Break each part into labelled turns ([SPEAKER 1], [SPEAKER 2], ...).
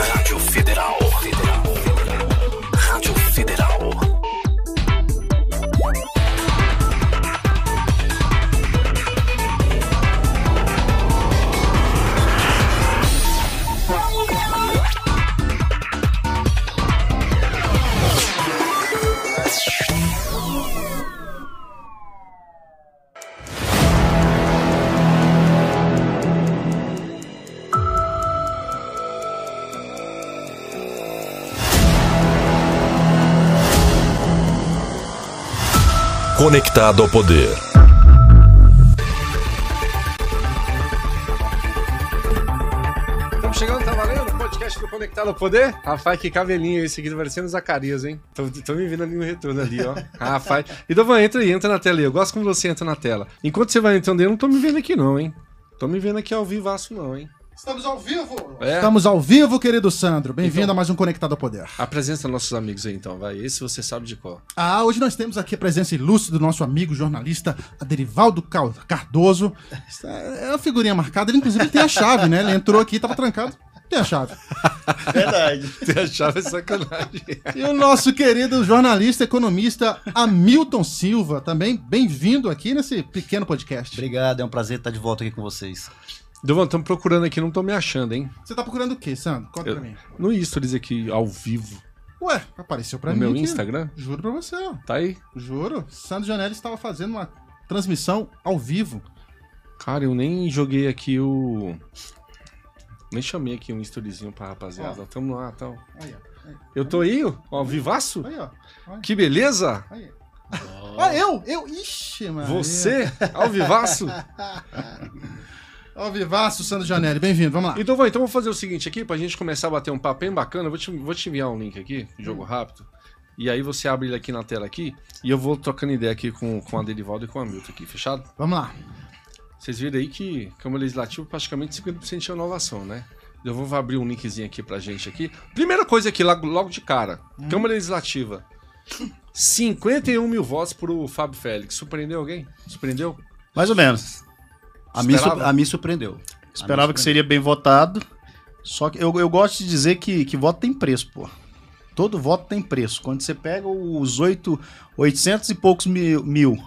[SPEAKER 1] Federal. Federal. Rádio Federal.
[SPEAKER 2] Conectado ao poder.
[SPEAKER 3] Estamos chegando, tá valendo? Podcast do Conectado ao Poder? Rapaz, que cabelinho esse aqui, tá parecendo Zacarias, hein? Tô, tô me vendo ali no retorno ali, ó. Rapaz. E Dovan, entra aí, entra na tela aí. Eu gosto quando você entra na tela. Enquanto você vai entrando aí, eu não tô me vendo aqui não, hein? Tô me vendo aqui ao vivaço não, hein?
[SPEAKER 4] Estamos ao vivo!
[SPEAKER 3] É. Então-
[SPEAKER 4] Estamos ao vivo, querido Sandro. Bem-vindo a mais um Conectado ao Poder.
[SPEAKER 3] Apresenta nossos amigos aí então, vai. Esse você sabe de qual.
[SPEAKER 4] Ah, hoje nós temos aqui a presença ilustre do nosso amigo jornalista Aderivaldo Cal- Cardoso. Está- É uma figurinha marcada, ele inclusive tem a chave, né? Ele entrou aqui, estava trancado. Tem a chave.
[SPEAKER 5] Verdade.
[SPEAKER 3] Você achava é sacanagem.
[SPEAKER 4] E o nosso querido jornalista economista Hamilton Silva, também bem-vindo aqui nesse pequeno podcast.
[SPEAKER 5] Obrigado, é um prazer estar de volta aqui com vocês.
[SPEAKER 3] Dovan, estamos procurando aqui, não tô me achando, hein?
[SPEAKER 4] Você tá procurando o quê, Sandro? Conta
[SPEAKER 3] Eu-
[SPEAKER 4] pra mim.
[SPEAKER 3] No Stories aqui, ao vivo,
[SPEAKER 4] Ué, apareceu pra
[SPEAKER 3] no
[SPEAKER 4] mim.
[SPEAKER 3] meu
[SPEAKER 4] aqui.
[SPEAKER 3] Instagram.
[SPEAKER 4] Juro pra você, ó.
[SPEAKER 3] Tá aí?
[SPEAKER 4] Juro. Sandro Janelli estava fazendo uma transmissão ao vivo.
[SPEAKER 3] Cara, eu nem joguei aqui o. Nem chamei aqui um storyzinho pra rapaziada. Tamo lá, tal.
[SPEAKER 4] Aí, ó.
[SPEAKER 3] Eu tô aí, ó, vivaço?
[SPEAKER 4] Aí, ó. Aí.
[SPEAKER 3] Que beleza!
[SPEAKER 4] Aí. Ah, eu? Eu? Ixi, mano.
[SPEAKER 3] Você, ao vivaço?
[SPEAKER 4] Ó, vivaço, Sandro Janelli. Bem-vindo, vamos lá.
[SPEAKER 3] Então, vai, então vou fazer o seguinte aqui, pra gente começar a bater um papo bem bacana. Eu vou te, vou te enviar um link aqui, jogo rápido. E aí você abre ele aqui na tela aqui, e eu vou trocando ideia aqui com, com a Derivaldo e com a Milton aqui, fechado?
[SPEAKER 4] Vamos lá.
[SPEAKER 3] Vocês viram aí que Câmara Legislativa praticamente 50% de inovação, né? Eu vou abrir um linkzinho aqui pra gente aqui. Primeira coisa aqui, logo, logo de cara.
[SPEAKER 5] Hum.
[SPEAKER 3] Câmara Legislativa. 51 mil votos pro Fábio Félix. Surpreendeu alguém? Surpreendeu?
[SPEAKER 5] Mais ou menos. A mim,
[SPEAKER 3] Esperava?
[SPEAKER 5] su- a mim surpreendeu. Esperava
[SPEAKER 4] mim
[SPEAKER 5] que seria bem votado. Só que eu, eu gosto de dizer que, que voto tem preço, pô. Todo voto tem preço. Quando você pega os oito, 800 e poucos mil, mil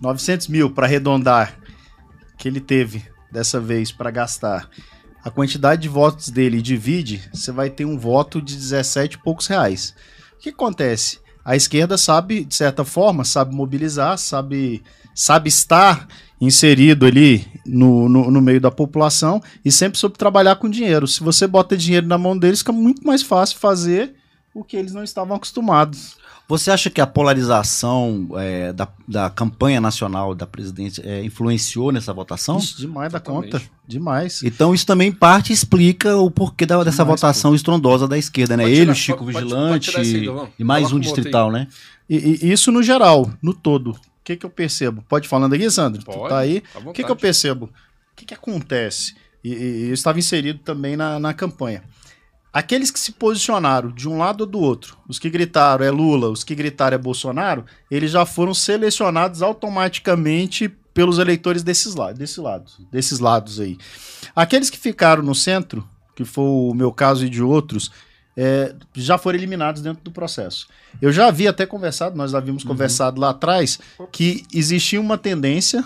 [SPEAKER 5] 900 mil para arredondar que ele teve dessa vez para gastar, a quantidade de votos dele e divide, você vai ter um voto de 17 e poucos reais. O que acontece? A esquerda sabe, de certa forma, sabe mobilizar, sabe, sabe estar inserido ali no, no, no meio da população e sempre soube trabalhar com dinheiro. Se você bota dinheiro na mão deles, fica muito mais fácil fazer o que eles não estavam acostumados.
[SPEAKER 6] Você acha que a polarização é, da, da campanha nacional da presidente é, influenciou nessa votação?
[SPEAKER 5] Isso, demais da
[SPEAKER 3] Totalmente.
[SPEAKER 5] conta. Demais.
[SPEAKER 6] Então isso também em parte explica o porquê da- dessa
[SPEAKER 5] Demais,
[SPEAKER 6] votação estrondosa da esquerda, né?
[SPEAKER 3] Pode
[SPEAKER 6] Ele,
[SPEAKER 3] tirar,
[SPEAKER 6] o Chico
[SPEAKER 3] pode- pode- pode
[SPEAKER 6] Vigilante
[SPEAKER 3] tirar esse aí, Galvão.
[SPEAKER 6] e mais
[SPEAKER 3] Coloca
[SPEAKER 6] um
[SPEAKER 3] um outro
[SPEAKER 6] distrital, né?
[SPEAKER 5] E, e isso no geral, no todo. O que, que eu percebo? Pode ir falando aqui, Sandro? Tu
[SPEAKER 3] Pode.
[SPEAKER 5] Tá aí.
[SPEAKER 3] Tá
[SPEAKER 5] O que, que eu percebo? O que, que acontece? E, e- eu estava inserido também na, na campanha. Aqueles que se posicionaram de um lado ou do outro, os que gritaram é Lula, os que gritaram é Bolsonaro, eles já foram selecionados automaticamente pelos eleitores desses lados, desse lado, desses lados aí. Aqueles que ficaram no centro, que foi o meu caso e de outros, é, já foram eliminados dentro do processo. Eu já havia até conversado, nós havíamos conversado lá atrás, que existia uma tendência.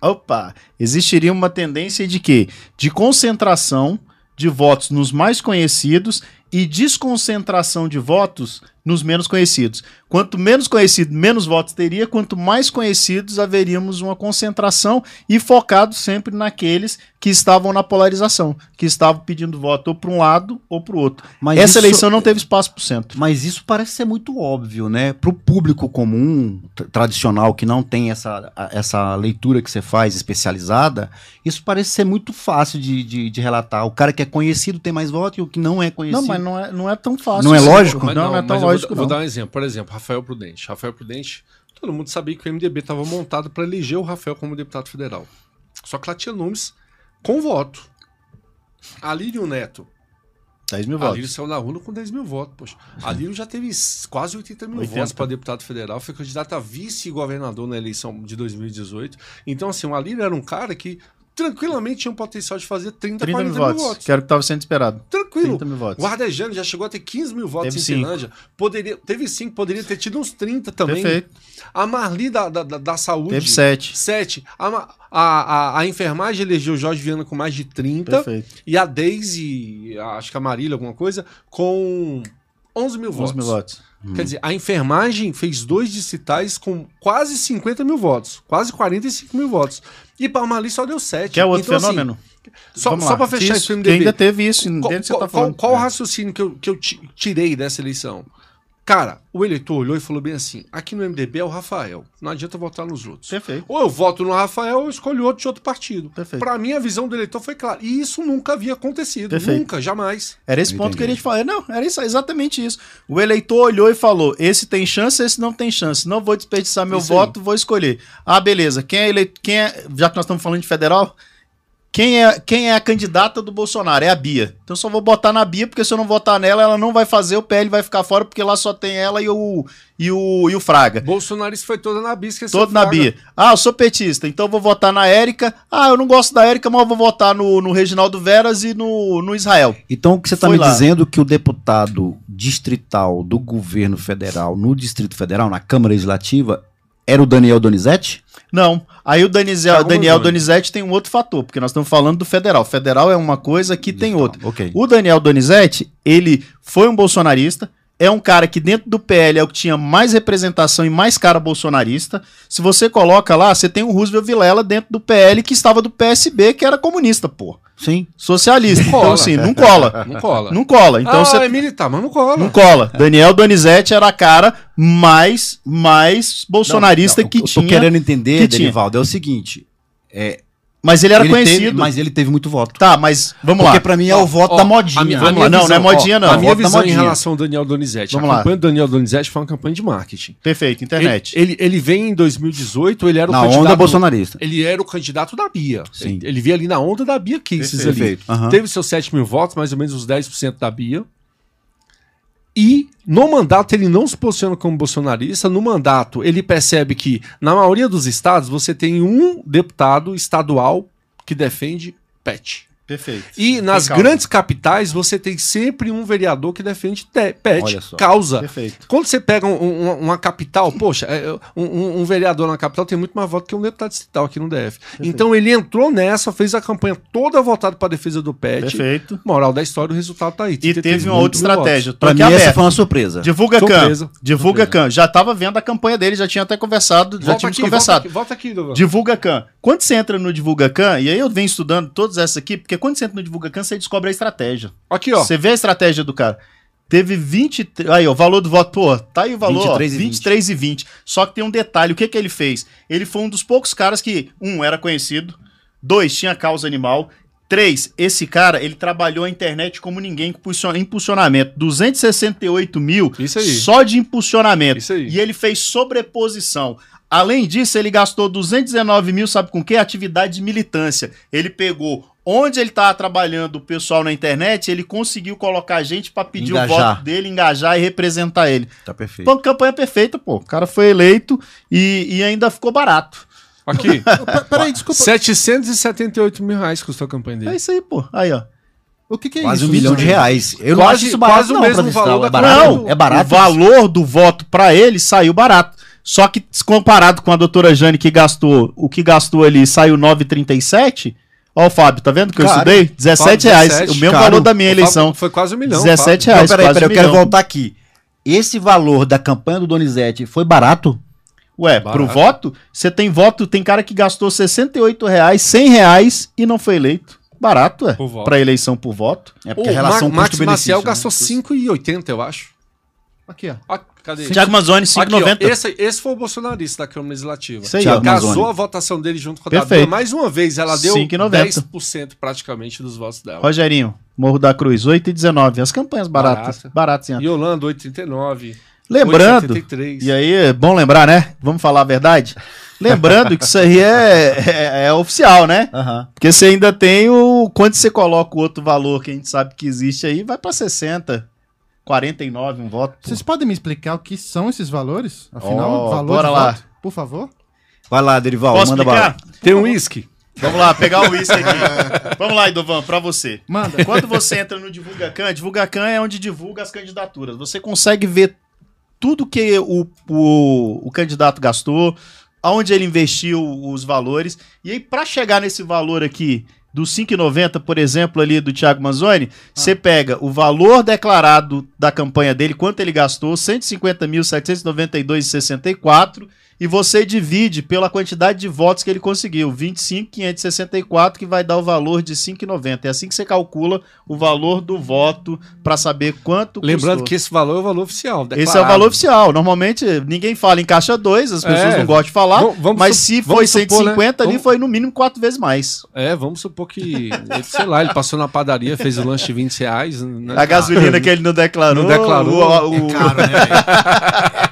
[SPEAKER 5] Opa! Existiria uma tendência de quê? De concentração de votos nos mais conhecidos e desconcentração de votos nos menos conhecidos. Quanto menos conhecido, menos votos teria, quanto mais conhecidos, haveríamos uma concentração e focado sempre naqueles que estavam na polarização, que estavam pedindo voto ou para um lado ou para o outro.
[SPEAKER 6] Mas
[SPEAKER 5] Essa
[SPEAKER 6] isso-
[SPEAKER 5] eleição não teve espaço para o centro.
[SPEAKER 6] Mas isso parece ser muito óbvio, né? Para o público comum, tra- tradicional, que não tem essa, a- essa leitura que você faz especializada, isso parece ser muito fácil de, de, de relatar. O cara que é conhecido tem mais voto e o que não é conhecido.
[SPEAKER 5] Não, mas não é, não é tão fácil.
[SPEAKER 6] Não é
[SPEAKER 5] assim.
[SPEAKER 6] lógico?
[SPEAKER 3] Mas
[SPEAKER 5] Não, não, é tão
[SPEAKER 3] mas eu
[SPEAKER 5] lógico,
[SPEAKER 3] vou, vou
[SPEAKER 5] não.
[SPEAKER 3] dar um exemplo. Por exemplo, Rafael Prudente. Rafael Prudente, todo mundo sabia que o MDB estava montado para eleger o Rafael como deputado federal. Só que lá tinha nomes com voto. Alírio Neto.
[SPEAKER 5] 10 mil
[SPEAKER 3] Alírio
[SPEAKER 5] votos.
[SPEAKER 3] saiu na urna com 10 mil votos, poxa. Alírio já teve s- quase 80 mil
[SPEAKER 5] 80.
[SPEAKER 3] votos para deputado federal, foi candidato a vice-governador na eleição de 2018. Então, assim, o Alírio era um cara que tranquilamente tinha um potencial de fazer 30,
[SPEAKER 5] 30
[SPEAKER 3] 40
[SPEAKER 5] mil votos, que era o que estava sendo esperado.
[SPEAKER 3] tranquilo.
[SPEAKER 5] 30 mil votos.
[SPEAKER 3] O Ardejano já chegou a ter 15 mil votos
[SPEAKER 5] Teve
[SPEAKER 3] em
[SPEAKER 5] cinco.
[SPEAKER 3] Ceilândia. Poderia, teve 5, poderia ter tido uns 30 também.
[SPEAKER 5] Perfeito.
[SPEAKER 3] A Marli da, da, da- da Saúde.
[SPEAKER 5] Teve sete.
[SPEAKER 3] Sete. A, ma- a, a, a enfermagem elegeu o Jorge Viana com mais de 30.
[SPEAKER 5] Perfeito.
[SPEAKER 3] E a Daisy, acho que a Marília, alguma coisa, com 11 mil
[SPEAKER 5] 11
[SPEAKER 3] votos.
[SPEAKER 5] mil votos.
[SPEAKER 3] Quer dizer, a enfermagem fez dois digitais com quase 50 mil votos. Quase 45 mil votos. E para Marli só deu 7.
[SPEAKER 5] Que é outro fenômeno?
[SPEAKER 3] só
[SPEAKER 5] Vamos
[SPEAKER 3] só
[SPEAKER 5] lá.
[SPEAKER 3] para fechar
[SPEAKER 5] Isso,
[SPEAKER 3] esse filme
[SPEAKER 5] Que ainda teve isso, dentro
[SPEAKER 3] qual,
[SPEAKER 5] que você tá
[SPEAKER 3] qual-
[SPEAKER 5] falando.
[SPEAKER 3] qual o
[SPEAKER 5] É.
[SPEAKER 3] raciocínio que eu, que eu ti- tirei dessa eleição? Cara, o eleitor olhou e falou bem assim: aqui no MDB é o Rafael, não adianta votar nos outros.
[SPEAKER 5] Perfeito.
[SPEAKER 3] Ou eu voto no Rafael ou eu escolho outro de outro partido.
[SPEAKER 5] Perfeito.
[SPEAKER 3] Pra mim, a visão do eleitor foi clara. E isso nunca havia acontecido.
[SPEAKER 5] Perfeito.
[SPEAKER 3] Nunca, jamais.
[SPEAKER 5] Era esse
[SPEAKER 6] Eu
[SPEAKER 5] ponto
[SPEAKER 6] entendi.
[SPEAKER 5] que eu queria te falar. É, Não, era isso, exatamente isso. O eleitor olhou e falou: esse tem chance, esse não tem chance. Não vou desperdiçar meu
[SPEAKER 3] Isso aí.
[SPEAKER 5] voto, vou escolher. Ah, beleza. Quem é eleito? Quem é, já que nós estamos falando de federal, quem é, quem é a candidata do Bolsonaro? É a Bia. Então eu só vou botar na Bia, porque se eu não votar nela, ela não vai fazer, o PL vai ficar fora, porque lá só tem ela e o, e o, e o Fraga.
[SPEAKER 3] Bolsonaro foi toda na bisca.
[SPEAKER 5] Todo na Bia. Ah, eu sou petista, então eu vou votar na Érica. Ah, eu não gosto da Érica, mas eu vou votar no, no Reginaldo Veras e no, no Israel.
[SPEAKER 6] Então, o que você está
[SPEAKER 5] Foi
[SPEAKER 6] me
[SPEAKER 5] lá.
[SPEAKER 6] dizendo que o deputado distrital do governo federal, no Distrito Federal, na Câmara Legislativa, era o Daniel Donizete?
[SPEAKER 5] Não. Aí o Daniel,
[SPEAKER 3] Calma,
[SPEAKER 5] Daniel
[SPEAKER 3] Júnior.
[SPEAKER 5] Donizete tem um outro fator, porque nós estamos falando do federal. Federal é uma coisa que tem
[SPEAKER 6] Então,
[SPEAKER 5] outra.
[SPEAKER 6] Ok.
[SPEAKER 5] O Daniel Donizete, ele foi um bolsonarista, é um cara que dentro do PL é o que tinha mais representação e mais cara bolsonarista. Se você coloca lá, você tem o Roosevelt Vilela dentro do PL que estava do PSB, que era comunista, pô.
[SPEAKER 6] Sim.
[SPEAKER 5] Socialista.
[SPEAKER 3] Não
[SPEAKER 5] Então,
[SPEAKER 3] cola.
[SPEAKER 5] assim, não cola.
[SPEAKER 3] Não cola.
[SPEAKER 5] Não cola. Então
[SPEAKER 3] ah,
[SPEAKER 5] você
[SPEAKER 3] é militar, mas não cola.
[SPEAKER 5] não cola.
[SPEAKER 6] É.
[SPEAKER 5] Daniel Donizete era a cara mais, mais bolsonarista
[SPEAKER 6] Não, não,
[SPEAKER 5] que
[SPEAKER 6] eu tô
[SPEAKER 5] tinha.
[SPEAKER 6] querendo entender,
[SPEAKER 5] que tinha.
[SPEAKER 6] Denivaldo, é o seguinte.
[SPEAKER 5] Mas ele era
[SPEAKER 6] ele
[SPEAKER 5] conhecido.
[SPEAKER 6] teve- mas ele teve muito voto.
[SPEAKER 5] Tá, mas vamos
[SPEAKER 6] Porque
[SPEAKER 5] lá.
[SPEAKER 6] pra mim é o voto
[SPEAKER 3] Ó,
[SPEAKER 6] da
[SPEAKER 3] a
[SPEAKER 6] modinha.
[SPEAKER 3] minha- a
[SPEAKER 5] Vamos lá.
[SPEAKER 3] minha
[SPEAKER 5] Não, não é
[SPEAKER 3] visão, ó,
[SPEAKER 5] modinha, não.
[SPEAKER 3] A minha
[SPEAKER 5] Volta da
[SPEAKER 3] visão em
[SPEAKER 5] modinha.
[SPEAKER 3] relação ao Daniel Donizete.
[SPEAKER 5] Vamos
[SPEAKER 3] a
[SPEAKER 5] lá.
[SPEAKER 3] campanha do Daniel Donizete foi uma campanha de marketing.
[SPEAKER 5] Perfeito, internet.
[SPEAKER 3] Ele, ele, ele vem em 2018, ele era o
[SPEAKER 6] na
[SPEAKER 3] candidato.
[SPEAKER 6] onda bolsonarista.
[SPEAKER 3] Ele era o candidato da Bia.
[SPEAKER 6] Sim.
[SPEAKER 3] Ele, ele via ali na onda da Bia Kisses ali.
[SPEAKER 6] Perfeito. Aham.
[SPEAKER 3] Teve seus 7 mil votos, mais ou menos uns 10% da Bia. E no mandato ele não se posiciona como bolsonarista. No mandato ele percebe que na maioria dos estados você tem um deputado estadual que defende pet.
[SPEAKER 5] Perfeito.
[SPEAKER 3] E nas
[SPEAKER 5] causa.
[SPEAKER 3] grandes capitais você tem sempre um vereador que defende te- pet,
[SPEAKER 6] Olha só.
[SPEAKER 3] causa.
[SPEAKER 5] Perfeito.
[SPEAKER 3] Quando você pega um- um- uma, capital, poxa, é, um, um- um vereador na capital tem muito mais voto que um deputado distrital aqui no DF. Então ele entrou nessa, fez a campanha toda voltada para a defesa do PET.
[SPEAKER 5] Perfeito.
[SPEAKER 3] Moral da história, o resultado tá aí.
[SPEAKER 5] E
[SPEAKER 3] 33
[SPEAKER 5] teve uma
[SPEAKER 3] mil
[SPEAKER 5] outra
[SPEAKER 3] votos.
[SPEAKER 5] estratégia. Tô
[SPEAKER 6] Pra
[SPEAKER 5] aqui
[SPEAKER 6] mim, essa
[SPEAKER 5] aberto.
[SPEAKER 6] foi uma surpresa.
[SPEAKER 5] Divulga
[SPEAKER 3] Surpresa.
[SPEAKER 5] Can. Divulga
[SPEAKER 3] Surpresa.
[SPEAKER 5] Can. Já tava vendo a campanha dele, já tinha até conversado, já
[SPEAKER 3] Volta
[SPEAKER 5] tínhamos
[SPEAKER 3] aqui, volta
[SPEAKER 5] conversado.
[SPEAKER 3] aqui, volta aqui, Dovan.
[SPEAKER 5] Divulga Can. Quando você entra no Divulga Can, e aí eu venho estudando todas essas aqui, porque quando você entra no Divulga Can, você descobre a estratégia.
[SPEAKER 3] Aqui, ó.
[SPEAKER 5] Você vê a estratégia do cara. Teve 23. Aí, ó, o valor do voto. Pô, tá aí o valor. 23
[SPEAKER 6] 23
[SPEAKER 5] ó,
[SPEAKER 6] e
[SPEAKER 5] 23 e 20. Só que tem um detalhe: o que, que ele fez? Ele foi um dos poucos caras que, um, era conhecido. Dois, tinha causa animal. Três, esse cara, ele trabalhou a internet como ninguém com impulsion- impulsionamento. 268 mil
[SPEAKER 3] Isso aí.
[SPEAKER 5] só de impulsionamento.
[SPEAKER 3] Isso aí.
[SPEAKER 5] E ele fez sobreposição. Além disso, ele gastou 219 mil, sabe com que? Atividade de militância. Ele pegou onde ele estava trabalhando o pessoal na internet, ele conseguiu colocar gente para pedir o
[SPEAKER 6] Engajar.
[SPEAKER 5] voto dele, engajar e representar ele.
[SPEAKER 6] Tá perfeito.
[SPEAKER 5] Pô, campanha perfeita, pô. O cara foi eleito e, e ainda ficou barato. É
[SPEAKER 3] Aqui.
[SPEAKER 4] P- Peraí, desculpa.
[SPEAKER 3] 778 mil reais custou a campanha
[SPEAKER 5] É
[SPEAKER 3] dele.
[SPEAKER 5] isso aí, pô. Aí, ó.
[SPEAKER 4] O que, que é
[SPEAKER 6] Quase
[SPEAKER 4] isso?
[SPEAKER 6] um milhão de
[SPEAKER 4] Luciano?
[SPEAKER 6] reais. Eu não
[SPEAKER 3] Quase-
[SPEAKER 6] acho isso barato,
[SPEAKER 3] quase o
[SPEAKER 6] não,
[SPEAKER 3] mesmo
[SPEAKER 6] pra distrital.
[SPEAKER 3] valor
[SPEAKER 6] É
[SPEAKER 3] da-
[SPEAKER 6] barato?
[SPEAKER 5] Não,
[SPEAKER 6] é barato.
[SPEAKER 5] O valor do voto para ele saiu barato. Só que comparado com a doutora Jane que gastou, o que gastou ali saiu 9,37. Ó, o Fábio, tá vendo que eu
[SPEAKER 6] Caro.
[SPEAKER 5] estudei? 17
[SPEAKER 3] Fábio,
[SPEAKER 5] reais.
[SPEAKER 3] 17,
[SPEAKER 5] o mesmo
[SPEAKER 6] caro.
[SPEAKER 5] valor da minha
[SPEAKER 3] Fábio,
[SPEAKER 5] eleição.
[SPEAKER 3] Foi quase um milhão.
[SPEAKER 5] 17
[SPEAKER 3] Fábio.
[SPEAKER 5] reais,
[SPEAKER 6] Não, peraí,
[SPEAKER 5] quase
[SPEAKER 6] peraí,
[SPEAKER 5] um
[SPEAKER 6] eu quero
[SPEAKER 5] milhão.
[SPEAKER 6] voltar aqui. Esse valor da campanha do Donizete foi barato?
[SPEAKER 5] Ué,
[SPEAKER 3] Barato.
[SPEAKER 5] pro voto, você tem voto, tem cara que gastou 68 reais, 100 reais e não foi eleito. Barato, é.
[SPEAKER 3] Por voto.
[SPEAKER 5] Pra eleição por voto.
[SPEAKER 6] É
[SPEAKER 3] O Ma- Max
[SPEAKER 5] né?
[SPEAKER 3] Maciel gastou 5,80, eu acho.
[SPEAKER 4] Aqui, ó.
[SPEAKER 3] Ah, cadê?
[SPEAKER 5] Tiago Manzoni,
[SPEAKER 3] Aqui, ó,
[SPEAKER 5] 5,90.
[SPEAKER 3] esse, esse foi o bolsonarista da Câmara Legislativa.
[SPEAKER 5] Isso aí,
[SPEAKER 6] Thiago
[SPEAKER 5] ó.
[SPEAKER 6] Manzoni.
[SPEAKER 3] Casou a votação dele junto com a da
[SPEAKER 5] Perfeito.
[SPEAKER 3] Bia. Mais uma vez, ela deu
[SPEAKER 5] 5,90.
[SPEAKER 3] 10% praticamente dos votos dela.
[SPEAKER 5] Rogerinho, Morro da Cruz, 8,19. As campanhas baratas.
[SPEAKER 3] Barata.
[SPEAKER 5] Baratas, hein?
[SPEAKER 3] E Holanda, 8,39.
[SPEAKER 5] Lembrando,
[SPEAKER 3] 8,73.
[SPEAKER 5] E aí, é bom lembrar, né? Vamos falar a verdade? Lembrando que isso aí é, é, é oficial, né?
[SPEAKER 6] Aham.
[SPEAKER 5] Porque você ainda tem o. Quando você coloca o outro valor que a gente sabe que existe aí, vai pra 60, 49 um voto.
[SPEAKER 4] Vocês podem me explicar o que são esses valores? Afinal,
[SPEAKER 5] Ó,
[SPEAKER 4] valor
[SPEAKER 5] bora
[SPEAKER 4] de
[SPEAKER 5] lá.
[SPEAKER 4] voto, por favor.
[SPEAKER 6] Vai lá, Derival, manda bala.
[SPEAKER 3] Tem um uísque?
[SPEAKER 5] Vamos lá, pegar o uísque aqui. Vamos lá, Idovan, pra você.
[SPEAKER 4] Manda.
[SPEAKER 5] Quando você entra no DivulgaCan, DivulgaCan é onde divulga as candidaturas. Você consegue ver tudo que o, o, o candidato gastou, aonde ele investiu os valores. E aí, pra chegar nesse valor aqui dos 5,90, por exemplo, ali do Thiago Manzoni, você pega o valor declarado da campanha dele, quanto ele gastou, 150.792,64, e você divide pela quantidade de votos que ele conseguiu, 25.564, que vai dar o valor de 5,90. É assim que você calcula o valor do voto para saber quanto
[SPEAKER 3] Lembrando
[SPEAKER 5] custou.
[SPEAKER 3] que esse valor é o valor oficial.
[SPEAKER 5] Esse é o valor oficial. Normalmente ninguém fala em caixa 2, as pessoas
[SPEAKER 3] É.
[SPEAKER 5] não gostam de falar.
[SPEAKER 3] Vamos- vamos
[SPEAKER 5] mas
[SPEAKER 3] su-
[SPEAKER 5] se
[SPEAKER 3] vamos
[SPEAKER 5] foi
[SPEAKER 3] supor,
[SPEAKER 5] 150
[SPEAKER 3] né?
[SPEAKER 5] ali,
[SPEAKER 3] Vamos-
[SPEAKER 5] foi no mínimo quatro vezes mais.
[SPEAKER 3] É, vamos supor que, ele, sei lá, ele passou na padaria, fez o lanche de 20 reais. Né?
[SPEAKER 5] A gasolina que ele não declarou.
[SPEAKER 3] Não declarou.
[SPEAKER 5] o- o-
[SPEAKER 6] É caro, né, velho? É caro.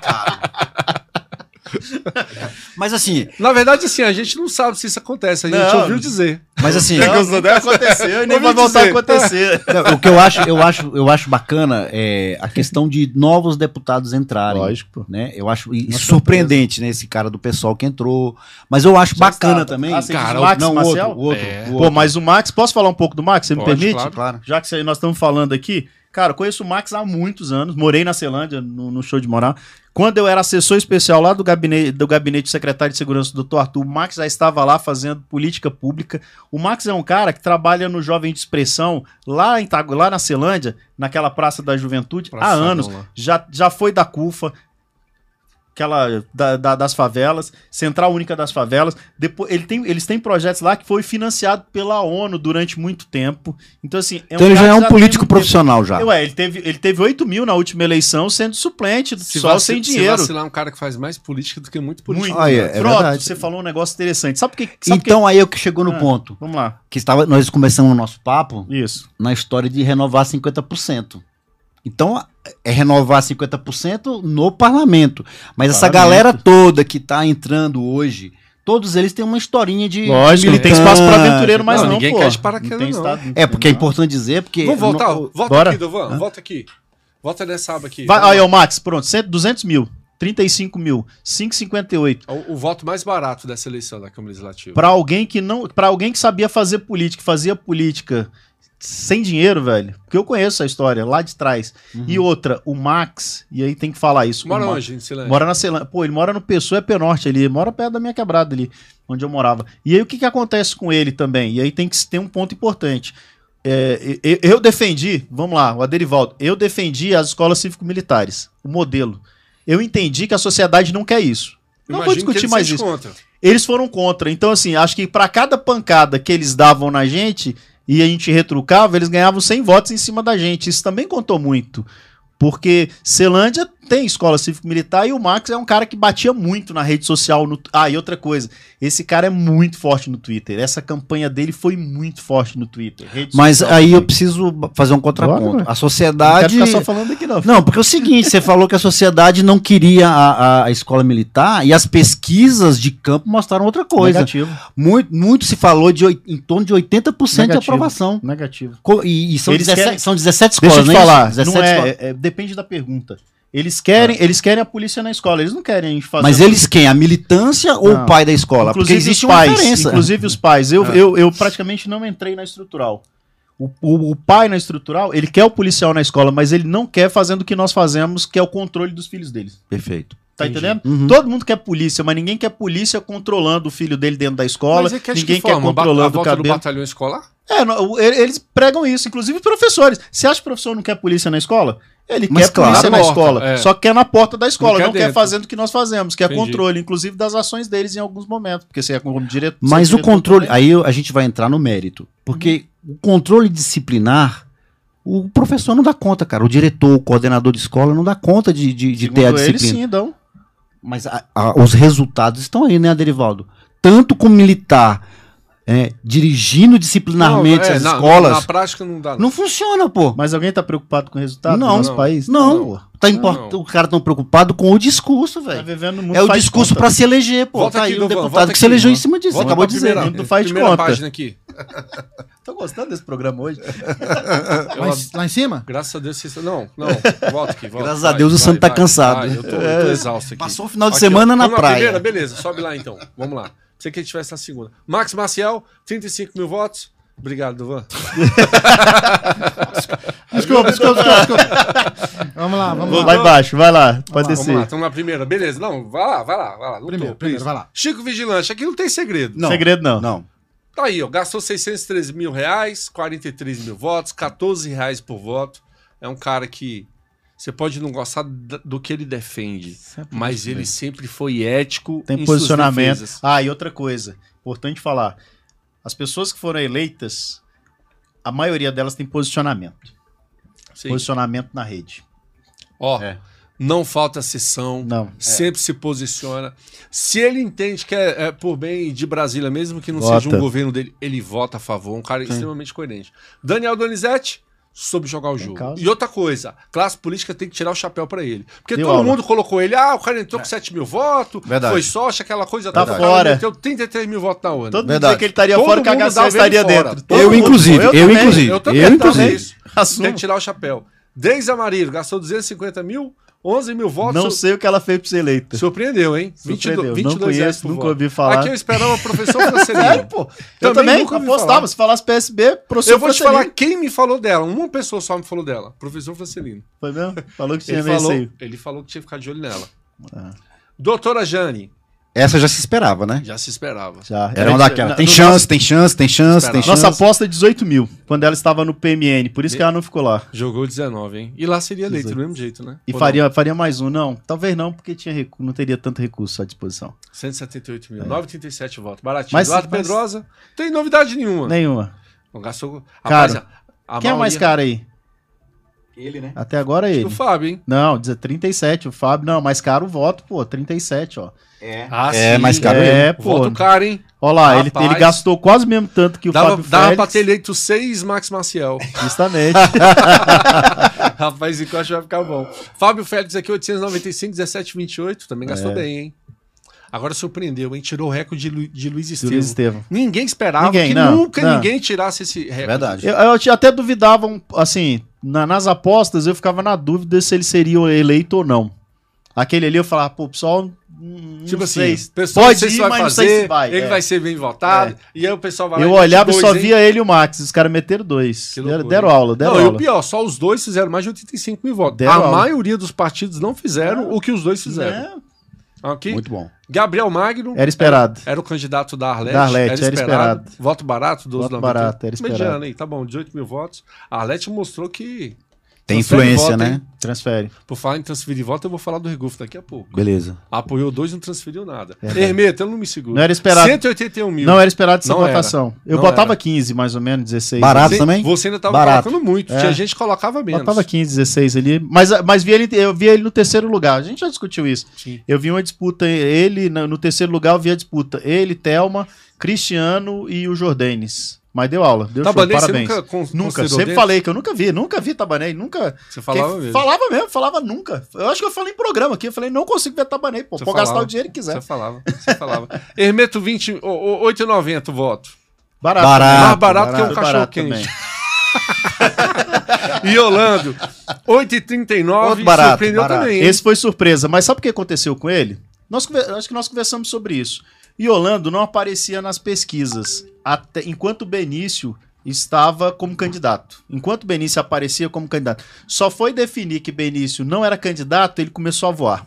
[SPEAKER 6] Mas assim,
[SPEAKER 3] Na verdade, assim, a gente não sabe se isso acontece, a gente
[SPEAKER 5] Não.
[SPEAKER 3] ouviu dizer.
[SPEAKER 6] mas assim.
[SPEAKER 5] Não, nunca aconteceu e nem vai
[SPEAKER 3] Ouvi
[SPEAKER 5] voltar a
[SPEAKER 3] dizer.
[SPEAKER 5] acontecer.
[SPEAKER 6] Não, o que eu acho, eu acho, eu acho bacana é a questão de novos deputados entrarem.
[SPEAKER 5] Lógico,
[SPEAKER 6] Né? Eu acho e- e surpreendente, né? Esse cara do pessoal que entrou. Mas eu acho
[SPEAKER 5] Já
[SPEAKER 6] bacana
[SPEAKER 5] está.
[SPEAKER 6] também.
[SPEAKER 5] Ah, você diz
[SPEAKER 6] cara,
[SPEAKER 5] Max
[SPEAKER 6] não, o outro,
[SPEAKER 5] Marcel?
[SPEAKER 6] o outro,
[SPEAKER 3] É.
[SPEAKER 6] o
[SPEAKER 5] Pô,
[SPEAKER 6] outro.
[SPEAKER 5] mas é um o Max, posso falar um pouco do Max? Você me
[SPEAKER 3] Pode,
[SPEAKER 5] permite?
[SPEAKER 3] claro.
[SPEAKER 6] Claro.
[SPEAKER 5] já que nós estamos falando aqui, cara, eu conheço o Max há muitos anos, morei na Celândia, no, no show de morar. Quando eu era assessor especial lá do gabinete do gabinete do secretário de segurança do Dr. Arthur, o Max já estava lá fazendo política pública. O Max é um cara que trabalha no Jovem de Expressão, lá, em, Itagu- lá na Celândia, naquela Praça da Juventude, há
[SPEAKER 3] Praça,
[SPEAKER 5] anos.
[SPEAKER 3] vamos lá.
[SPEAKER 5] Já, já foi da CUFA, aquela da- da- das favelas, Central Única das Favelas. Depois, ele tem, eles têm projetos lá que foi financiado pela ONU durante muito tempo. Então, assim. é
[SPEAKER 6] Então ele já
[SPEAKER 5] cara que
[SPEAKER 6] é
[SPEAKER 5] tem
[SPEAKER 6] um político
[SPEAKER 5] muito tempo. É,
[SPEAKER 6] profissional já.
[SPEAKER 5] Ué, ele teve, ele teve 8 mil na última eleição sendo suplente,
[SPEAKER 3] Se
[SPEAKER 5] só
[SPEAKER 3] vaci-
[SPEAKER 5] sem
[SPEAKER 3] Se
[SPEAKER 5] dinheiro.
[SPEAKER 3] vacilar, é um cara que faz mais política do que muito político.
[SPEAKER 5] Muito.
[SPEAKER 6] Ah, é, é
[SPEAKER 5] Frodo,
[SPEAKER 6] verdade.
[SPEAKER 5] você falou um negócio interessante. Sabe o que. Sabe
[SPEAKER 6] Então aí é o que chegou no
[SPEAKER 5] Ah.
[SPEAKER 6] ponto.
[SPEAKER 5] que... Vamos lá.
[SPEAKER 6] Que estava, nós começamos o nosso papo
[SPEAKER 5] Isso.
[SPEAKER 6] na história de renovar 50%. Então, é renovar 50% no parlamento. Mas essa
[SPEAKER 5] Parlamento.
[SPEAKER 6] galera toda que está entrando hoje, todos eles têm uma historinha de.
[SPEAKER 5] Lógico, não tem espaço pra aventureiro mais
[SPEAKER 3] tá- Não,
[SPEAKER 5] não,
[SPEAKER 3] ninguém
[SPEAKER 5] pô.
[SPEAKER 3] quer de paraquedas,
[SPEAKER 5] tem
[SPEAKER 3] não.
[SPEAKER 5] estado-
[SPEAKER 6] É, porque é
[SPEAKER 5] não.
[SPEAKER 6] importante dizer, porque.
[SPEAKER 3] Vamos voltar,
[SPEAKER 6] no-
[SPEAKER 3] volta
[SPEAKER 5] Bora.
[SPEAKER 3] aqui, Dovan, volta aqui. Volta nessa aba aqui.
[SPEAKER 5] Vai,
[SPEAKER 3] Vamos
[SPEAKER 5] aí,
[SPEAKER 3] lá.
[SPEAKER 5] ó, Max, pronto, 100, 200 mil, 35 mil, 5,58.
[SPEAKER 3] É O, o voto mais barato dessa eleição da Câmara Legislativa.
[SPEAKER 5] Pra alguém que não, para alguém que sabia fazer política, fazia política sem dinheiro, velho. Porque eu conheço essa história lá de trás. E outra, o Max, e aí tem que falar isso.
[SPEAKER 3] Uhum. Mora
[SPEAKER 5] o Ma-
[SPEAKER 3] onde, em Silândia?
[SPEAKER 5] Mora na Celândia. Pô, ele mora no Pessoa, é Penorte ali. Mora perto da minha quebrada ali, onde eu morava. E aí o que, que acontece com ele também? E aí tem que se ter um ponto importante. É, eu, eu defendi, vamos lá, o Aderivaldo, eu defendi as escolas cívico-militares, o modelo. Eu entendi que a sociedade não quer isso. Não vou
[SPEAKER 3] Imagino que
[SPEAKER 5] discutir
[SPEAKER 3] eles
[SPEAKER 5] mais
[SPEAKER 3] sejam
[SPEAKER 5] isso
[SPEAKER 3] Contra.
[SPEAKER 5] eles foram contra. Então, assim, acho que pra cada pancada que eles davam na gente e a gente retrucava, eles ganhavam 100 votos em cima da gente. Isso também contou muito. Porque Celândia tem escola cívico-militar e o Max é um cara que batia muito na rede social. no- Ah, e outra coisa, esse cara é muito forte no Twitter. Essa campanha dele foi muito forte no Twitter. Rede
[SPEAKER 6] Mas
[SPEAKER 5] social
[SPEAKER 6] aí eu
[SPEAKER 5] também.
[SPEAKER 6] preciso fazer um contraponto.
[SPEAKER 5] Bora,
[SPEAKER 6] A
[SPEAKER 5] não quero
[SPEAKER 6] sociedade.
[SPEAKER 5] ficar só falando aqui, não.
[SPEAKER 6] Não, porque é o seguinte, você falou que a sociedade não queria a, a- a escola militar e as pesquisas de campo mostraram outra coisa.
[SPEAKER 5] Negativo.
[SPEAKER 6] Muito, muito se falou de oi- em torno de 80% de
[SPEAKER 5] Negativo.
[SPEAKER 6] aprovação.
[SPEAKER 5] Negativo.
[SPEAKER 6] Co- E, e são,
[SPEAKER 5] Eles
[SPEAKER 6] 17,
[SPEAKER 5] querem-
[SPEAKER 6] são 17
[SPEAKER 5] Deixa eu te
[SPEAKER 6] escolas, né?
[SPEAKER 5] falar,
[SPEAKER 6] 17
[SPEAKER 5] não é,
[SPEAKER 6] escolas.
[SPEAKER 5] é- é- depende da pergunta. Eles querem, eles querem a polícia na escola, eles não querem a gente fazer.
[SPEAKER 6] Mas eles quem? A militância ou
[SPEAKER 5] Não.
[SPEAKER 6] o pai da escola?
[SPEAKER 5] Inclusive
[SPEAKER 6] Porque
[SPEAKER 3] é
[SPEAKER 6] existe
[SPEAKER 5] os
[SPEAKER 6] uma
[SPEAKER 5] pais,
[SPEAKER 6] diferença.
[SPEAKER 5] Inclusive os pais. Eu,
[SPEAKER 3] Ah.
[SPEAKER 5] eu, eu praticamente não entrei na estrutural. O, o, o pai na estrutural, ele quer o policial na escola, mas ele não quer fazendo o que nós fazemos, que é o controle dos filhos deles.
[SPEAKER 6] Perfeito.
[SPEAKER 5] Tá entendendo?
[SPEAKER 6] Uhum.
[SPEAKER 5] Todo mundo quer polícia, mas ninguém quer polícia controlando o filho dele dentro da escola.
[SPEAKER 3] Mas é que acho
[SPEAKER 5] ninguém
[SPEAKER 3] que
[SPEAKER 5] quer
[SPEAKER 3] forma, a ba- a
[SPEAKER 5] controlando o
[SPEAKER 3] volta do
[SPEAKER 5] cabelo.
[SPEAKER 3] batalhão escolar?
[SPEAKER 5] É, não, o- ele- eles pregam isso, inclusive os professores. Você acha que o professor não quer polícia na escola? Ele
[SPEAKER 6] Mas
[SPEAKER 5] quer
[SPEAKER 6] claro.
[SPEAKER 5] polícia na
[SPEAKER 3] Na porta,
[SPEAKER 5] escola,
[SPEAKER 3] é.
[SPEAKER 5] só que quer na porta da escola,
[SPEAKER 3] Não quer
[SPEAKER 5] não quer
[SPEAKER 3] dentro.
[SPEAKER 5] fazendo o que nós fazemos, que é
[SPEAKER 3] Entendi.
[SPEAKER 5] controle, inclusive das ações deles em alguns momentos, porque você é como diretor.
[SPEAKER 6] Mas
[SPEAKER 5] você é
[SPEAKER 6] o
[SPEAKER 5] diretor
[SPEAKER 6] controle.
[SPEAKER 5] também.
[SPEAKER 6] Aí eu- a gente vai entrar no mérito. Porque o controle disciplinar, o professor não dá conta, cara. O diretor, o coordenador de escola não dá conta de, de, de ter a
[SPEAKER 5] Segundo ele,
[SPEAKER 6] disciplina.
[SPEAKER 5] sim, então.
[SPEAKER 6] Mas a- a- os resultados estão aí, né, Derivaldo? Tanto como militar é, dirigindo disciplinarmente
[SPEAKER 3] Não, é,
[SPEAKER 6] as
[SPEAKER 3] na-
[SPEAKER 6] escolas,
[SPEAKER 3] Na, prática não dá.
[SPEAKER 6] não funciona, pô.
[SPEAKER 5] Mas alguém tá preocupado com o resultado
[SPEAKER 6] Não,
[SPEAKER 5] do nosso
[SPEAKER 3] não.
[SPEAKER 5] país?
[SPEAKER 6] Não. Tá import...
[SPEAKER 3] Não.
[SPEAKER 6] O cara tão preocupado com o discurso,
[SPEAKER 5] Tá
[SPEAKER 6] velho.
[SPEAKER 5] vivendo muito
[SPEAKER 6] É o
[SPEAKER 5] faz
[SPEAKER 6] discurso
[SPEAKER 5] conta.
[SPEAKER 6] pra se eleger, pô.
[SPEAKER 3] Volta
[SPEAKER 6] tá
[SPEAKER 3] aqui,
[SPEAKER 6] aí o
[SPEAKER 3] Dovan,
[SPEAKER 6] deputado
[SPEAKER 3] volta
[SPEAKER 6] que se
[SPEAKER 3] aqui,
[SPEAKER 6] elegeu em
[SPEAKER 3] Dovan.
[SPEAKER 6] cima disso,
[SPEAKER 3] Volta
[SPEAKER 6] acabou
[SPEAKER 3] pra
[SPEAKER 6] de dizer.
[SPEAKER 3] primeira-
[SPEAKER 5] Não, não faz de
[SPEAKER 3] primeira
[SPEAKER 5] conta.
[SPEAKER 3] página aqui.
[SPEAKER 5] Tô gostando desse programa hoje.
[SPEAKER 3] Eu
[SPEAKER 4] Lá, em- lá em cima?
[SPEAKER 3] Graças a Deus vocês. Não, não, volta aqui. Volta.
[SPEAKER 6] Graças a Deus o Santo tá cansado. É,
[SPEAKER 3] vai, eu, tô, eu tô exausto aqui.
[SPEAKER 6] Passou o final de
[SPEAKER 3] Aqui,
[SPEAKER 6] semana
[SPEAKER 3] ó.
[SPEAKER 6] na
[SPEAKER 3] Vamos
[SPEAKER 6] praia.
[SPEAKER 3] primeira? Beleza, sobe lá então. Vamos lá. Pra Se que ele tivesse na segunda. Max Maciel, 35 mil votos. Obrigado, Duvan.
[SPEAKER 4] Desculpa, desculpa, desculpa, desculpa. Vamos lá, vamos lá.
[SPEAKER 5] Vai embaixo, vai lá,
[SPEAKER 3] Vamos
[SPEAKER 5] pode
[SPEAKER 3] lá,
[SPEAKER 5] descer.
[SPEAKER 3] estamos na primeira. Beleza, não, vai lá, vai lá, vai lá. no
[SPEAKER 4] Primeiro,
[SPEAKER 3] topo,
[SPEAKER 4] primeiro,
[SPEAKER 3] isso.
[SPEAKER 4] vai lá.
[SPEAKER 3] Chico Vigilante, aqui não tem segredo.
[SPEAKER 6] Não.
[SPEAKER 5] Segredo não.
[SPEAKER 6] Não.
[SPEAKER 3] Tá aí, ó. Gastou 613 mil reais, 43 mil votos, 14 reais por voto. É um cara que você pode não gostar da- do que ele defende, mas ele sempre foi ético
[SPEAKER 5] Tem
[SPEAKER 3] em suas
[SPEAKER 5] posicionamento.
[SPEAKER 3] defesas.
[SPEAKER 5] Ah, e outra coisa, importante falar. As pessoas que foram eleitas, a maioria delas tem posicionamento.
[SPEAKER 3] Sim.
[SPEAKER 5] Posicionamento na rede.
[SPEAKER 3] Ó,
[SPEAKER 5] É.
[SPEAKER 3] não falta sessão,
[SPEAKER 5] Não.
[SPEAKER 3] sempre se posiciona. Se ele entende que é, é por bem de Brasília, mesmo que não
[SPEAKER 5] Vota.
[SPEAKER 3] seja um governo dele, ele vota a favor. Um cara extremamente coerente. Daniel Donizete soube jogar o jogo.
[SPEAKER 5] causa.
[SPEAKER 3] E outra coisa, classe política tem que tirar o chapéu pra ele. Porque
[SPEAKER 5] Deu
[SPEAKER 3] todo
[SPEAKER 5] aula.
[SPEAKER 3] mundo colocou ele, ah, o cara entrou com 7 mil votos,
[SPEAKER 6] Verdade.
[SPEAKER 3] foi sócio, aquela coisa
[SPEAKER 5] Tá
[SPEAKER 3] toda, o cara
[SPEAKER 5] fora.
[SPEAKER 3] meteu 33 mil votos na urna.
[SPEAKER 5] Todo mundo
[SPEAKER 6] Verdade.
[SPEAKER 5] dizia que ele estaria
[SPEAKER 3] Todo
[SPEAKER 5] fora, que a
[SPEAKER 3] mundo
[SPEAKER 5] HC
[SPEAKER 3] dava ele
[SPEAKER 5] estaria
[SPEAKER 3] fora.
[SPEAKER 5] dentro.
[SPEAKER 3] Todo
[SPEAKER 6] Eu,
[SPEAKER 5] mundo.
[SPEAKER 6] inclusive, eu,
[SPEAKER 5] também. tá
[SPEAKER 6] inclusive.
[SPEAKER 3] Eu
[SPEAKER 6] Eu,
[SPEAKER 3] também tava
[SPEAKER 6] inclusive.
[SPEAKER 3] nisso.
[SPEAKER 5] Assumo.
[SPEAKER 3] Tem que tirar o chapéu. Deisa Marília gastou 250 mil, 11 mil votos.
[SPEAKER 5] Não sei o que ela fez pra ser eleita.
[SPEAKER 3] Surpreendeu, hein?
[SPEAKER 5] Surpreendeu.
[SPEAKER 3] 22
[SPEAKER 5] Não
[SPEAKER 3] 22 reais
[SPEAKER 5] conheço,
[SPEAKER 3] por
[SPEAKER 5] nunca
[SPEAKER 3] voto.
[SPEAKER 5] ouvi falar. É,
[SPEAKER 3] Aqui eu esperava o professor Francelino.
[SPEAKER 5] pô. Eu também,
[SPEAKER 3] nunca ouvi
[SPEAKER 5] apostava.
[SPEAKER 3] falar.
[SPEAKER 5] Se falasse PSB, professor
[SPEAKER 3] Eu vou te
[SPEAKER 5] Francelino.
[SPEAKER 3] falar quem me falou dela. Uma pessoa só me falou dela. Professor Francelino.
[SPEAKER 5] Foi mesmo? Falou que tinha
[SPEAKER 3] Ele falou,
[SPEAKER 5] vencido.
[SPEAKER 3] ele falou que tinha que ficar de olho nela.
[SPEAKER 5] Ah.
[SPEAKER 3] Doutora Jane,
[SPEAKER 6] Essa já se esperava, né?
[SPEAKER 3] já se esperava.
[SPEAKER 5] Já.
[SPEAKER 6] Era uma daquelas.
[SPEAKER 5] na-
[SPEAKER 6] Tem
[SPEAKER 5] no
[SPEAKER 6] chance, tem chance, tem chance, tem
[SPEAKER 3] Esperava.
[SPEAKER 6] chance.
[SPEAKER 5] Nossa aposta é 18 mil, quando ela estava no PMN, por isso que ela não ficou lá.
[SPEAKER 3] Jogou 19, hein? E lá seria eleito do mesmo jeito, né?
[SPEAKER 5] E
[SPEAKER 3] Ou
[SPEAKER 5] faria, faria mais um, não? Talvez não, porque tinha recu- não teria tanto recurso à disposição.
[SPEAKER 3] não? 178 mil, 937 votos. Baratinho.
[SPEAKER 5] É. Mas-
[SPEAKER 3] Eduardo
[SPEAKER 5] mas-
[SPEAKER 3] Pedrosa, tem novidade nenhuma.
[SPEAKER 5] Nenhuma.
[SPEAKER 3] Não gastou.
[SPEAKER 5] Caro.
[SPEAKER 3] Rapaz, a- Hum. a
[SPEAKER 5] Quem é o mais
[SPEAKER 3] maioria-
[SPEAKER 5] caro aí?
[SPEAKER 6] Ele, né?
[SPEAKER 5] Até agora
[SPEAKER 3] O
[SPEAKER 5] é ele.
[SPEAKER 3] Fábio, hein?
[SPEAKER 5] Não, diz- 37, o Fábio. Não, mais caro o voto, pô, 37, ó.
[SPEAKER 6] É.
[SPEAKER 3] Ah,
[SPEAKER 6] É, mais caro
[SPEAKER 5] é,
[SPEAKER 3] Pô.
[SPEAKER 5] pô.
[SPEAKER 3] Voto caro, hein?
[SPEAKER 5] Ó lá, ele,
[SPEAKER 3] Rapaz.
[SPEAKER 5] ele gastou quase o mesmo tanto que o
[SPEAKER 3] Dava,
[SPEAKER 5] Fábio
[SPEAKER 3] dava
[SPEAKER 5] Félix.
[SPEAKER 3] pra ter eleito seis Max Maciel.
[SPEAKER 5] Justamente.
[SPEAKER 3] Rapaz, e Costa vai ficar bom. Fábio Félix aqui, 895, 1728. Também gastou
[SPEAKER 5] É.
[SPEAKER 3] bem, hein? Agora surpreendeu, hein? Tirou o recorde de, Lu- de Luiz
[SPEAKER 5] do
[SPEAKER 3] Estevam.
[SPEAKER 5] Luiz Estevam.
[SPEAKER 3] Ninguém esperava
[SPEAKER 5] Ninguém,
[SPEAKER 3] que
[SPEAKER 5] não,
[SPEAKER 3] nunca
[SPEAKER 5] não. É
[SPEAKER 3] ninguém tirasse esse recorde.
[SPEAKER 6] Verdade.
[SPEAKER 5] Eu, eu te- até duvidava, um- assim, na- nas apostas eu ficava na dúvida se ele seria eleito ou não. Aquele ali eu falava, pô, pessoal, hum, não
[SPEAKER 3] Tipo
[SPEAKER 5] sei.
[SPEAKER 3] assim, o pessoal
[SPEAKER 5] Pode
[SPEAKER 3] não sei se
[SPEAKER 5] ir,
[SPEAKER 3] vai
[SPEAKER 5] mas não
[SPEAKER 3] fazer,
[SPEAKER 5] sei se vai,
[SPEAKER 3] ele
[SPEAKER 5] é.
[SPEAKER 3] vai ser bem votado, e aí o pessoal vai lá
[SPEAKER 5] eu
[SPEAKER 3] e mete
[SPEAKER 5] olhava e
[SPEAKER 3] dois,
[SPEAKER 5] só
[SPEAKER 3] hein?
[SPEAKER 5] via ele e o Max, os caras meteram dois.
[SPEAKER 3] Que loucura,
[SPEAKER 5] deram, deram
[SPEAKER 3] hein?
[SPEAKER 5] aula, deram
[SPEAKER 3] não, e o
[SPEAKER 5] aula.
[SPEAKER 3] pior, só os dois fizeram mais de 85 mil votos.
[SPEAKER 5] Deram
[SPEAKER 3] a
[SPEAKER 5] aula. É.
[SPEAKER 3] maioria dos partidos não fizeram o que os dois fizeram.
[SPEAKER 5] Né?
[SPEAKER 3] Aqui,
[SPEAKER 6] Muito bom.
[SPEAKER 3] Gabriel Magno,
[SPEAKER 5] Era esperado.
[SPEAKER 3] Era o candidato da Arlete.
[SPEAKER 5] Da Arlete, era esperado.
[SPEAKER 3] Voto barato, 12
[SPEAKER 5] Voto barato, era esperado.
[SPEAKER 3] Mediano, hein? Tá bom, 18 mil votos. A Arlete mostrou que...
[SPEAKER 6] Tem
[SPEAKER 3] transfere
[SPEAKER 6] influência,
[SPEAKER 3] voto,
[SPEAKER 6] né?
[SPEAKER 3] hein?
[SPEAKER 5] Transfere.
[SPEAKER 3] Por falar em transferir voto, eu vou falar do Regufo daqui a pouco.
[SPEAKER 6] Beleza.
[SPEAKER 3] Apoiou dois não transferiu nada.
[SPEAKER 5] É Verdade.
[SPEAKER 3] Hermeta, eu não me seguro.
[SPEAKER 5] Não era esperado.
[SPEAKER 3] 181 mil.
[SPEAKER 5] Não era esperado essa
[SPEAKER 3] Não era.
[SPEAKER 5] votação. Eu
[SPEAKER 3] Não
[SPEAKER 5] botava
[SPEAKER 3] era.
[SPEAKER 5] 15, mais ou menos, 16.
[SPEAKER 6] Barato.
[SPEAKER 3] você,
[SPEAKER 6] também?
[SPEAKER 3] Você ainda tava
[SPEAKER 6] Barato.
[SPEAKER 3] colocando muito.
[SPEAKER 5] É.
[SPEAKER 3] Tinha gente que colocava menos.
[SPEAKER 5] Botava 15, 16 ali. Mas, mas vi ele, eu vi ele no terceiro lugar. A gente já discutiu isso.
[SPEAKER 3] Sim.
[SPEAKER 5] Eu vi uma disputa, ele, na- no terceiro lugar, eu vi a disputa. Ele, Thelma, Cristiano e o Jordanes. Mas deu aula, deu show,
[SPEAKER 3] Tabanense, Tá você
[SPEAKER 5] parabéns.
[SPEAKER 3] nunca con-
[SPEAKER 5] Nunca,
[SPEAKER 3] considerou
[SPEAKER 5] sempre
[SPEAKER 3] dentro?
[SPEAKER 5] falei que eu nunca vi, nunca vi Tabanei, nunca.
[SPEAKER 3] Você falava
[SPEAKER 5] Quem-
[SPEAKER 3] mesmo.
[SPEAKER 5] Falava mesmo, falava nunca. Eu acho que eu falei em programa aqui, eu falei, não consigo ver Tabanei, pô,
[SPEAKER 3] Você
[SPEAKER 5] pode gastar
[SPEAKER 3] falava.
[SPEAKER 5] o dinheiro que quiser.
[SPEAKER 3] Você falava, você falava. Hermeto 20, ô, ô, 8,90 o voto.
[SPEAKER 5] Barato.
[SPEAKER 6] Barato,
[SPEAKER 5] Mais barato,
[SPEAKER 3] Ah, barato. é
[SPEAKER 5] que um cachorro
[SPEAKER 3] Barato
[SPEAKER 5] quente.
[SPEAKER 3] E Orlando, 8,39.
[SPEAKER 6] Outro barato,
[SPEAKER 3] surpreendeu
[SPEAKER 6] barato.
[SPEAKER 3] também. hein?
[SPEAKER 5] Esse foi surpresa, mas sabe o que aconteceu com ele? Nós, conver- acho que nós conversamos sobre isso. E Orlando não aparecia nas pesquisas, até, enquanto o Benício estava como candidato. Enquanto o Benício aparecia como candidato. Só foi definir que Benício não era candidato, ele começou a voar.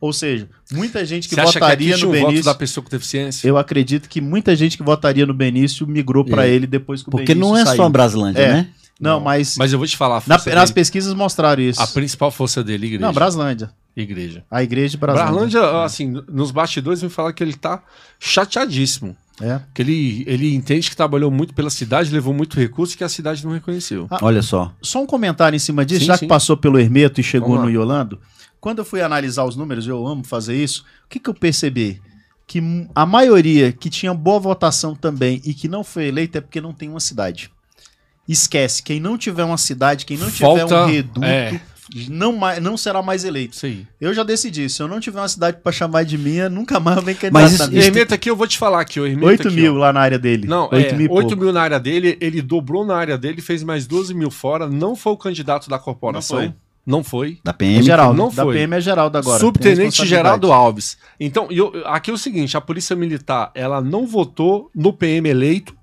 [SPEAKER 5] Ou seja, muita gente que
[SPEAKER 3] Você acha que
[SPEAKER 5] votaria
[SPEAKER 3] aqui tinha
[SPEAKER 5] no
[SPEAKER 3] um voto
[SPEAKER 5] Benício.
[SPEAKER 3] da pessoa com deficiência?
[SPEAKER 5] Eu acredito que muita gente que votaria no Benício migrou pra ele depois que o
[SPEAKER 6] Porque
[SPEAKER 5] Benício
[SPEAKER 6] não é
[SPEAKER 5] saiu.
[SPEAKER 6] só Braslândia,
[SPEAKER 5] É.
[SPEAKER 6] né?
[SPEAKER 5] Não, mas,
[SPEAKER 3] Mas eu vou te falar, a,
[SPEAKER 5] na-
[SPEAKER 3] força
[SPEAKER 5] nas
[SPEAKER 3] dele-
[SPEAKER 5] pesquisas mostraram isso.
[SPEAKER 3] a principal força dele, é igreja.
[SPEAKER 5] Não, Braslândia.
[SPEAKER 3] Igreja.
[SPEAKER 5] A igreja de Braslândia.
[SPEAKER 3] Brarlândia, assim, nos bastidores me falaram que ele tá chateadíssimo.
[SPEAKER 5] É.
[SPEAKER 3] Que ele, ele entende que trabalhou muito pela cidade, levou muito recurso e que a cidade não reconheceu.
[SPEAKER 5] Ah.
[SPEAKER 6] Olha só.
[SPEAKER 5] Só um comentário em cima disso,
[SPEAKER 3] Sim,
[SPEAKER 5] já
[SPEAKER 3] sim.
[SPEAKER 5] que passou pelo Hermeto e chegou
[SPEAKER 3] Vamos
[SPEAKER 5] no
[SPEAKER 3] lá.
[SPEAKER 5] Yolando. Quando eu fui analisar os números, eu amo fazer isso, o que, que eu percebi? Que mu- a maioria que tinha boa votação também e que não foi eleita é porque não tem uma cidade. Esquece, quem não tiver uma cidade, quem não tiver
[SPEAKER 3] Falta-
[SPEAKER 5] um reduto,
[SPEAKER 3] é.
[SPEAKER 5] não, mai- não será mais eleito.
[SPEAKER 3] Isso aí.
[SPEAKER 5] Eu já decidi, se eu não tiver uma cidade pra chamar de minha, nunca mais vem candidato.
[SPEAKER 6] Mas
[SPEAKER 5] Mas
[SPEAKER 6] isso-
[SPEAKER 3] E Hermeto aqui, eu vou te falar aqui. O Hermeto
[SPEAKER 5] 8
[SPEAKER 3] aqui,
[SPEAKER 5] tá. mil
[SPEAKER 3] ó.
[SPEAKER 5] lá na área dele.
[SPEAKER 3] Não,
[SPEAKER 5] Oito
[SPEAKER 3] é,
[SPEAKER 5] mil e
[SPEAKER 3] 8
[SPEAKER 5] pouco.
[SPEAKER 3] mil na área dele, ele dobrou na área dele, fez mais 12 mil fora, não foi o candidato da corporação.
[SPEAKER 5] Não foi.
[SPEAKER 3] não foi.
[SPEAKER 6] Da PM.
[SPEAKER 5] Geraldo.
[SPEAKER 3] não
[SPEAKER 5] da
[SPEAKER 3] foi.
[SPEAKER 5] PM é Geraldo agora. tem
[SPEAKER 3] Subtenente
[SPEAKER 5] responsabilidade.
[SPEAKER 3] Geraldo Alves. Então, eu- aqui é o seguinte: a Polícia Militar ela não votou no PM eleito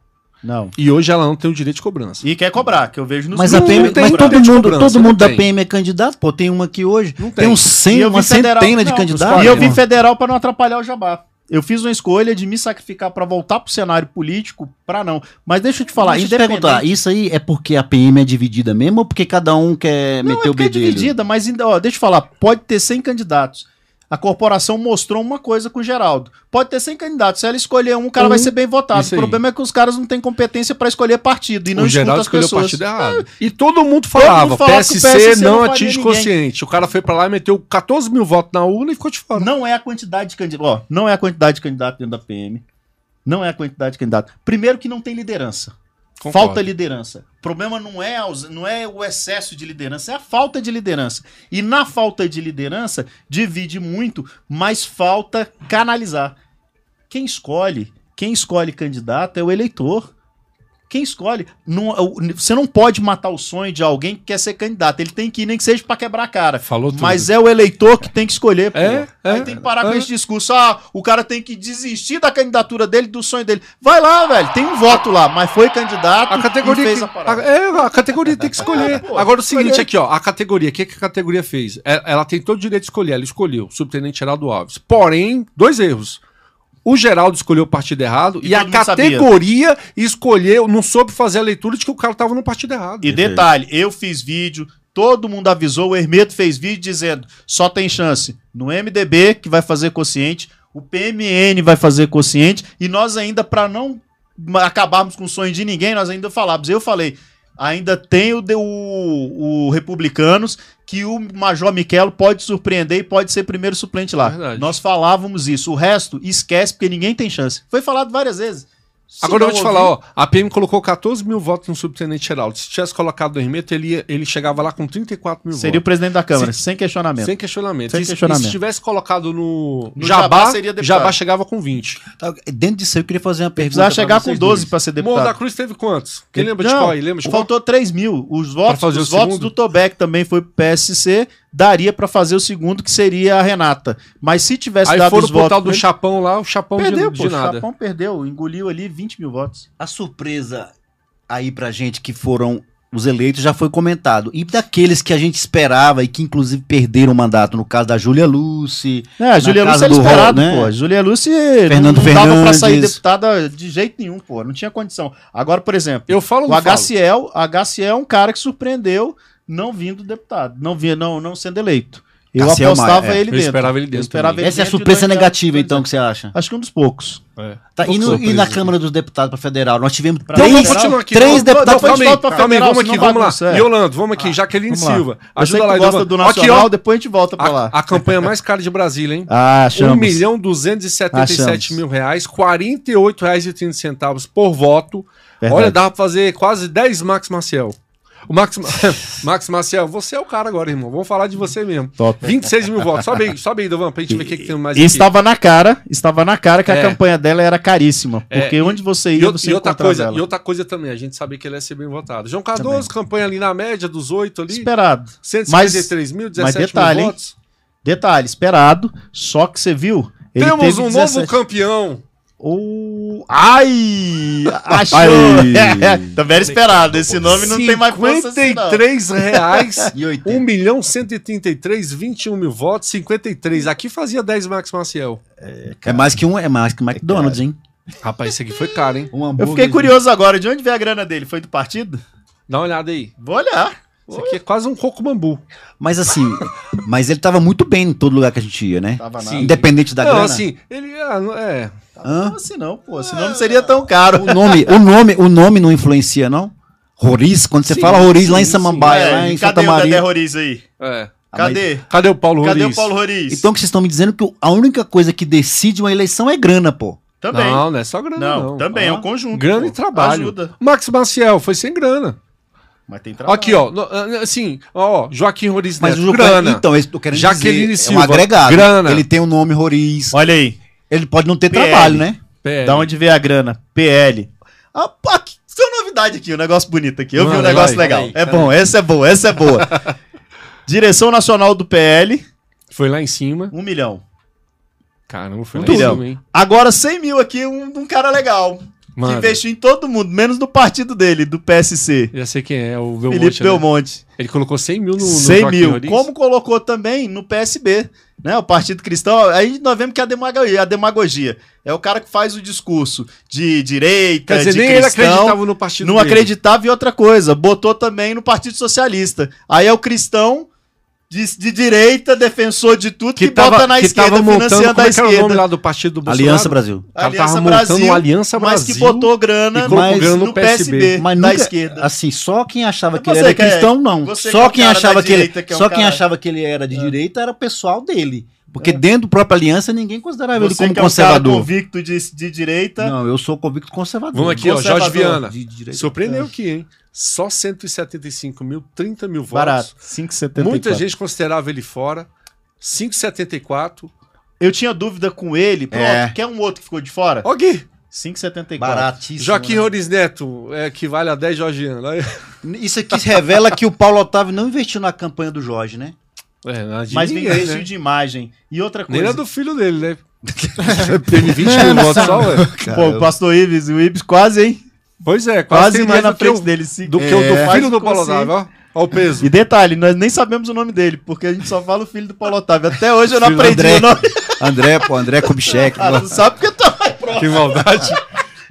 [SPEAKER 5] Não.
[SPEAKER 3] e hoje ela não tem o direito de cobrança.
[SPEAKER 5] E quer cobrar, que eu vejo nos
[SPEAKER 6] Mas
[SPEAKER 5] grupos.
[SPEAKER 6] a PM,
[SPEAKER 3] tem
[SPEAKER 6] mas
[SPEAKER 3] cobrança.
[SPEAKER 6] todo mundo,
[SPEAKER 3] Cobrança,
[SPEAKER 6] todo
[SPEAKER 3] não
[SPEAKER 6] mundo da
[SPEAKER 3] tem.
[SPEAKER 6] PM é candidato, pô. Tem uma aqui hoje.
[SPEAKER 3] Não tem.
[SPEAKER 6] Tem uns
[SPEAKER 5] E
[SPEAKER 6] 100,
[SPEAKER 5] eu vi
[SPEAKER 6] uma
[SPEAKER 5] federal-
[SPEAKER 6] centena de
[SPEAKER 5] não,
[SPEAKER 6] candidatos. né?
[SPEAKER 5] E eu
[SPEAKER 6] mano.
[SPEAKER 5] vim federal pra não atrapalhar o jabá. Eu fiz uma escolha de me sacrificar pra voltar pro cenário político, pra não. Mas deixa eu te falar,
[SPEAKER 6] Deixa eu te perguntar, isso aí é porque a PM é dividida mesmo ou porque cada um quer
[SPEAKER 5] Não,
[SPEAKER 6] meter
[SPEAKER 5] é
[SPEAKER 6] o
[SPEAKER 5] porque é
[SPEAKER 6] bedelho?
[SPEAKER 5] dividida, mas ainda, ó, deixa eu falar, pode ter 100 candidatos. A corporação mostrou uma coisa com o Geraldo. Pode ter 100 candidatos. Se ela escolher um, o cara
[SPEAKER 3] Um,
[SPEAKER 5] vai ser bem votado.
[SPEAKER 3] isso
[SPEAKER 5] O
[SPEAKER 3] aí.
[SPEAKER 5] problema é que os caras não têm competência pra escolher partido e não
[SPEAKER 3] o
[SPEAKER 5] escutam
[SPEAKER 3] Geraldo
[SPEAKER 5] as
[SPEAKER 3] escolheu o
[SPEAKER 5] pessoas.
[SPEAKER 3] partido errado. É, E todo mundo falava:
[SPEAKER 5] mundo falava que o
[SPEAKER 3] PSC,
[SPEAKER 5] PSC não
[SPEAKER 3] não
[SPEAKER 5] faria
[SPEAKER 3] atinge
[SPEAKER 5] ninguém.
[SPEAKER 3] consciente. O cara foi pra lá e meteu 14 mil votos na urna e ficou de fora.
[SPEAKER 5] Não é a quantidade de candidato. Ó, não é a quantidade de candidato dentro da PM. Não é a quantidade de candidato. Primeiro que não tem liderança.
[SPEAKER 3] Concordo.
[SPEAKER 5] Falta liderança. O problema não é, a aus- não é o excesso de liderança, é a falta de liderança. E na falta de liderança, divide muito, mas falta canalizar. Quem escolhe, quem escolhe candidato é o eleitor. Quem escolhe, não- o- você não pode matar o sonho de alguém que quer ser candidato. Ele tem que ir, nem que seja pra quebrar a cara.
[SPEAKER 3] Falou tudo.
[SPEAKER 5] Mas é o eleitor que tem que escolher, pô.
[SPEAKER 3] É, é,
[SPEAKER 5] Aí tem que parar com
[SPEAKER 3] é.
[SPEAKER 5] esse discurso. Ah, o cara tem que desistir da candidatura dele, do sonho dele. Vai lá, velho. Tem um voto lá, mas foi candidato
[SPEAKER 3] A categoria,
[SPEAKER 5] e fez
[SPEAKER 3] que-
[SPEAKER 5] a parada.
[SPEAKER 3] a- é, a categoria tem que
[SPEAKER 5] É,
[SPEAKER 3] escolher.
[SPEAKER 5] pô, é
[SPEAKER 3] Agora o seguinte
[SPEAKER 5] escolher.
[SPEAKER 3] aqui, ó, a categoria, o que, que a categoria fez? É, Ela tem todo o direito de escolher, ela escolheu o subtenente Geraldo Alves. Porém, dois erros. O Geraldo escolheu o partido errado e,
[SPEAKER 5] todo
[SPEAKER 3] a
[SPEAKER 5] mundo sabia.
[SPEAKER 3] categoria escolheu, não soube fazer a leitura de que o cara tava no partido errado.
[SPEAKER 5] E detalhe, eu fiz vídeo, todo mundo avisou, o Hermeto fez vídeo dizendo, só tem chance no MDB, que vai fazer consciente, o PMN vai fazer consciente, e nós ainda, pra não ma- acabarmos com o sonho de ninguém, nós ainda falávamos, eu falei, ainda tem o, de- o- o Republicanos, que o Major Miquelo pode surpreender e pode ser primeiro suplente lá.
[SPEAKER 3] Verdade.
[SPEAKER 5] Nós falávamos isso, o resto esquece, porque ninguém tem chance. Foi falado várias vezes. Se
[SPEAKER 3] Agora eu
[SPEAKER 5] não
[SPEAKER 3] vou te
[SPEAKER 5] ouvir-
[SPEAKER 3] falar, ó, a PM colocou 14 mil votos no subtenente Geraldo. Se tivesse colocado o Hermeto, ele, ia- ele chegava lá com 34 mil
[SPEAKER 5] Seria o
[SPEAKER 3] votos.
[SPEAKER 5] presidente da Câmara, sem questionamento.
[SPEAKER 3] Sem questionamento.
[SPEAKER 5] Sem
[SPEAKER 3] E se-
[SPEAKER 5] questionamento.
[SPEAKER 3] E se tivesse colocado no,
[SPEAKER 5] No
[SPEAKER 3] Jabá,
[SPEAKER 5] Jabá
[SPEAKER 3] Jabá,
[SPEAKER 5] seria deputado.
[SPEAKER 3] chegava com 20.
[SPEAKER 6] Tá, Dentro disso aí eu queria fazer uma pergunta.
[SPEAKER 5] Precisava chegar
[SPEAKER 6] pra
[SPEAKER 5] com
[SPEAKER 6] vocês
[SPEAKER 5] 12
[SPEAKER 6] dois.
[SPEAKER 5] para ser
[SPEAKER 3] Morro da
[SPEAKER 5] deputado.
[SPEAKER 3] Cruz teve quantos? Quem lembra de
[SPEAKER 5] Não,
[SPEAKER 3] qual aí? Lembra de qual?
[SPEAKER 5] Faltou 3 mil. Os votos,
[SPEAKER 3] fazer
[SPEAKER 5] os
[SPEAKER 3] o
[SPEAKER 5] votos
[SPEAKER 3] segundo?
[SPEAKER 5] do Tobec também foi pro PSC. Daria para fazer o segundo, que seria a Renata. Mas se tivesse
[SPEAKER 3] Aí
[SPEAKER 5] dado
[SPEAKER 3] foram
[SPEAKER 5] os
[SPEAKER 3] pro tal
[SPEAKER 5] votos.
[SPEAKER 3] do
[SPEAKER 5] primeiro,
[SPEAKER 3] Chapão lá, o Chapão de-
[SPEAKER 5] perdeu,
[SPEAKER 3] de,
[SPEAKER 5] pô. O
[SPEAKER 3] nada.
[SPEAKER 5] Chapão perdeu. Engoliu ali 20 mil votos.
[SPEAKER 6] A surpresa aí pra gente que foram os eleitos já foi comentado. E daqueles que a gente esperava e que inclusive perderam o mandato, no caso da Júlia Luce,
[SPEAKER 5] É, a
[SPEAKER 6] Na
[SPEAKER 5] Julia Lúcia
[SPEAKER 6] casa
[SPEAKER 5] era
[SPEAKER 6] do Ro-
[SPEAKER 5] esperada,
[SPEAKER 6] né?
[SPEAKER 5] pô. A Julia Lúcia
[SPEAKER 6] Fernando
[SPEAKER 5] não dava pra sair
[SPEAKER 6] Fernandes.
[SPEAKER 5] deputada de jeito nenhum, pô. Não tinha condição. Agora, por exemplo,
[SPEAKER 3] Eu falo ou
[SPEAKER 5] o
[SPEAKER 3] não falo?
[SPEAKER 5] HCL, HCL é um cara que surpreendeu não vindo deputado, não, vi, não, não sendo eleito. Eu
[SPEAKER 6] HCL
[SPEAKER 5] apostava
[SPEAKER 6] Maia, é.
[SPEAKER 5] ele
[SPEAKER 3] Eu
[SPEAKER 5] dentro.
[SPEAKER 3] esperava ele dentro também.
[SPEAKER 6] essa é
[SPEAKER 5] dentro
[SPEAKER 6] a
[SPEAKER 5] de
[SPEAKER 6] surpresa
[SPEAKER 5] dois anos,
[SPEAKER 6] negativa
[SPEAKER 5] dois
[SPEAKER 6] então
[SPEAKER 5] anos.
[SPEAKER 6] que você acha?
[SPEAKER 5] Acho que um dos poucos.
[SPEAKER 6] Tá, e,
[SPEAKER 3] Pouco
[SPEAKER 6] no- e na
[SPEAKER 3] surpresa.
[SPEAKER 6] Câmara dos Deputados para Federal? Nós tivemos
[SPEAKER 5] Pra
[SPEAKER 3] Então
[SPEAKER 6] três,
[SPEAKER 3] vamos continuar aqui.
[SPEAKER 6] três
[SPEAKER 3] Não,
[SPEAKER 6] deputados.
[SPEAKER 5] não,
[SPEAKER 3] Calma aí,
[SPEAKER 5] volta pra
[SPEAKER 3] calma aí,
[SPEAKER 5] federal,
[SPEAKER 3] vamos aqui,
[SPEAKER 5] senão
[SPEAKER 3] vamos
[SPEAKER 5] bagunça,
[SPEAKER 3] lá.
[SPEAKER 5] é.
[SPEAKER 3] Yolando, vamos aqui. Jaqueline
[SPEAKER 5] vamos lá.
[SPEAKER 3] Silva.
[SPEAKER 5] Eu sei
[SPEAKER 3] Ajuda
[SPEAKER 5] que
[SPEAKER 3] lá,
[SPEAKER 5] tu gosta do
[SPEAKER 3] Yolanda. Aqui,
[SPEAKER 5] Nacional,
[SPEAKER 3] ó.
[SPEAKER 5] depois a gente volta pra lá.
[SPEAKER 3] A, a campanha mais cara de Brasília, hein?
[SPEAKER 5] Ah,
[SPEAKER 3] R$ 1
[SPEAKER 5] achamos.
[SPEAKER 3] milhão 277 mil reais, R$ 48,30 centavos por voto.
[SPEAKER 5] Verdade.
[SPEAKER 3] Olha, dava pra fazer quase 10 Max Maciel. O Max, Max Maciel, você é o cara agora, irmão. Vamos falar de você mesmo.
[SPEAKER 5] Top.
[SPEAKER 3] 26 mil votos. Sobe aí, sobe aí, Dovan, pra gente ver o que, que tem mais
[SPEAKER 5] E estava na cara, estava na cara que a
[SPEAKER 3] É.
[SPEAKER 5] campanha dela era caríssima.
[SPEAKER 3] É.
[SPEAKER 5] Porque onde você
[SPEAKER 3] E,
[SPEAKER 5] ia,
[SPEAKER 3] ou-
[SPEAKER 5] você
[SPEAKER 3] e outra
[SPEAKER 5] encontrava
[SPEAKER 3] coisa,
[SPEAKER 5] ela.
[SPEAKER 3] e outra coisa também, a gente sabia que ele ia ser bem votado. João Cardoso, campanha ali na média dos oito ali,
[SPEAKER 5] Esperado.
[SPEAKER 3] 153 mil, 17
[SPEAKER 5] mas detalhe,
[SPEAKER 3] mil
[SPEAKER 5] hein?
[SPEAKER 3] votos.
[SPEAKER 5] Detalhe, esperado. Só que você viu. Ele
[SPEAKER 3] Temos
[SPEAKER 5] teve
[SPEAKER 3] um
[SPEAKER 5] 17.
[SPEAKER 3] novo campeão.
[SPEAKER 5] O... Ai! Achou! Também era esperado. Esse nome não tem mais força assim, não.
[SPEAKER 3] 53 reais,
[SPEAKER 6] E
[SPEAKER 3] 1
[SPEAKER 6] oitenta.
[SPEAKER 3] milhão 133, 21 mil votos, 53. Aqui fazia 10 Max Maciel.
[SPEAKER 6] É mais que um, é mais que McDonald's, hein?
[SPEAKER 3] Rapaz, isso aqui foi caro, hein?
[SPEAKER 6] Um
[SPEAKER 5] Eu
[SPEAKER 6] hambúrguer
[SPEAKER 5] fiquei
[SPEAKER 6] de-
[SPEAKER 5] curioso agora. De onde veio a grana dele? Foi do partido?
[SPEAKER 3] Dá uma olhada aí.
[SPEAKER 5] Vou olhar.
[SPEAKER 3] Isso aqui é quase um coco bambu.
[SPEAKER 6] Mas assim, mas ele tava muito bem em todo lugar que a gente ia, né?
[SPEAKER 5] Tava
[SPEAKER 3] Sim.
[SPEAKER 6] Independente da
[SPEAKER 3] não,
[SPEAKER 6] grana.
[SPEAKER 3] assim, ele... ah, não- é...
[SPEAKER 6] Hã?
[SPEAKER 5] Não, assim não, pô. Senão não seria tão caro.
[SPEAKER 6] O nome, o nome, o nome não influencia não? Roriz, quando você
[SPEAKER 3] Sim,
[SPEAKER 6] fala Roriz lá em
[SPEAKER 3] sim,
[SPEAKER 6] Samambaia,
[SPEAKER 5] É,
[SPEAKER 6] lá em
[SPEAKER 5] e
[SPEAKER 6] Santa
[SPEAKER 5] cadê o Dedé
[SPEAKER 3] né,
[SPEAKER 6] Maria.
[SPEAKER 5] Roriz aí?
[SPEAKER 3] é.
[SPEAKER 6] Ah, mas-
[SPEAKER 5] Cadê?
[SPEAKER 3] Cadê o Paulo
[SPEAKER 5] Cadê o
[SPEAKER 3] Roriz?
[SPEAKER 5] Paulo Roriz?
[SPEAKER 6] Então que vocês estão me dizendo que a única coisa que decide uma eleição é grana, pô.
[SPEAKER 5] também. Não,
[SPEAKER 3] Não, não é só grana, não.
[SPEAKER 5] também. É
[SPEAKER 3] Ah.
[SPEAKER 5] um conjunto.
[SPEAKER 3] Grana
[SPEAKER 5] pô.
[SPEAKER 3] e trabalho.
[SPEAKER 5] Ajuda.
[SPEAKER 3] Max Maciel foi sem grana.
[SPEAKER 5] Mas tem trabalho.
[SPEAKER 3] Aqui, ó. no- assim, ó, Joaquim Roriz
[SPEAKER 6] Mas
[SPEAKER 3] Neto,
[SPEAKER 6] o Juca-
[SPEAKER 3] É grana.
[SPEAKER 6] Então, eu tô querendo
[SPEAKER 3] Jaqueline
[SPEAKER 6] dizer, é
[SPEAKER 3] Silva,
[SPEAKER 6] um agregado.
[SPEAKER 3] grana.
[SPEAKER 6] Ele tem o nome Roriz.
[SPEAKER 5] Olha aí.
[SPEAKER 6] Ele pode não ter
[SPEAKER 5] PL.
[SPEAKER 6] trabalho, né?
[SPEAKER 3] PL.
[SPEAKER 5] Da onde veio a grana? PL. É. Ah, pô, aqui, isso é uma novidade aqui, um negócio bonito aqui. Eu vi
[SPEAKER 3] Manda,
[SPEAKER 5] um negócio
[SPEAKER 3] vai,
[SPEAKER 5] legal.
[SPEAKER 3] vai,
[SPEAKER 5] é bom, essa é boa, essa é boa. Direção Nacional do PL,
[SPEAKER 3] Foi lá em cima.
[SPEAKER 5] 1 milhão.
[SPEAKER 3] Caramba, foi
[SPEAKER 5] Um
[SPEAKER 3] lá em
[SPEAKER 5] bilhão.
[SPEAKER 3] cima, hein?
[SPEAKER 5] Agora 100 mil aqui, um, um cara legal. Que
[SPEAKER 3] Mano,
[SPEAKER 5] investiu em todo mundo, menos no partido dele, do PSC.
[SPEAKER 3] já sei quem é, o Belmonte.
[SPEAKER 5] Felipe
[SPEAKER 3] né?
[SPEAKER 5] Belmonte.
[SPEAKER 3] Ele colocou 100 mil no, no
[SPEAKER 5] 100
[SPEAKER 3] Joaquim
[SPEAKER 5] mil.
[SPEAKER 3] Orix.
[SPEAKER 5] Como colocou também no PSB, né? O Partido Cristão. Aí nós vemos que é a demagogia, a demagogia. É o cara que faz o discurso de direita,
[SPEAKER 3] Quer dizer,
[SPEAKER 5] é de
[SPEAKER 3] nem ele
[SPEAKER 5] cristão.
[SPEAKER 3] acreditava no partido
[SPEAKER 5] não
[SPEAKER 3] dele.
[SPEAKER 5] acreditava em outra coisa. Botou também no Partido Socialista. Aí é o cristão de, de direita, defensor de tudo, que,
[SPEAKER 3] Que, tava,
[SPEAKER 5] bota na
[SPEAKER 3] que
[SPEAKER 5] esquerda,
[SPEAKER 3] tava montando,
[SPEAKER 5] financiando
[SPEAKER 3] como
[SPEAKER 5] a
[SPEAKER 3] é que era o nome
[SPEAKER 5] esquerda.
[SPEAKER 3] lá do partido do Bolsonaro?
[SPEAKER 6] Aliança Brasil.
[SPEAKER 3] O cara
[SPEAKER 5] Aliança
[SPEAKER 3] tava montando
[SPEAKER 5] Brasil,
[SPEAKER 3] uma Aliança
[SPEAKER 5] Mas
[SPEAKER 3] Brasil.
[SPEAKER 5] que botou grana
[SPEAKER 3] e colocou
[SPEAKER 5] mas
[SPEAKER 3] grana no
[SPEAKER 5] no PSB,
[SPEAKER 6] Mas
[SPEAKER 5] da
[SPEAKER 6] nunca,
[SPEAKER 5] esquerda.
[SPEAKER 6] assim, só quem achava que
[SPEAKER 5] Você
[SPEAKER 6] ele era
[SPEAKER 5] que é-
[SPEAKER 6] cristão, não.
[SPEAKER 5] você que é
[SPEAKER 6] Só
[SPEAKER 5] um
[SPEAKER 6] quem
[SPEAKER 5] cara da
[SPEAKER 6] achava que ele,
[SPEAKER 5] direita, que é um
[SPEAKER 6] só quem
[SPEAKER 5] cara- É.
[SPEAKER 6] achava que ele era de direita era o pessoal dele, porque dentro do próprio aliança ninguém
[SPEAKER 3] Ah,
[SPEAKER 6] considerava ele
[SPEAKER 5] Você
[SPEAKER 6] como
[SPEAKER 5] que é um cara
[SPEAKER 6] conservador.
[SPEAKER 5] convicto né? de, de direita.
[SPEAKER 6] Não, eu sou convicto conservador.
[SPEAKER 3] Vamos aqui, ó,
[SPEAKER 5] Conservador.
[SPEAKER 3] Jorge Viana.
[SPEAKER 6] De direita.
[SPEAKER 3] Surpreendeu
[SPEAKER 5] É.
[SPEAKER 3] aqui, hein? Só 175 mil, 30 mil votos.
[SPEAKER 5] Barato. 5,74.
[SPEAKER 3] Muita gente considerava ele fora. 5,74.
[SPEAKER 5] Eu tinha dúvida com ele. Pronto,
[SPEAKER 6] É.
[SPEAKER 5] quer um outro que ficou de fora?
[SPEAKER 3] Ó, Gui,
[SPEAKER 5] né? 5,74.
[SPEAKER 6] Baratíssimo.
[SPEAKER 3] Joaquim
[SPEAKER 6] né?
[SPEAKER 3] Ores Neto, é, que vale a 10 Jorgiano. É,
[SPEAKER 6] Isso aqui revela que o Paulo Otávio não investiu na campanha do Jorge, né?
[SPEAKER 3] É, na de
[SPEAKER 5] Mas
[SPEAKER 3] ninguém,
[SPEAKER 5] vem vestiu
[SPEAKER 3] né?
[SPEAKER 5] de imagem. E outra
[SPEAKER 3] Nem
[SPEAKER 5] coisa.
[SPEAKER 3] era do filho dele, né? Teve 20 mil votos só,
[SPEAKER 5] né?
[SPEAKER 3] ué.
[SPEAKER 5] Pô, o pastor Ives, o Ives quase, hein?
[SPEAKER 3] Pois é, quase,
[SPEAKER 5] Quase
[SPEAKER 3] tem
[SPEAKER 5] iria
[SPEAKER 3] mais
[SPEAKER 5] na
[SPEAKER 3] do que,
[SPEAKER 5] frente
[SPEAKER 3] o,
[SPEAKER 5] dele. sim.
[SPEAKER 3] do, que o do
[SPEAKER 5] É.
[SPEAKER 3] filho do
[SPEAKER 5] Quase
[SPEAKER 3] Paulo
[SPEAKER 5] consegue.
[SPEAKER 3] Otávio, ó. Ó o peso.
[SPEAKER 5] E detalhe, nós nem sabemos o nome dele, porque a gente só fala o filho do Paulo Otávio. Até hoje eu não
[SPEAKER 6] Filho do
[SPEAKER 5] aprendi
[SPEAKER 6] André.
[SPEAKER 5] o nome.
[SPEAKER 6] André, pô, André Kubitschek.
[SPEAKER 5] Ah, não sabe porque eu tô mais próximo.
[SPEAKER 3] Que maldade.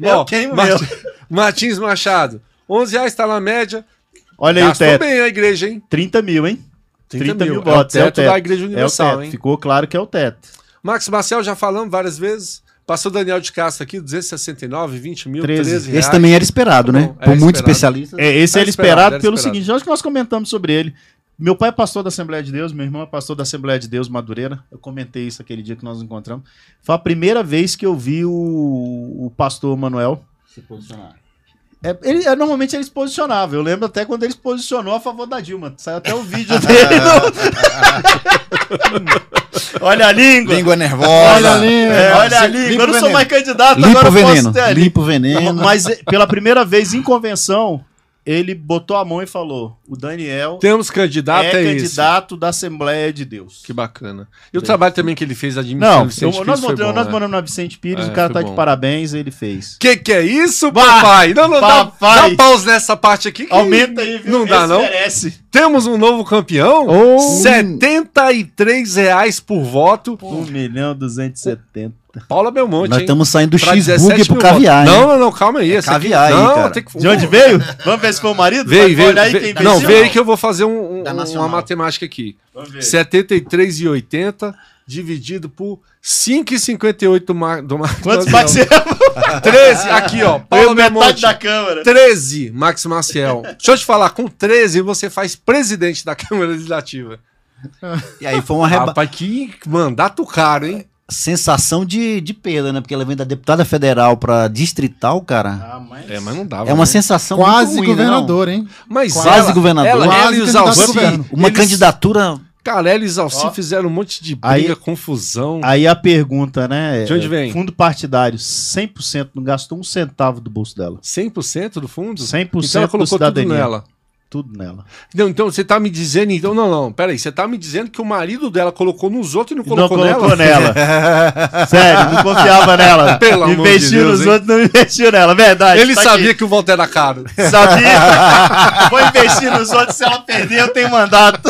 [SPEAKER 5] Eu
[SPEAKER 3] Bom,
[SPEAKER 5] queimo
[SPEAKER 3] Mart- Martins Machado. 11 reais tá na média.
[SPEAKER 5] Olha aí o
[SPEAKER 3] Gastou
[SPEAKER 5] teto.
[SPEAKER 3] bem a igreja, hein?
[SPEAKER 5] 30 mil, hein? 30, mil,
[SPEAKER 3] É o
[SPEAKER 5] votos.
[SPEAKER 3] teto, da Igreja
[SPEAKER 5] É o
[SPEAKER 3] Universal,
[SPEAKER 5] teto.
[SPEAKER 3] hein?
[SPEAKER 5] Ficou claro que é o teto.
[SPEAKER 3] Max Marcel, já falamos várias vezes. Passou Daniel de Castro aqui, 269, 20 mil, 13,
[SPEAKER 5] 13.
[SPEAKER 3] reais.
[SPEAKER 6] Esse também era esperado,
[SPEAKER 3] Tá
[SPEAKER 6] né?
[SPEAKER 3] bom,
[SPEAKER 6] Por
[SPEAKER 3] era
[SPEAKER 6] muitos
[SPEAKER 3] esperado.
[SPEAKER 6] especialistas.
[SPEAKER 5] É, esse
[SPEAKER 3] Era esperado,
[SPEAKER 5] era esperado
[SPEAKER 3] era
[SPEAKER 5] pelo
[SPEAKER 3] esperado.
[SPEAKER 5] seguinte, acho que nós comentamos sobre ele. Meu pai é pastor da Assembleia de Deus, meu irmão é pastor da Assembleia de Deus Madureira. Eu comentei isso aquele dia que nós nos encontramos. Foi a primeira vez que eu vi o, o pastor Manuel.
[SPEAKER 6] Se posicionar.
[SPEAKER 5] É, ele, é, normalmente ele se posicionava. Eu lembro até quando ele se posicionou a favor da Dilma. Saiu até o vídeo dele.
[SPEAKER 6] Hum.
[SPEAKER 5] no- Olha a língua.
[SPEAKER 6] Língua nervosa.
[SPEAKER 5] Olha a língua.
[SPEAKER 6] É,
[SPEAKER 5] olha a
[SPEAKER 6] limpa
[SPEAKER 5] língua. Eu não sou
[SPEAKER 6] veneno.
[SPEAKER 5] mais candidato, agora
[SPEAKER 6] Limpa o
[SPEAKER 5] eu
[SPEAKER 6] veneno.
[SPEAKER 5] posso ter a língua.
[SPEAKER 6] Limpa o veneno.
[SPEAKER 5] Mas eh, pela primeira vez em convenção, ele botou a mão e falou: o Daniel
[SPEAKER 3] Temos candidato,
[SPEAKER 5] é
[SPEAKER 3] é, isso.
[SPEAKER 5] candidato da Assembleia de Deus.
[SPEAKER 3] Que bacana. E o trabalho também que ele fez administrando
[SPEAKER 5] Não, eu-
[SPEAKER 3] Vicente
[SPEAKER 5] nós,
[SPEAKER 3] Pires foi
[SPEAKER 5] mandamos-
[SPEAKER 3] bom,
[SPEAKER 5] nós
[SPEAKER 3] né?
[SPEAKER 5] mandamos na Vicente Pires,
[SPEAKER 3] É,
[SPEAKER 5] o cara
[SPEAKER 3] foi
[SPEAKER 5] tá
[SPEAKER 3] bom.
[SPEAKER 5] de parabéns, ele fez.
[SPEAKER 3] Que que é isso,
[SPEAKER 5] Bah,
[SPEAKER 3] papai? Não, não, dá- Dá,
[SPEAKER 5] papai.
[SPEAKER 3] pausa nessa parte aqui. que
[SPEAKER 5] Aumenta aí, viu?
[SPEAKER 3] Não dá,
[SPEAKER 5] Esse
[SPEAKER 3] não?
[SPEAKER 5] merece.
[SPEAKER 3] Temos um novo campeão.
[SPEAKER 5] Oh.
[SPEAKER 3] 73 reais por voto.
[SPEAKER 5] 1 milhão 270.
[SPEAKER 3] Paula Belmonte,
[SPEAKER 6] Nós
[SPEAKER 3] hein?
[SPEAKER 6] estamos saindo
[SPEAKER 5] um
[SPEAKER 6] do
[SPEAKER 3] Pra
[SPEAKER 6] X-Bug
[SPEAKER 3] 17
[SPEAKER 6] pro
[SPEAKER 3] mil
[SPEAKER 6] caviar,
[SPEAKER 3] votos.
[SPEAKER 6] hein?
[SPEAKER 3] Não, não, não, calma
[SPEAKER 5] É
[SPEAKER 3] aí. essa aqui-
[SPEAKER 6] caviar aí,
[SPEAKER 3] não,
[SPEAKER 6] cara.
[SPEAKER 3] tem que...
[SPEAKER 5] De onde veio? Vamos ver se foi o marido?
[SPEAKER 3] Veio,
[SPEAKER 5] Vai
[SPEAKER 3] veio.
[SPEAKER 5] olhar aí
[SPEAKER 3] veio-
[SPEAKER 5] quem
[SPEAKER 3] não,
[SPEAKER 5] venceu.
[SPEAKER 3] veio aí que eu vou fazer um- um-
[SPEAKER 6] Da
[SPEAKER 3] uma
[SPEAKER 6] Nacional.
[SPEAKER 3] matemática aqui.
[SPEAKER 5] Vamos ver.
[SPEAKER 3] 73,80 dividido por 5,58 do Mar... do Mar...
[SPEAKER 5] Quantos
[SPEAKER 3] do-
[SPEAKER 5] Max você
[SPEAKER 3] 13, aqui, ó. Paula
[SPEAKER 5] Foi metade
[SPEAKER 3] Belmonte.
[SPEAKER 5] da Câmara.
[SPEAKER 3] 13, Max Maciel. Deixa eu te falar, com 13 você faz presidente da Câmara Legislativa.
[SPEAKER 6] E aí foi uma reba-
[SPEAKER 3] Rapaz, que mandato caro, hein?
[SPEAKER 6] sensação de, de perda, né? Porque ela vem da deputada federal pra distrital, cara.
[SPEAKER 5] Ah, mas...
[SPEAKER 3] É, mas não dava.
[SPEAKER 6] é uma
[SPEAKER 3] né?
[SPEAKER 6] sensação
[SPEAKER 4] Quase
[SPEAKER 6] muito ruim, né, não?
[SPEAKER 4] governador, hein?
[SPEAKER 3] Mas
[SPEAKER 6] Quase
[SPEAKER 3] ela-
[SPEAKER 6] governador.
[SPEAKER 3] Ela, ela
[SPEAKER 4] Quase
[SPEAKER 3] e os
[SPEAKER 4] candidato
[SPEAKER 3] Alci,
[SPEAKER 4] a governo.
[SPEAKER 6] Uma
[SPEAKER 3] eles-
[SPEAKER 6] candidatura
[SPEAKER 3] Cara, ela e os Alci
[SPEAKER 5] Ó.
[SPEAKER 3] fizeram um monte de briga,
[SPEAKER 5] Aí-
[SPEAKER 3] confusão.
[SPEAKER 5] Aí a pergunta, né?
[SPEAKER 3] um- De onde vem?
[SPEAKER 5] Fundo partidário, 100% não gastou um centavo do bolso dela.
[SPEAKER 3] 100% do fundo?
[SPEAKER 5] 100%
[SPEAKER 3] Então ela
[SPEAKER 5] do
[SPEAKER 3] colocou tudo
[SPEAKER 5] cidadania.
[SPEAKER 3] nela.
[SPEAKER 5] Tudo nela.
[SPEAKER 3] Não, então você tá me dizendo, então, não, não, peraí, você tá me dizendo que o marido dela colocou nos outros e não
[SPEAKER 5] não
[SPEAKER 3] colocou,
[SPEAKER 5] colocou
[SPEAKER 3] nela?
[SPEAKER 5] nela. Sério, não confiava nela.
[SPEAKER 3] Pelo amor de
[SPEAKER 5] investiu
[SPEAKER 3] Deus,
[SPEAKER 5] nos
[SPEAKER 3] hein?
[SPEAKER 5] outros, não investiu nela. Verdade.
[SPEAKER 3] Ele
[SPEAKER 5] tá
[SPEAKER 3] sabia
[SPEAKER 5] aqui.
[SPEAKER 3] que o voto era caro.
[SPEAKER 5] Sabia. Vou investir nos outros, se ela perder, eu tenho mandato.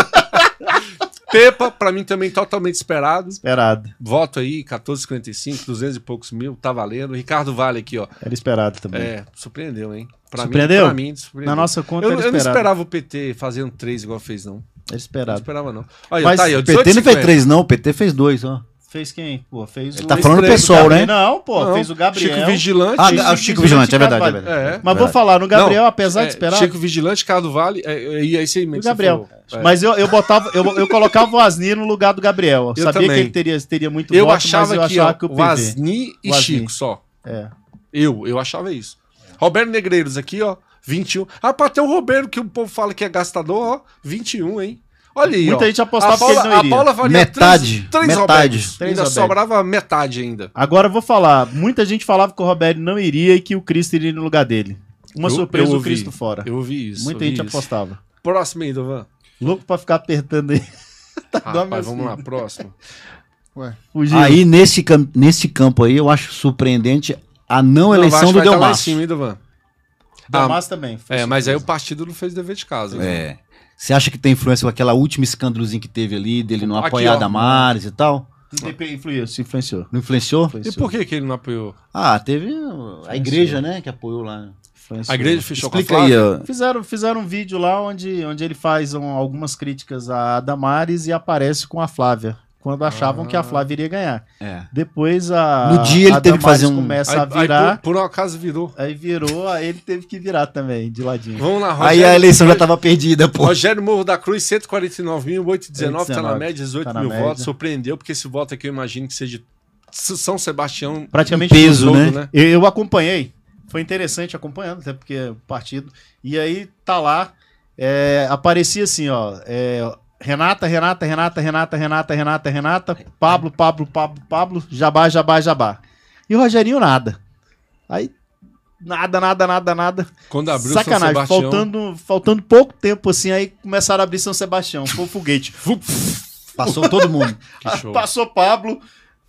[SPEAKER 3] Pepa, pra mim também totalmente esperado.
[SPEAKER 5] Esperado.
[SPEAKER 3] Voto aí, 14,55, 200 e poucos mil, tá valendo. Ricardo Vale aqui, ó.
[SPEAKER 5] Era esperado também.
[SPEAKER 3] É, surpreendeu, hein? Pra
[SPEAKER 5] Surpreendeu?
[SPEAKER 3] Mim, pra mim, surpreendeu.
[SPEAKER 5] Na nossa conta
[SPEAKER 3] eu,
[SPEAKER 5] era
[SPEAKER 3] eu não
[SPEAKER 5] esperado.
[SPEAKER 3] esperava o PT fazendo três igual fez, não.
[SPEAKER 5] Era
[SPEAKER 3] Não
[SPEAKER 5] esperado.
[SPEAKER 3] esperava, não. Olha,
[SPEAKER 5] Tá. Mas
[SPEAKER 3] tá aí, ó,
[SPEAKER 6] O PT não fez
[SPEAKER 3] 18,50.
[SPEAKER 6] três, não. O PT fez dois, ó.
[SPEAKER 5] Fez quem? Pô, fez
[SPEAKER 6] Ele tá falando
[SPEAKER 5] fez
[SPEAKER 6] pessoal,
[SPEAKER 5] Gabriel.
[SPEAKER 6] né?
[SPEAKER 5] Não, pô,
[SPEAKER 3] Não,
[SPEAKER 5] fez o Gabriel.
[SPEAKER 3] Chico Vigilante.
[SPEAKER 6] Ah,
[SPEAKER 5] Chico
[SPEAKER 6] ah, o Chico
[SPEAKER 5] Vigilante,
[SPEAKER 6] Vigilante, é verdade, é
[SPEAKER 5] Carvalho.
[SPEAKER 6] verdade.
[SPEAKER 3] É.
[SPEAKER 5] Mas vou falar, no Gabriel,
[SPEAKER 3] Não,
[SPEAKER 5] apesar de
[SPEAKER 3] é,
[SPEAKER 5] esperar.
[SPEAKER 3] Chico Vigilante, Ricardo Vale, é, é, e é isso aí mesmo.
[SPEAKER 5] O
[SPEAKER 3] que você
[SPEAKER 5] Gabriel.
[SPEAKER 3] falou. É.
[SPEAKER 5] Mas eu, eu botava, eu, eu colocava o Asni no lugar do Gabriel. Eu
[SPEAKER 3] Eu
[SPEAKER 5] sabia
[SPEAKER 3] também.
[SPEAKER 5] que ele teria, teria muito
[SPEAKER 3] eu
[SPEAKER 5] voto,
[SPEAKER 3] achava,
[SPEAKER 5] mas eu
[SPEAKER 3] que,
[SPEAKER 5] achava
[SPEAKER 3] ó,
[SPEAKER 5] que o PV.
[SPEAKER 3] Vasni e
[SPEAKER 5] O Vasni.
[SPEAKER 3] Chico só.
[SPEAKER 5] É.
[SPEAKER 3] Eu, eu achava isso. Roberto Negreiros aqui, ó, 21. Ah, pra ter o Roberto, que o povo fala que é gastador, ó, 21, hein? Olha aí,
[SPEAKER 5] Muita
[SPEAKER 3] ó.
[SPEAKER 5] gente apostava
[SPEAKER 3] a,
[SPEAKER 5] que ele
[SPEAKER 3] Paula,
[SPEAKER 5] não
[SPEAKER 3] a
[SPEAKER 5] iria.
[SPEAKER 3] Paula valia
[SPEAKER 6] Metade,
[SPEAKER 3] Três, três
[SPEAKER 6] metade.
[SPEAKER 3] Robertos.
[SPEAKER 5] Três
[SPEAKER 3] ainda
[SPEAKER 5] Robertos.
[SPEAKER 3] sobrava metade ainda.
[SPEAKER 5] Agora eu vou falar. Muita gente falava que o Roberto não iria e que o Cristo iria no lugar dele. Uma
[SPEAKER 3] Eu-
[SPEAKER 5] surpresa,
[SPEAKER 3] eu
[SPEAKER 5] o
[SPEAKER 3] ouvi.
[SPEAKER 5] Cristo fora.
[SPEAKER 3] Eu ouvi isso.
[SPEAKER 5] Tá. Muita
[SPEAKER 3] ouvi
[SPEAKER 5] gente
[SPEAKER 3] isso.
[SPEAKER 5] apostava.
[SPEAKER 3] Próximo aí, Dovan.
[SPEAKER 5] Louco pra ficar apertando aí. tá dó
[SPEAKER 3] Rapaz,
[SPEAKER 5] mesmo.
[SPEAKER 3] vamos lá, próximo.
[SPEAKER 4] Ué.
[SPEAKER 5] Fugir.
[SPEAKER 6] Aí, nesse, cam- nesse campo aí, eu acho surpreendente a não,
[SPEAKER 3] Então,
[SPEAKER 6] eleição do
[SPEAKER 3] Delmas.
[SPEAKER 6] Delmas.
[SPEAKER 3] tá cima, hein, Dovan? Ah,
[SPEAKER 5] Damas também.
[SPEAKER 3] é, mas aí o partido não fez dever de casa. né?
[SPEAKER 6] É. Você acha que tem influência com aquela última escândalozinho que teve ali, dele não
[SPEAKER 3] Aqui,
[SPEAKER 6] apoiar
[SPEAKER 3] ó.
[SPEAKER 6] a Damares e tal?
[SPEAKER 5] Influiu, se influenciou.
[SPEAKER 6] Não influenciou?
[SPEAKER 3] E por que, que ele não apoiou?
[SPEAKER 6] Ah, teve a igreja, né, que apoiou lá.
[SPEAKER 5] Influenciou.
[SPEAKER 3] A igreja fechou com a
[SPEAKER 6] Explica aí,
[SPEAKER 3] Flávia?
[SPEAKER 6] ó.
[SPEAKER 5] Fizeram, fizeram um vídeo lá onde, onde ele faz um- algumas críticas a Damares e aparece com a Flávia. Quando achavam
[SPEAKER 3] Ah.
[SPEAKER 5] que a Flávia iria ganhar.
[SPEAKER 6] É.
[SPEAKER 5] Depois a.
[SPEAKER 6] No dia ele
[SPEAKER 5] a
[SPEAKER 6] teve que
[SPEAKER 5] Damares
[SPEAKER 6] fazer um-
[SPEAKER 5] começa
[SPEAKER 3] Aí-
[SPEAKER 5] a
[SPEAKER 3] aí
[SPEAKER 5] virar.
[SPEAKER 3] por, por um acaso virou.
[SPEAKER 5] Aí, virou, aí ele teve que virar também, de ladinho.
[SPEAKER 3] Vamos lá,
[SPEAKER 6] Aí a eleição já
[SPEAKER 5] tá
[SPEAKER 6] tava perdida, pô.
[SPEAKER 3] Rogério Morro da Cruz, 149.819, tá na
[SPEAKER 5] 19,
[SPEAKER 3] média, 18
[SPEAKER 5] tá na
[SPEAKER 3] mil
[SPEAKER 5] média.
[SPEAKER 3] votos. Surpreendeu, porque esse voto aqui eu imagino que seja de S- São Sebastião
[SPEAKER 5] Praticamente
[SPEAKER 6] Em peso,
[SPEAKER 5] todo,
[SPEAKER 6] né?
[SPEAKER 5] Eu, eu acompanhei. Foi interessante acompanhando, até porque é o partido. E aí tá lá, é, aparecia assim, ó. é, Renata, Renata, Renata, Renata, Renata, Renata, Renata, Pablo, Pablo, Pablo, Pablo, Jabá, Jabá, Jabá. E o Rogerinho nada. Aí nada, nada, nada, nada.
[SPEAKER 3] Quando abriu São
[SPEAKER 5] Sacanagem,
[SPEAKER 3] Sebastião.
[SPEAKER 5] faltando, faltando pouco tempo assim, aí começaram a abrir São Sebastião, foi o foguete.
[SPEAKER 6] Passou todo mundo.
[SPEAKER 3] Que show.
[SPEAKER 5] Passou Pablo,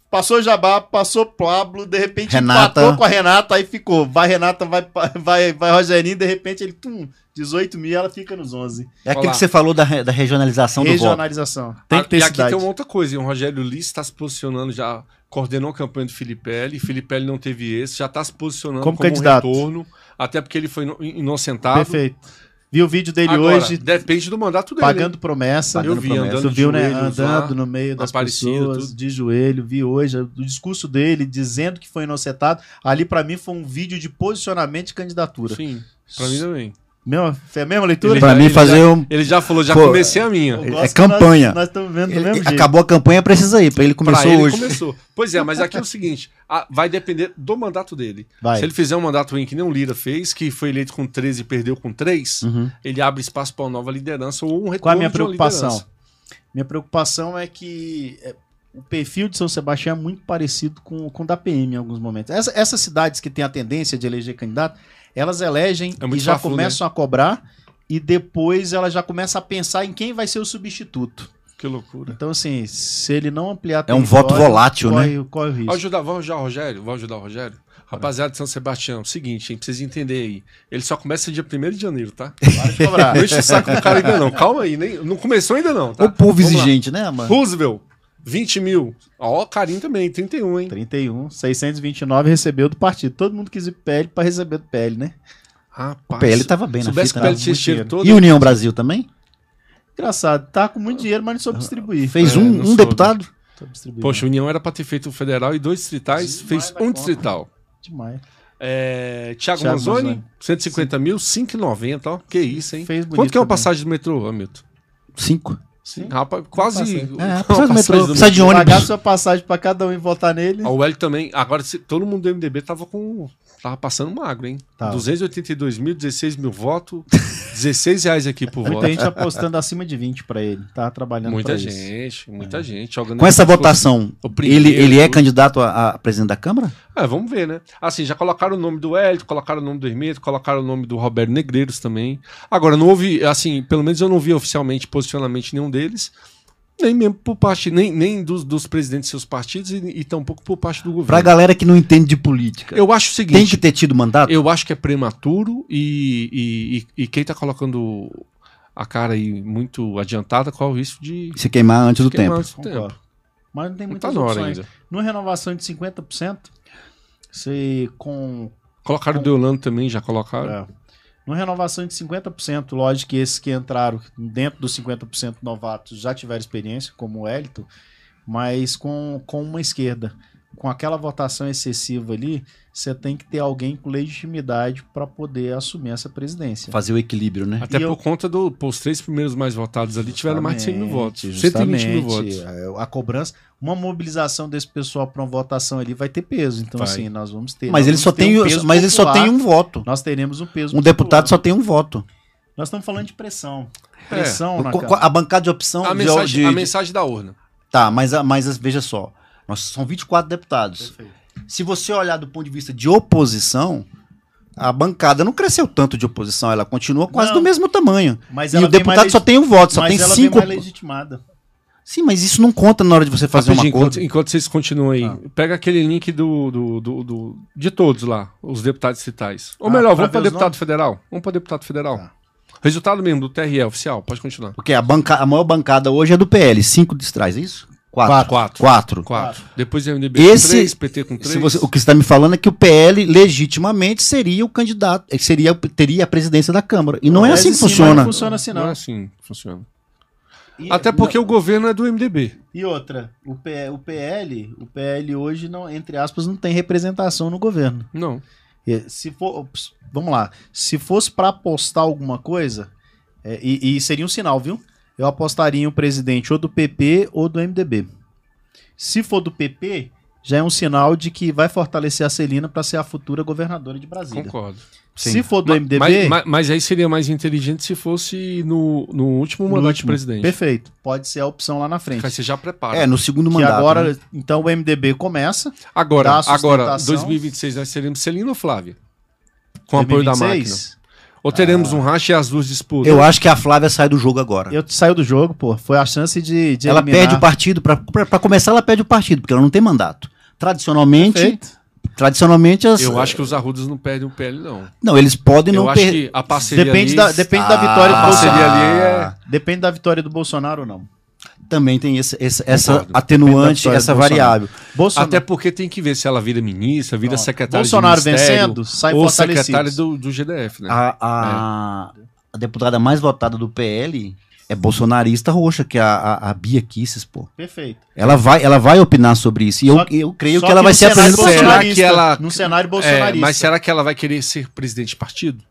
[SPEAKER 5] passou Jabá, passou Pablo, de repente
[SPEAKER 6] Renata.
[SPEAKER 5] empatou com a Renata, aí ficou. Vai Renata, vai, Pa- vai, vai Rogerinho, de repente ele, tum, 18 mil, ela fica nos 11.
[SPEAKER 6] É aquilo
[SPEAKER 3] Olá.
[SPEAKER 6] que você falou da, re- da regionalização do voto.
[SPEAKER 5] Regionalização. Tem que ter
[SPEAKER 3] e aqui
[SPEAKER 5] cidade.
[SPEAKER 3] tem uma outra coisa, hein? o Rogério Liss está se posicionando já, coordenou a campanha do Filipelli, Filipelli não teve esse, já está se posicionando
[SPEAKER 5] Como
[SPEAKER 3] como,
[SPEAKER 5] candidato.
[SPEAKER 3] um retorno, até porque ele foi ino- inocentado.
[SPEAKER 5] Perfeito. Vi o vídeo dele
[SPEAKER 3] Agora,
[SPEAKER 5] hoje,
[SPEAKER 3] depende do mandato dele.
[SPEAKER 5] pagando promessa.
[SPEAKER 3] Eu vi,
[SPEAKER 6] promessa.
[SPEAKER 3] andando
[SPEAKER 5] Tu
[SPEAKER 3] de
[SPEAKER 5] viu, né?
[SPEAKER 3] joelhos lá.
[SPEAKER 5] Andando no meio das
[SPEAKER 3] Aparecido,
[SPEAKER 5] pessoas,
[SPEAKER 3] tudo.
[SPEAKER 5] de joelho, vi hoje o discurso dele dizendo que foi inocentado. Ali, pra mim, foi um vídeo de posicionamento de candidatura.
[SPEAKER 3] Sim, pra mim também.
[SPEAKER 5] Mesma, foi a mesma leitura?
[SPEAKER 3] Ele
[SPEAKER 6] Pra
[SPEAKER 3] já-
[SPEAKER 6] mim,
[SPEAKER 3] ele
[SPEAKER 6] fazer
[SPEAKER 3] já-
[SPEAKER 6] um.
[SPEAKER 3] Ele já falou, já
[SPEAKER 6] Pô,
[SPEAKER 3] comecei a minha.
[SPEAKER 5] Eu
[SPEAKER 6] É
[SPEAKER 5] gosto que
[SPEAKER 6] campanha.
[SPEAKER 5] Nós, nós estamos vendo do
[SPEAKER 6] ele-
[SPEAKER 3] é
[SPEAKER 5] mesmo jeito.
[SPEAKER 6] acabou a campanha, precisa ir. Pra ele
[SPEAKER 3] Pra
[SPEAKER 6] começou
[SPEAKER 3] ele
[SPEAKER 6] hoje.
[SPEAKER 3] começou. Pois é, mas aqui é o seguinte: a- vai depender do mandato dele.
[SPEAKER 5] Vai.
[SPEAKER 3] Se ele fizer um mandato ruim que nem o Lira fez, que foi eleito com 13 e perdeu com 3,
[SPEAKER 6] Uhum.
[SPEAKER 3] ele abre espaço para uma nova liderança ou um retorno.
[SPEAKER 5] Hum. Qual a minha
[SPEAKER 3] de uma
[SPEAKER 5] preocupação?
[SPEAKER 3] liderança.
[SPEAKER 5] Minha preocupação é que é, o perfil de São Sebastião é muito parecido com, com o da PM em alguns momentos. Essa- essas cidades que têm a tendência de eleger candidato, elas elegem
[SPEAKER 3] É muito
[SPEAKER 5] e já
[SPEAKER 3] fla-flu,
[SPEAKER 5] começam a cobrar e depois elas já começam a pensar em quem vai ser o substituto.
[SPEAKER 3] Que loucura.
[SPEAKER 5] Então, assim, se ele não ampliar
[SPEAKER 6] É um voto volátil, né?
[SPEAKER 5] corre, Corre o risco.
[SPEAKER 3] Ajudar, vamos ajudar o Rogério? Vamos ajudar o Rogério? Rapaziada de São Sebastião, seguinte, hein? Precisa entender aí. Ele só começa dia 1 de janeiro, tá?
[SPEAKER 5] Para de cobrar.
[SPEAKER 3] Não enche o saco do cara ainda não. Calma aí, nem, não começou ainda não, tá?
[SPEAKER 6] O povo
[SPEAKER 3] Vamos lá.
[SPEAKER 6] exigente, né, mano?
[SPEAKER 3] Roosevelt, 20 mil. Ó, carinho também, 31, hein?
[SPEAKER 5] 31, 629 recebeu do partido. Todo mundo quis ir pro PL para receber do PL, né?
[SPEAKER 3] Rapaz.
[SPEAKER 6] O PL tava bem
[SPEAKER 3] Se
[SPEAKER 6] na
[SPEAKER 3] soubesse que
[SPEAKER 6] fita.
[SPEAKER 3] o
[SPEAKER 6] né?
[SPEAKER 3] PL tinha esse cheiro
[SPEAKER 5] dinheiro.
[SPEAKER 3] todo.
[SPEAKER 6] E União Brasil também?
[SPEAKER 5] Engraçado, tá com muito dinheiro, mas não soube distribuir.
[SPEAKER 6] Fez
[SPEAKER 3] É,
[SPEAKER 6] um,
[SPEAKER 3] não
[SPEAKER 6] um
[SPEAKER 3] soube.
[SPEAKER 6] deputado?
[SPEAKER 5] Soube distribuir,
[SPEAKER 3] Poxa, a União era pra ter feito um federal e dois distritais,
[SPEAKER 5] Demais
[SPEAKER 3] fez
[SPEAKER 5] da
[SPEAKER 3] um
[SPEAKER 5] conta.
[SPEAKER 3] distrital.
[SPEAKER 5] não. demais.
[SPEAKER 3] É, Tiago
[SPEAKER 5] Thiago
[SPEAKER 3] Manzoni,
[SPEAKER 5] Manzoni.
[SPEAKER 3] 150 mil, 5,90, ó. Que isso, hein?
[SPEAKER 5] Fez
[SPEAKER 3] Quanto que é uma
[SPEAKER 5] também.
[SPEAKER 3] passagem do metrô, Hamilton?
[SPEAKER 6] Cinco.
[SPEAKER 5] Sim.
[SPEAKER 3] Rapaz, quase.
[SPEAKER 5] Passagem.
[SPEAKER 3] uma
[SPEAKER 6] É, precisa do
[SPEAKER 3] passagem do
[SPEAKER 6] metrô, precisa de
[SPEAKER 5] Pagar
[SPEAKER 6] ônibus.
[SPEAKER 5] sua passagem pra cada um e votar nele.
[SPEAKER 3] Ah, O Hélio também. Agora, se- todo mundo do MDB tava com. Tava passando magro, hein?
[SPEAKER 5] Tava.
[SPEAKER 3] 282 mil, 16 mil votos, 16 reais aqui por voto.
[SPEAKER 5] Muita gente apostando acima de 20 pra ele. Tá trabalhando
[SPEAKER 3] Muita
[SPEAKER 5] pra isso.
[SPEAKER 3] gente, muita gente.
[SPEAKER 6] Com essa votação,
[SPEAKER 3] O primeiro, né?
[SPEAKER 6] ele, ele é
[SPEAKER 3] tudo.
[SPEAKER 6] candidato a, a presidente da Câmara?
[SPEAKER 3] É, vamos ver, né? Assim, já colocaram o nome do Hélio, colocaram o nome do Hermeto, colocaram o nome do Roberto Negreiros também. Agora, não houve, assim, pelo menos eu não vi oficialmente posicionamento nenhum deles, nem mesmo por parte, nem, nem dos, dos presidentes de seus partidos e, e tampouco por parte do
[SPEAKER 6] Pra
[SPEAKER 3] governo.
[SPEAKER 6] galera que não entende de política.
[SPEAKER 3] Eu acho o seguinte,
[SPEAKER 6] Tem que ter tido mandato?
[SPEAKER 3] eu acho que é prematuro e, e, e, e quem tá colocando a cara aí muito adiantada, qual é o risco de
[SPEAKER 6] Se queimar antes do
[SPEAKER 3] queimar
[SPEAKER 6] tempo.
[SPEAKER 3] antes do tempo?
[SPEAKER 5] Concordo. Mas não tem
[SPEAKER 3] Não tá
[SPEAKER 5] muitas
[SPEAKER 3] na hora
[SPEAKER 5] opções.
[SPEAKER 3] ainda.
[SPEAKER 5] Numa renovação de 50%, você com
[SPEAKER 3] Colocaram o Deolando também, já colocaram.
[SPEAKER 5] É. Numa renovação de 50%, lógico que esses que entraram dentro dos 50% novatos já tiveram experiência, como o Hélito, mas com, com uma esquerda. Com aquela votação excessiva ali, você tem que ter alguém com legitimidade para poder assumir essa presidência.
[SPEAKER 6] Fazer o equilíbrio, né?
[SPEAKER 3] Até
[SPEAKER 5] E
[SPEAKER 3] por
[SPEAKER 5] eu-
[SPEAKER 3] conta do. pô, os três primeiros mais votados ali tiveram mais de 100 mil votos.
[SPEAKER 5] Justamente,
[SPEAKER 3] 120 mil
[SPEAKER 5] justamente.
[SPEAKER 3] votos.
[SPEAKER 5] A, a cobrança, uma mobilização desse pessoal para uma votação ali vai ter peso. Então,
[SPEAKER 3] Vai.
[SPEAKER 5] assim, nós vamos ter.
[SPEAKER 6] Mas
[SPEAKER 5] nós
[SPEAKER 6] ele
[SPEAKER 5] vamos
[SPEAKER 6] só
[SPEAKER 5] ter
[SPEAKER 6] tem,
[SPEAKER 5] um
[SPEAKER 6] o-
[SPEAKER 5] peso
[SPEAKER 6] mas ele só
[SPEAKER 5] popular.
[SPEAKER 6] tem um voto.
[SPEAKER 5] Nós teremos um peso.
[SPEAKER 6] Um
[SPEAKER 5] popular.
[SPEAKER 6] deputado só tem um voto.
[SPEAKER 5] Nós estamos falando de pressão.
[SPEAKER 3] É.
[SPEAKER 5] Pressão na
[SPEAKER 6] Co-
[SPEAKER 5] Câmara.
[SPEAKER 6] co- a bancada de opção
[SPEAKER 3] A
[SPEAKER 6] de-
[SPEAKER 3] mensagem,
[SPEAKER 6] de-
[SPEAKER 3] a
[SPEAKER 6] de-
[SPEAKER 3] mensagem da urna.
[SPEAKER 6] Tá, mas, a- mas as- veja só. Nós são 24 deputados. Se você olhar do ponto de vista de oposição, A bancada não cresceu tanto de oposição, ela continua quase
[SPEAKER 5] Não.
[SPEAKER 6] do mesmo tamanho.
[SPEAKER 5] Mas
[SPEAKER 6] e o deputado só tem um voto, só
[SPEAKER 5] mas
[SPEAKER 6] tem
[SPEAKER 5] ela
[SPEAKER 6] cinco.
[SPEAKER 5] vem mais legitimada.
[SPEAKER 6] Sim, mas isso não conta na hora de você fazer um
[SPEAKER 3] Rapidinho,
[SPEAKER 6] acordo.
[SPEAKER 3] enquanto, enquanto vocês continuam aí, pega aquele link do, do, do- do- de todos lá, os deputados citais. Ou
[SPEAKER 5] Ah,
[SPEAKER 3] melhor,
[SPEAKER 5] pra
[SPEAKER 3] vamos para
[SPEAKER 5] ver os
[SPEAKER 3] deputado
[SPEAKER 5] nomes?
[SPEAKER 3] federal. Vamos para deputado federal.
[SPEAKER 5] Tá.
[SPEAKER 3] Resultado mesmo do TRE oficial, pode continuar.
[SPEAKER 6] Porque a, banca, a maior bancada hoje é do PL, cinco distrais, é isso?
[SPEAKER 3] Quatro.
[SPEAKER 6] Quatro.
[SPEAKER 3] Quatro.
[SPEAKER 6] Quatro.
[SPEAKER 3] Quatro. Depois é MDB
[SPEAKER 6] Esse-
[SPEAKER 3] com três, PT com três.
[SPEAKER 6] Se você- o que você está me falando é que o PL legitimamente seria o candidato, eh, seria, teria a presidência da Câmara. E não, é
[SPEAKER 5] Mas
[SPEAKER 6] assim que
[SPEAKER 5] sim, mas
[SPEAKER 6] funciona.
[SPEAKER 5] Não funciona assim,
[SPEAKER 3] Não é
[SPEAKER 5] não.
[SPEAKER 3] assim que funciona.
[SPEAKER 5] E-
[SPEAKER 3] Até porque o governo é do MDB.
[SPEAKER 5] E outra, o, P- o PL, o PL hoje, não, entre aspas, não tem representação no governo.
[SPEAKER 3] Não.
[SPEAKER 5] E Se for, ops, vamos lá. Se fosse para apostar alguma coisa, é, e, e seria um sinal, viu? Eu apostaria em um presidente ou do PP ou do MDB. Se for do PP, já é um sinal de que vai fortalecer a Celina para ser a futura governadora de Brasília.
[SPEAKER 3] Concordo.
[SPEAKER 5] Se for do
[SPEAKER 3] Ma-
[SPEAKER 5] MDB,
[SPEAKER 3] Mas, mas- mas aí seria mais inteligente se fosse no, no último
[SPEAKER 5] no
[SPEAKER 3] mandato de
[SPEAKER 5] último,
[SPEAKER 3] presidente. assim
[SPEAKER 5] perfeito. Pode ser a opção lá na frente.
[SPEAKER 3] Aí você já prepara.
[SPEAKER 6] É, no segundo
[SPEAKER 5] Que
[SPEAKER 6] mandato. né?
[SPEAKER 5] agora, então o MDB começa. dá
[SPEAKER 3] agora,
[SPEAKER 5] a
[SPEAKER 3] agora,
[SPEAKER 5] sustentação.
[SPEAKER 3] 2026 nós teremos Celina ou Flávia? Com o apoio da máquina.
[SPEAKER 5] 2026,
[SPEAKER 3] Ou
[SPEAKER 5] Ah.
[SPEAKER 3] teremos um racha e as duas disputas?
[SPEAKER 6] Eu acho que a Flávia sai do jogo
[SPEAKER 3] É.
[SPEAKER 6] agora.
[SPEAKER 5] Eu saiu do jogo, pô. Foi a chance de, de
[SPEAKER 6] ela
[SPEAKER 5] eliminar.
[SPEAKER 6] perde o partido, pra- pra pra começar, ela perde o partido, porque ela não tem mandato. Tradicionalmente,
[SPEAKER 5] Perfeito.
[SPEAKER 6] tradicionalmente as,
[SPEAKER 3] Eu acho que os arrudos não perdem o PL, não.
[SPEAKER 6] não, eles podem
[SPEAKER 3] Eu
[SPEAKER 6] não
[SPEAKER 3] acho
[SPEAKER 6] perder.
[SPEAKER 3] que a parceria
[SPEAKER 5] Depende
[SPEAKER 3] ali-
[SPEAKER 5] da, depende da vitória do
[SPEAKER 6] Ah,
[SPEAKER 5] Bolsonaro.
[SPEAKER 3] parceria ali é-
[SPEAKER 5] Depende da vitória do Bolsonaro ou não.
[SPEAKER 6] Também tem esse- esse- essa
[SPEAKER 3] Concordo.
[SPEAKER 6] atenuante,
[SPEAKER 5] Depende da
[SPEAKER 6] essa
[SPEAKER 5] vitória do
[SPEAKER 6] variável.
[SPEAKER 5] Bolsonaro,
[SPEAKER 3] Até porque tem que ver se ela vira ministra, vira
[SPEAKER 5] Pronto.
[SPEAKER 3] secretária
[SPEAKER 5] Bolsonaro
[SPEAKER 3] de ministério,
[SPEAKER 5] vencendo, tá sai
[SPEAKER 3] ou
[SPEAKER 5] fortalecido.
[SPEAKER 3] secretária do, do GDF, né?
[SPEAKER 6] A, a-
[SPEAKER 5] É.
[SPEAKER 6] a deputada mais votada do PL é bolsonarista roxa, que é a, a- a Bia Kisses, pô.
[SPEAKER 5] Perfeito.
[SPEAKER 6] Ela vai, ela vai opinar sobre isso. E eu,
[SPEAKER 5] Só-
[SPEAKER 6] eu creio
[SPEAKER 5] Só
[SPEAKER 6] que ela vai
[SPEAKER 5] no
[SPEAKER 6] ser a
[SPEAKER 5] cenário
[SPEAKER 6] presidente do
[SPEAKER 3] presidente
[SPEAKER 6] Bolsonaro.
[SPEAKER 3] Bolsonaro.
[SPEAKER 5] bolsonarista,
[SPEAKER 3] Será que ela-
[SPEAKER 5] Num cenário
[SPEAKER 3] É,
[SPEAKER 5] bolsonarista.
[SPEAKER 3] mas será que ela vai querer ser presidente de partido?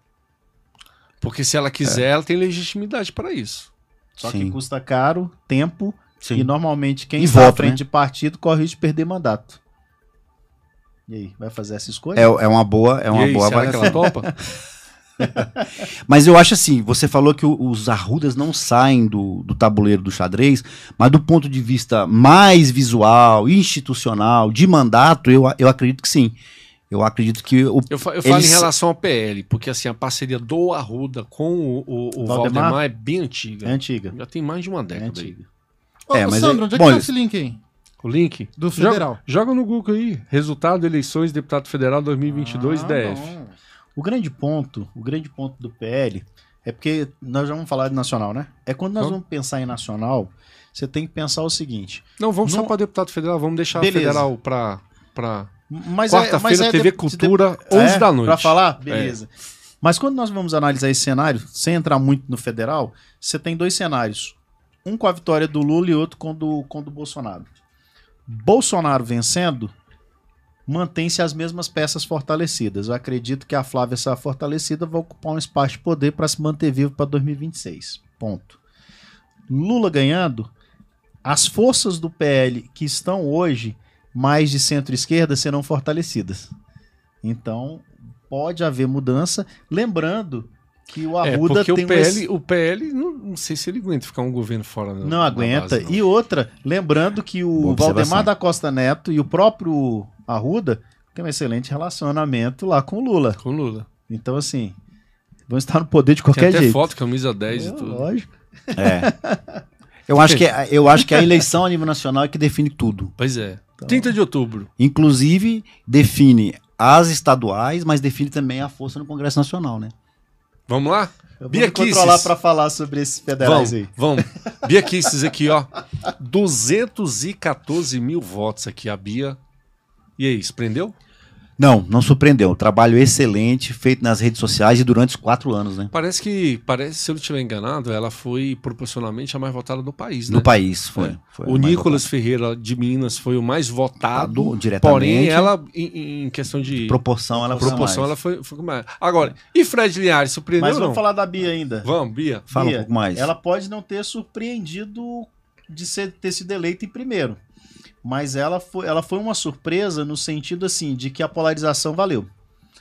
[SPEAKER 3] Porque se ela quiser, ela tem legitimidade para isso.
[SPEAKER 5] Só
[SPEAKER 6] Sim.
[SPEAKER 5] que custa caro, tempo,
[SPEAKER 6] Sim.
[SPEAKER 5] e normalmente quem
[SPEAKER 6] E
[SPEAKER 5] está à
[SPEAKER 6] voto,
[SPEAKER 5] frente
[SPEAKER 6] né?
[SPEAKER 5] de partido corre o risco de perder mandato. E aí, vai fazer essa escolha?
[SPEAKER 6] É, é uma boa, é
[SPEAKER 3] e
[SPEAKER 6] uma
[SPEAKER 3] aí,
[SPEAKER 6] boa
[SPEAKER 3] será que
[SPEAKER 6] avaliação.
[SPEAKER 3] ela topa?
[SPEAKER 6] Mas eu acho assim, você falou que o- os arrudas não saem do, do tabuleiro do xadrez, mas do ponto de vista mais visual, institucional, de mandato, eu, a- eu acredito que sim. Eu acredito que o
[SPEAKER 3] Eu, fa- eu falo
[SPEAKER 6] Eles-
[SPEAKER 3] em relação ao PL, porque assim, a parceria do Arruda com o, o- o
[SPEAKER 5] Valdemar?
[SPEAKER 3] Valdemar? é bem antiga.
[SPEAKER 5] É antiga.
[SPEAKER 3] Já tem mais de uma
[SPEAKER 5] É
[SPEAKER 3] década aí.
[SPEAKER 5] antiga.
[SPEAKER 4] Ô,
[SPEAKER 6] É,
[SPEAKER 4] ô,
[SPEAKER 6] mas
[SPEAKER 4] Sandro,
[SPEAKER 6] é-
[SPEAKER 4] onde é que
[SPEAKER 6] bom,
[SPEAKER 4] tá
[SPEAKER 6] eles-
[SPEAKER 4] esse link aí?
[SPEAKER 3] O link?
[SPEAKER 4] Do
[SPEAKER 3] Joga-
[SPEAKER 4] federal.
[SPEAKER 3] Joga, no Google aí. Resultado, eleições, deputado federal 2022,
[SPEAKER 5] Ah,
[SPEAKER 3] DF.
[SPEAKER 5] não. O grande ponto, o grande ponto do PL é porque nós já vamos falar de nacional, né? É quando nós
[SPEAKER 3] Vamos.
[SPEAKER 5] vamos pensar em nacional, você tem que pensar o seguinte.
[SPEAKER 3] Não, vamos
[SPEAKER 5] Não-
[SPEAKER 3] só para deputado federal. Vamos deixar
[SPEAKER 5] Beleza.
[SPEAKER 3] a federal para pra...
[SPEAKER 5] Mas é- mas
[SPEAKER 3] quarta-feira,
[SPEAKER 5] é
[SPEAKER 3] TV
[SPEAKER 5] de-
[SPEAKER 3] Cultura,
[SPEAKER 5] de-
[SPEAKER 3] 11
[SPEAKER 5] é,
[SPEAKER 3] da noite.
[SPEAKER 5] Pra falar? Beleza. Mas quando nós vamos analisar esse cenário, sem entrar muito no federal, você tem dois cenários. Um com a vitória do Lula e outro com o do, com o do Bolsonaro. Bolsonaro vencendo, mantém-se as mesmas peças fortalecidas. Eu acredito que a Flávia essa fortalecida vai ocupar um espaço de poder para se manter vivo para 2026. Ponto. Lula ganhando, as forças do PL que estão hoje mais de centro-esquerda serão fortalecidas. Então, pode haver mudança, lembrando que o
[SPEAKER 3] É,
[SPEAKER 5] Arruda
[SPEAKER 3] porque
[SPEAKER 5] tem
[SPEAKER 3] o
[SPEAKER 5] um
[SPEAKER 3] PL, o PL não, não sei se ele aguenta ficar um governo fora. da-
[SPEAKER 5] não
[SPEAKER 3] da
[SPEAKER 5] aguenta.
[SPEAKER 3] base, não.
[SPEAKER 5] E outra, lembrando que
[SPEAKER 6] Boa
[SPEAKER 5] o
[SPEAKER 6] observação.
[SPEAKER 5] Valdemar da Costa Neto e o próprio Arruda têm um excelente relacionamento lá com o Lula.
[SPEAKER 3] Com o Lula.
[SPEAKER 5] Então, assim, vão estar no poder de
[SPEAKER 3] Tem
[SPEAKER 5] qualquer
[SPEAKER 3] até
[SPEAKER 5] jeito.
[SPEAKER 3] foto, camisa 10
[SPEAKER 5] É,
[SPEAKER 3] e tudo.
[SPEAKER 5] lógico.
[SPEAKER 6] É. Eu acho que é- eu acho que a eleição a nível nacional é que define tudo.
[SPEAKER 3] Pois é.
[SPEAKER 5] Então.
[SPEAKER 3] 30 de outubro.
[SPEAKER 6] Inclusive define as estaduais, mas define também a força no Congresso Nacional, né?
[SPEAKER 3] Vamos lá?
[SPEAKER 5] Eu vou
[SPEAKER 3] Bia
[SPEAKER 5] me controlar
[SPEAKER 3] Kisses.
[SPEAKER 5] para falar sobre esses federais
[SPEAKER 3] Vamos,
[SPEAKER 5] aí.
[SPEAKER 3] vamos. Bia Kisses aqui, ó. 214 mil votos aqui, a Bia. E aí, se prendeu?
[SPEAKER 6] Não, não surpreendeu. Um Trabalho excelente feito nas redes sociais e durante os quatro anos, né?
[SPEAKER 3] Parece que, parece, se eu não estiver enganado, ela foi proporcionalmente a mais votada do país, né?
[SPEAKER 6] No país foi. foi
[SPEAKER 3] o
[SPEAKER 6] mais
[SPEAKER 3] Nicolas Ferreira de Minas foi o
[SPEAKER 5] Tá
[SPEAKER 3] mais votado,
[SPEAKER 6] votado diretamente.
[SPEAKER 5] né?
[SPEAKER 3] porém ela, em, em questão
[SPEAKER 5] Tá
[SPEAKER 3] de
[SPEAKER 6] proporção, ela foi
[SPEAKER 3] proporção,
[SPEAKER 6] mais.
[SPEAKER 3] ela foi, foi com mais. Agora, e Fred Linhares, surpreendeu
[SPEAKER 5] É. Mas
[SPEAKER 3] ou não?
[SPEAKER 5] vamos falar da Bia ainda.
[SPEAKER 3] Vamos, Bia.
[SPEAKER 6] Fala
[SPEAKER 5] Bia,
[SPEAKER 6] um pouco mais.
[SPEAKER 5] Ela pode não ter surpreendido de ser- ter sido eleita em primeiro. Mas ela foi, ela foi uma surpresa no sentido assim de que a polarização valeu.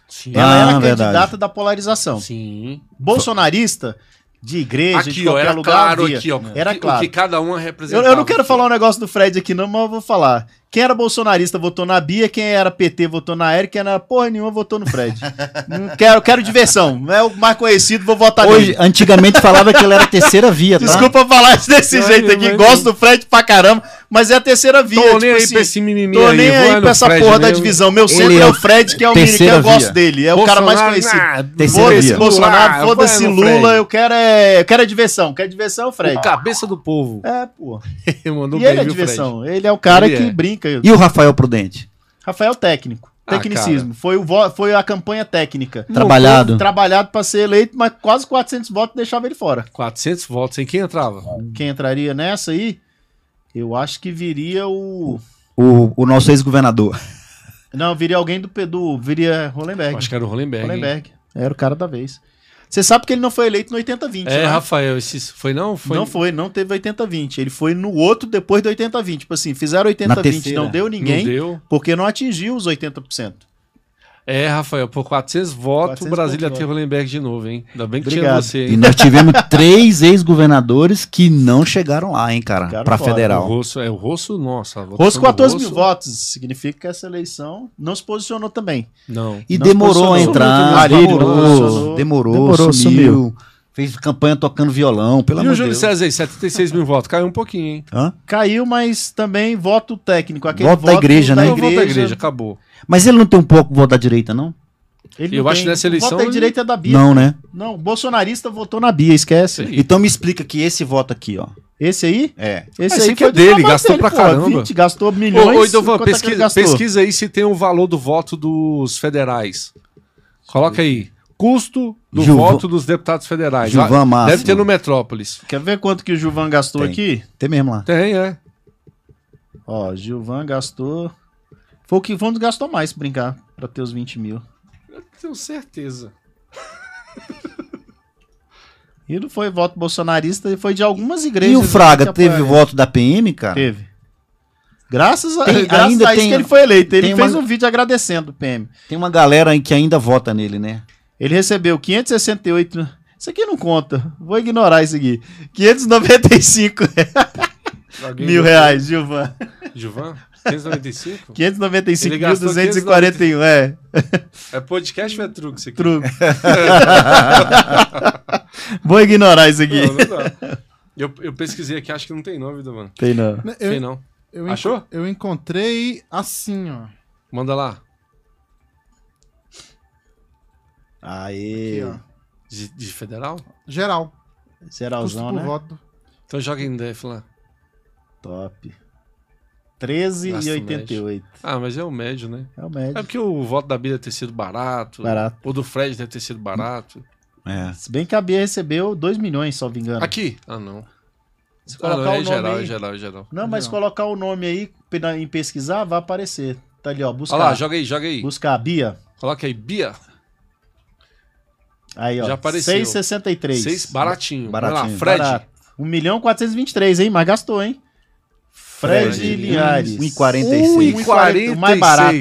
[SPEAKER 3] Sim.
[SPEAKER 5] Ela
[SPEAKER 6] Ah,
[SPEAKER 5] era
[SPEAKER 6] verdade.
[SPEAKER 5] candidata da polarização.
[SPEAKER 3] Sim.
[SPEAKER 5] bolsonarista de igreja, de
[SPEAKER 3] Aqui, ó,
[SPEAKER 5] qualquer
[SPEAKER 3] era
[SPEAKER 5] lugar,
[SPEAKER 3] claro
[SPEAKER 5] havia.
[SPEAKER 3] aqui, ó.
[SPEAKER 5] Era
[SPEAKER 3] que-
[SPEAKER 5] claro.
[SPEAKER 3] O que cada uma
[SPEAKER 5] Eu,
[SPEAKER 3] representava.
[SPEAKER 5] um eu não quero falar um negócio do Fred aqui não, mas eu vou falar. Quem era bolsonarista votou na Bia, quem era PT votou na Eric, quem era porra nenhuma votou no Fred. Hum, quero, quero diversão. É o mais conhecido, vou votar nele.
[SPEAKER 6] Hoje, antigamente falava que ele era terceira via, tá?
[SPEAKER 5] Desculpa falar isso desse
[SPEAKER 3] Não,
[SPEAKER 5] jeito
[SPEAKER 3] não,
[SPEAKER 5] aqui,
[SPEAKER 3] não.
[SPEAKER 5] gosto do Fred pra caramba, mas é a terceira via.
[SPEAKER 3] Tô
[SPEAKER 5] tipo
[SPEAKER 3] nem aí
[SPEAKER 5] assim,
[SPEAKER 3] pra esse mimimi
[SPEAKER 5] tô
[SPEAKER 3] aí.
[SPEAKER 5] nem
[SPEAKER 3] vou
[SPEAKER 5] aí
[SPEAKER 3] lá
[SPEAKER 5] pra
[SPEAKER 3] no
[SPEAKER 5] essa
[SPEAKER 3] Fred
[SPEAKER 5] porra da
[SPEAKER 3] mesmo.
[SPEAKER 5] divisão. Meu
[SPEAKER 6] Ele
[SPEAKER 5] centro
[SPEAKER 6] é
[SPEAKER 5] é o
[SPEAKER 6] o
[SPEAKER 5] Fred, que é o mini, que
[SPEAKER 6] terceira
[SPEAKER 5] eu gosto
[SPEAKER 6] via.
[SPEAKER 5] dele. É o cara mais conhecido.
[SPEAKER 3] ah,
[SPEAKER 6] Terceira
[SPEAKER 5] Foda-se
[SPEAKER 6] via.
[SPEAKER 5] Bolsonaro, foda-se Lula,
[SPEAKER 3] eu...
[SPEAKER 5] eu quero é, eu quero é diversão, quero diversão, Fred.
[SPEAKER 3] O cabeça do povo.
[SPEAKER 5] É, pô.
[SPEAKER 3] Mandou
[SPEAKER 5] e ele
[SPEAKER 3] viu,
[SPEAKER 5] é
[SPEAKER 3] Fred?
[SPEAKER 5] diversão. Ele é o cara
[SPEAKER 3] Ele
[SPEAKER 5] que
[SPEAKER 3] é.
[SPEAKER 5] brinca.
[SPEAKER 6] E o Rafael Prudente?
[SPEAKER 5] Rafael técnico.
[SPEAKER 3] Ah,
[SPEAKER 5] Tecnicismo. foi, o vo- foi a campanha técnica.
[SPEAKER 6] Trabalhado.
[SPEAKER 5] Trabalhado pra ser eleito, mas quase 400 votos deixava ele fora.
[SPEAKER 3] 400 votos, hein? Quem entrava?
[SPEAKER 5] Quem entraria nessa aí, eu acho que viria o...
[SPEAKER 6] O, o nosso ex-governador.
[SPEAKER 5] Não, viria alguém do Pedro, viria Hollenberg.
[SPEAKER 3] Acho que era o Hollenberg. hein?
[SPEAKER 5] Hollenberg. Era o cara da vez. Você sabe que ele não foi eleito no 80-20,
[SPEAKER 3] É,
[SPEAKER 5] né?
[SPEAKER 3] Rafael, esse foi não? Foi...
[SPEAKER 5] Não foi, não teve 80-20. Ele foi no outro depois do 80-20. Tipo assim, fizeram
[SPEAKER 6] Na
[SPEAKER 5] 80-20,
[SPEAKER 6] terceira.
[SPEAKER 5] não deu ninguém,
[SPEAKER 3] Não deu.
[SPEAKER 5] porque não atingiu os 80%.
[SPEAKER 3] É, Rafael, por 400 votos,
[SPEAKER 5] 400
[SPEAKER 3] o Brasília
[SPEAKER 5] votos, né?
[SPEAKER 3] tem Hollenberg de novo, hein? Ainda bem que tinha
[SPEAKER 5] Obrigado.
[SPEAKER 3] você,
[SPEAKER 6] E
[SPEAKER 3] hein?
[SPEAKER 6] nós tivemos três ex-governadores que não chegaram lá, hein, cara?
[SPEAKER 5] Ficaram
[SPEAKER 6] pra
[SPEAKER 5] fora.
[SPEAKER 3] O
[SPEAKER 6] federal.
[SPEAKER 3] Rosso, é, o Rosso, nossa. a votação
[SPEAKER 5] Rosso,
[SPEAKER 3] do
[SPEAKER 5] 14 mil
[SPEAKER 3] Rosso-
[SPEAKER 5] votos. Significa que essa eleição não se posicionou também.
[SPEAKER 3] Não.
[SPEAKER 6] E
[SPEAKER 5] Não
[SPEAKER 6] demorou
[SPEAKER 5] funcionou.
[SPEAKER 6] a
[SPEAKER 5] Sumiu
[SPEAKER 6] entrar,
[SPEAKER 5] também.
[SPEAKER 6] demorou,
[SPEAKER 5] Não
[SPEAKER 6] demorou,
[SPEAKER 5] funcionou. Demorou,
[SPEAKER 6] sumiu. Fez campanha tocando violão, pelo
[SPEAKER 3] e o
[SPEAKER 6] amor de
[SPEAKER 3] Júlio
[SPEAKER 6] Deus.
[SPEAKER 3] César aí, 76 mil votos, caiu um pouquinho, hein?
[SPEAKER 6] Hã?
[SPEAKER 5] Caiu, mas também voto técnico. Aquele
[SPEAKER 6] Voto da igreja, né?
[SPEAKER 3] Não,
[SPEAKER 6] Na
[SPEAKER 3] o voto da igreja, acabou.
[SPEAKER 6] Mas ele não tem um pouco voto da direita, não?
[SPEAKER 5] Ele
[SPEAKER 3] Eu
[SPEAKER 5] não
[SPEAKER 3] acho que nessa
[SPEAKER 5] o
[SPEAKER 3] eleição
[SPEAKER 5] Voto da
[SPEAKER 3] ele-
[SPEAKER 5] direita é da Bia.
[SPEAKER 6] Não, né?
[SPEAKER 5] Não, o bolsonarista votou na Bia, esquece.
[SPEAKER 3] Sim.
[SPEAKER 6] Então me explica que esse voto aqui, ó.
[SPEAKER 5] Esse aí?
[SPEAKER 6] É.
[SPEAKER 5] Esse
[SPEAKER 3] Mas
[SPEAKER 5] aí
[SPEAKER 3] esse que é dele,
[SPEAKER 5] desabafo
[SPEAKER 3] gastou pra
[SPEAKER 5] pô,
[SPEAKER 3] caramba.
[SPEAKER 5] gastou
[SPEAKER 3] Ô,
[SPEAKER 5] milhões.
[SPEAKER 3] ô Idovan,
[SPEAKER 5] quanto é que ele
[SPEAKER 3] pesquisa,
[SPEAKER 5] gastou?
[SPEAKER 3] pesquisa aí se tem o valor do voto dos federais. Coloca aí. Custo do
[SPEAKER 6] Gilvan-
[SPEAKER 3] voto dos deputados federais.
[SPEAKER 6] Gilvan
[SPEAKER 3] Lá-
[SPEAKER 6] Máximo.
[SPEAKER 3] Deve ter no Metrópolis.
[SPEAKER 5] Quer ver quanto que o Gilvan gastou
[SPEAKER 6] Tem.
[SPEAKER 5] aqui?
[SPEAKER 6] Tem mesmo lá.
[SPEAKER 3] Tem, é.
[SPEAKER 5] Ó, Gilvan gastou. Foi o que vamos gastou mais pra brincar pra ter os 20 mil.
[SPEAKER 3] Tenho certeza.
[SPEAKER 5] E não foi voto bolsonarista, e foi de algumas igrejas.
[SPEAKER 6] E o
[SPEAKER 5] né, que
[SPEAKER 6] Fraga teve
[SPEAKER 5] apoiaram.
[SPEAKER 6] voto da PM, cara?
[SPEAKER 5] Teve. Graças a,
[SPEAKER 6] Tem-
[SPEAKER 5] graças
[SPEAKER 6] ainda
[SPEAKER 5] a isso
[SPEAKER 6] tem-
[SPEAKER 5] que ele foi eleito. Ele
[SPEAKER 6] tem
[SPEAKER 5] fez
[SPEAKER 6] uma-
[SPEAKER 5] um vídeo agradecendo o PM.
[SPEAKER 6] Tem uma galera aí que ainda vota nele, né?
[SPEAKER 5] Ele recebeu 568. Isso aqui não conta. Vou ignorar isso aqui. 595
[SPEAKER 3] Alguém
[SPEAKER 5] mil
[SPEAKER 3] votou?
[SPEAKER 5] reais, Gilvan.
[SPEAKER 3] Gilvan? 595?
[SPEAKER 5] 595.241, é.
[SPEAKER 3] É podcast ou é truque isso aqui?
[SPEAKER 5] Truco. é. Vou ignorar isso aqui.
[SPEAKER 3] Não, não dá. Eu, eu pesquisei aqui, acho que não tem nome, Idovan.
[SPEAKER 5] Tem não.
[SPEAKER 4] Eu,
[SPEAKER 3] Tem não.
[SPEAKER 4] eu en-
[SPEAKER 3] Achou?
[SPEAKER 4] Eu encontrei assim, ó.
[SPEAKER 3] Manda lá.
[SPEAKER 5] Aê.
[SPEAKER 4] Aqui, ó.
[SPEAKER 3] De, de federal?
[SPEAKER 4] Geral. Custo
[SPEAKER 5] Geralzão,
[SPEAKER 4] por
[SPEAKER 5] né?
[SPEAKER 4] voto.
[SPEAKER 3] Então joga em DF lá.
[SPEAKER 5] Top. 13,88.
[SPEAKER 3] Ah, mas é o médio, né?
[SPEAKER 5] É o
[SPEAKER 3] É
[SPEAKER 5] médio.
[SPEAKER 3] porque o voto da Bia deve ter sido barato.
[SPEAKER 5] Barato.
[SPEAKER 3] O do Fred deve ter sido barato.
[SPEAKER 6] É.
[SPEAKER 5] Se bem que a Bia recebeu 2 milhões, só vingando.
[SPEAKER 3] Aqui? Ah, não.
[SPEAKER 5] Se
[SPEAKER 3] Ah,
[SPEAKER 5] colocar
[SPEAKER 3] não,
[SPEAKER 5] o
[SPEAKER 3] é
[SPEAKER 5] nome
[SPEAKER 3] geral,
[SPEAKER 5] aí-
[SPEAKER 3] é geral, é geral.
[SPEAKER 5] Não, mas
[SPEAKER 4] Não.
[SPEAKER 5] colocar o nome aí pe- na- em pesquisar, vai aparecer. Tá ali, ó. Buscar,
[SPEAKER 3] Olha lá, joga aí, joga aí.
[SPEAKER 5] buscar a Bia.
[SPEAKER 3] Coloca aí, Bia.
[SPEAKER 5] Aí, ó.
[SPEAKER 3] Já apareceu.
[SPEAKER 5] 6,63.
[SPEAKER 3] Seis, baratinho.
[SPEAKER 6] Baratinho.
[SPEAKER 3] Vai lá, Fred.
[SPEAKER 5] Barato. 1 milhão 423, hein? Mas gastou, hein? Fred,
[SPEAKER 3] Fred
[SPEAKER 5] Linhares.
[SPEAKER 6] 1,46.
[SPEAKER 3] 1,46.
[SPEAKER 5] Mais barato.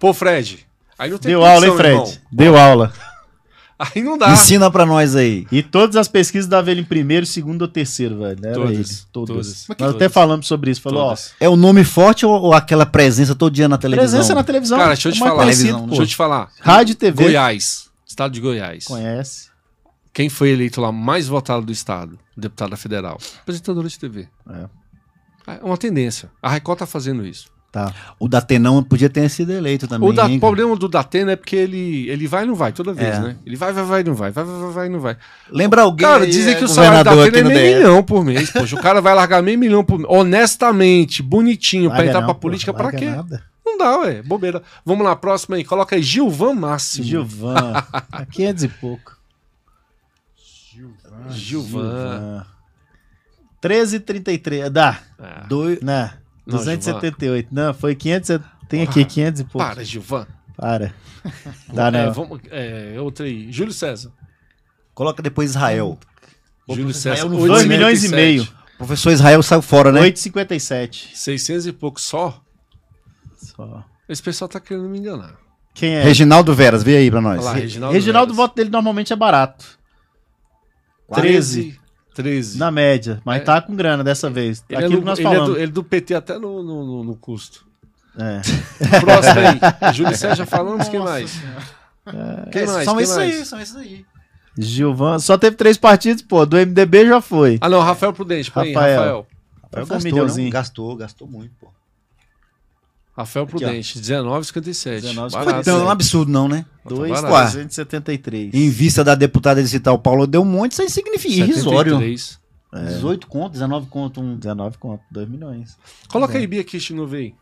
[SPEAKER 3] Pô, Fred. Aí não tem
[SPEAKER 5] Deu
[SPEAKER 3] condição,
[SPEAKER 5] aula, hein, Fred?
[SPEAKER 3] irmão.
[SPEAKER 5] Deu aula.
[SPEAKER 3] Aí não dá.
[SPEAKER 6] Ensina pra nós aí.
[SPEAKER 5] E todas as pesquisas davam ele em primeiro, segundo ou terceiro, velho. né? Era
[SPEAKER 3] Todas,
[SPEAKER 5] ele, todas.
[SPEAKER 3] todas,
[SPEAKER 5] Nós
[SPEAKER 3] todas.
[SPEAKER 5] até falamos sobre isso. Falou, ó,
[SPEAKER 3] Todas.
[SPEAKER 6] É o nome forte ou, ou aquela presença todo dia na televisão?
[SPEAKER 5] presença na televisão.
[SPEAKER 3] Cara, deixa eu te
[SPEAKER 5] é mais
[SPEAKER 3] falar.
[SPEAKER 5] conhecido,
[SPEAKER 6] Televisão, né?
[SPEAKER 5] pô.
[SPEAKER 3] Deixa eu te falar.
[SPEAKER 5] Rádio e TV.
[SPEAKER 3] Goiás. Estado de Goiás.
[SPEAKER 5] Conhece.
[SPEAKER 3] Quem foi eleito lá mais votado do estado? Deputada federal. Apresentadora de TV.
[SPEAKER 5] É.
[SPEAKER 3] É uma tendência. A Record tá fazendo isso.
[SPEAKER 6] O Datenão podia ter sido eleito também.
[SPEAKER 3] O da-
[SPEAKER 6] hein, cara?
[SPEAKER 3] problema do Datena é porque ele, ele vai e não vai toda vez,
[SPEAKER 6] É.
[SPEAKER 3] né? Ele vai, vai, vai, não vai, vai, vai, vai, vai, não vai.
[SPEAKER 6] Lembra alguém
[SPEAKER 3] Cara,
[SPEAKER 6] aí,
[SPEAKER 3] dizem
[SPEAKER 6] é,
[SPEAKER 3] que o salário da
[SPEAKER 6] governador
[SPEAKER 3] Atena é
[SPEAKER 6] aqui no
[SPEAKER 3] meio
[SPEAKER 6] DF?
[SPEAKER 3] milhão por mês. Poxa, o cara vai largar meio milhão por mês. Honestamente, bonitinho, pra
[SPEAKER 5] Larga
[SPEAKER 3] entrar
[SPEAKER 5] não,
[SPEAKER 6] um,
[SPEAKER 3] pra
[SPEAKER 5] pô,
[SPEAKER 3] política, pra
[SPEAKER 5] larga
[SPEAKER 3] quê?
[SPEAKER 5] nada.
[SPEAKER 3] Não dá, ué. Bobeira. Vamos lá, próxima aí. Coloca aí Gilvan Máximo.
[SPEAKER 5] Gilvan. a 500 e pouco.
[SPEAKER 4] Gilvan.
[SPEAKER 3] Ah, Gilvan.
[SPEAKER 5] 13,33. Dá. Né?
[SPEAKER 3] Ah,
[SPEAKER 5] Doi... Não,
[SPEAKER 3] Não,
[SPEAKER 5] 278. Não, foi 500. e- Tem aqui
[SPEAKER 3] Ah,
[SPEAKER 5] 500 e pouco.
[SPEAKER 3] para, Gilvan.
[SPEAKER 5] Para. Dá, né?
[SPEAKER 3] É,
[SPEAKER 5] Ah, não.
[SPEAKER 3] vamos, é, outra aí. Júlio César.
[SPEAKER 6] Coloca depois Israel.
[SPEAKER 3] Júlio César.
[SPEAKER 6] Israel não
[SPEAKER 5] 2 milhões e meio.
[SPEAKER 6] O professor Israel saiu fora, né?
[SPEAKER 5] 8,57.
[SPEAKER 3] 600 e pouco só.
[SPEAKER 5] Só.
[SPEAKER 3] Esse pessoal tá querendo me enganar.
[SPEAKER 5] Quem é?
[SPEAKER 6] Reginaldo Veras, vê aí pra nós.
[SPEAKER 3] Olha lá, Reginaldo.
[SPEAKER 5] Reginaldo, o
[SPEAKER 3] Veras.
[SPEAKER 5] voto dele normalmente é barato. 13.
[SPEAKER 3] 13. 13.
[SPEAKER 5] Na média.
[SPEAKER 3] É.
[SPEAKER 5] Mas tá com grana dessa vez.
[SPEAKER 3] Ele, é do,
[SPEAKER 5] Aquilo que nós
[SPEAKER 3] ele é do-
[SPEAKER 5] falamos.
[SPEAKER 3] ele é do PT até no, no, no- no custo.
[SPEAKER 5] É.
[SPEAKER 3] Próximo aí. Júlio César já falamos, quem mais? Quem
[SPEAKER 6] É,
[SPEAKER 3] mais?
[SPEAKER 6] são
[SPEAKER 3] Quem
[SPEAKER 6] esses
[SPEAKER 3] mais?
[SPEAKER 6] aí, são esses aí.
[SPEAKER 5] Gilvan, só teve três partidos, pô, do MDB já foi.
[SPEAKER 3] Ah, não, Rafael Prudente, põe aí,
[SPEAKER 5] Rafael.
[SPEAKER 3] Rafael.
[SPEAKER 5] Rafael
[SPEAKER 6] gastou,
[SPEAKER 5] Gamilhãozinho.
[SPEAKER 6] não? gastou, gastou muito, pô.
[SPEAKER 3] Rafael Prudente, 19,57.
[SPEAKER 5] 19,57.
[SPEAKER 6] Foi
[SPEAKER 3] Barato,
[SPEAKER 6] tão
[SPEAKER 3] né?
[SPEAKER 6] absurdo, não, né?
[SPEAKER 5] Dois,
[SPEAKER 3] barato.
[SPEAKER 5] 373.
[SPEAKER 6] Em vista da deputada de citar o Paulo deu um monte, isso é insignificante. Irrisório.
[SPEAKER 3] 73.
[SPEAKER 6] 18 conto, 19 conto, um.
[SPEAKER 5] 19 conto, 2 milhões.
[SPEAKER 3] Coloca
[SPEAKER 5] Uhum.
[SPEAKER 3] aí Bia Kishinov aí.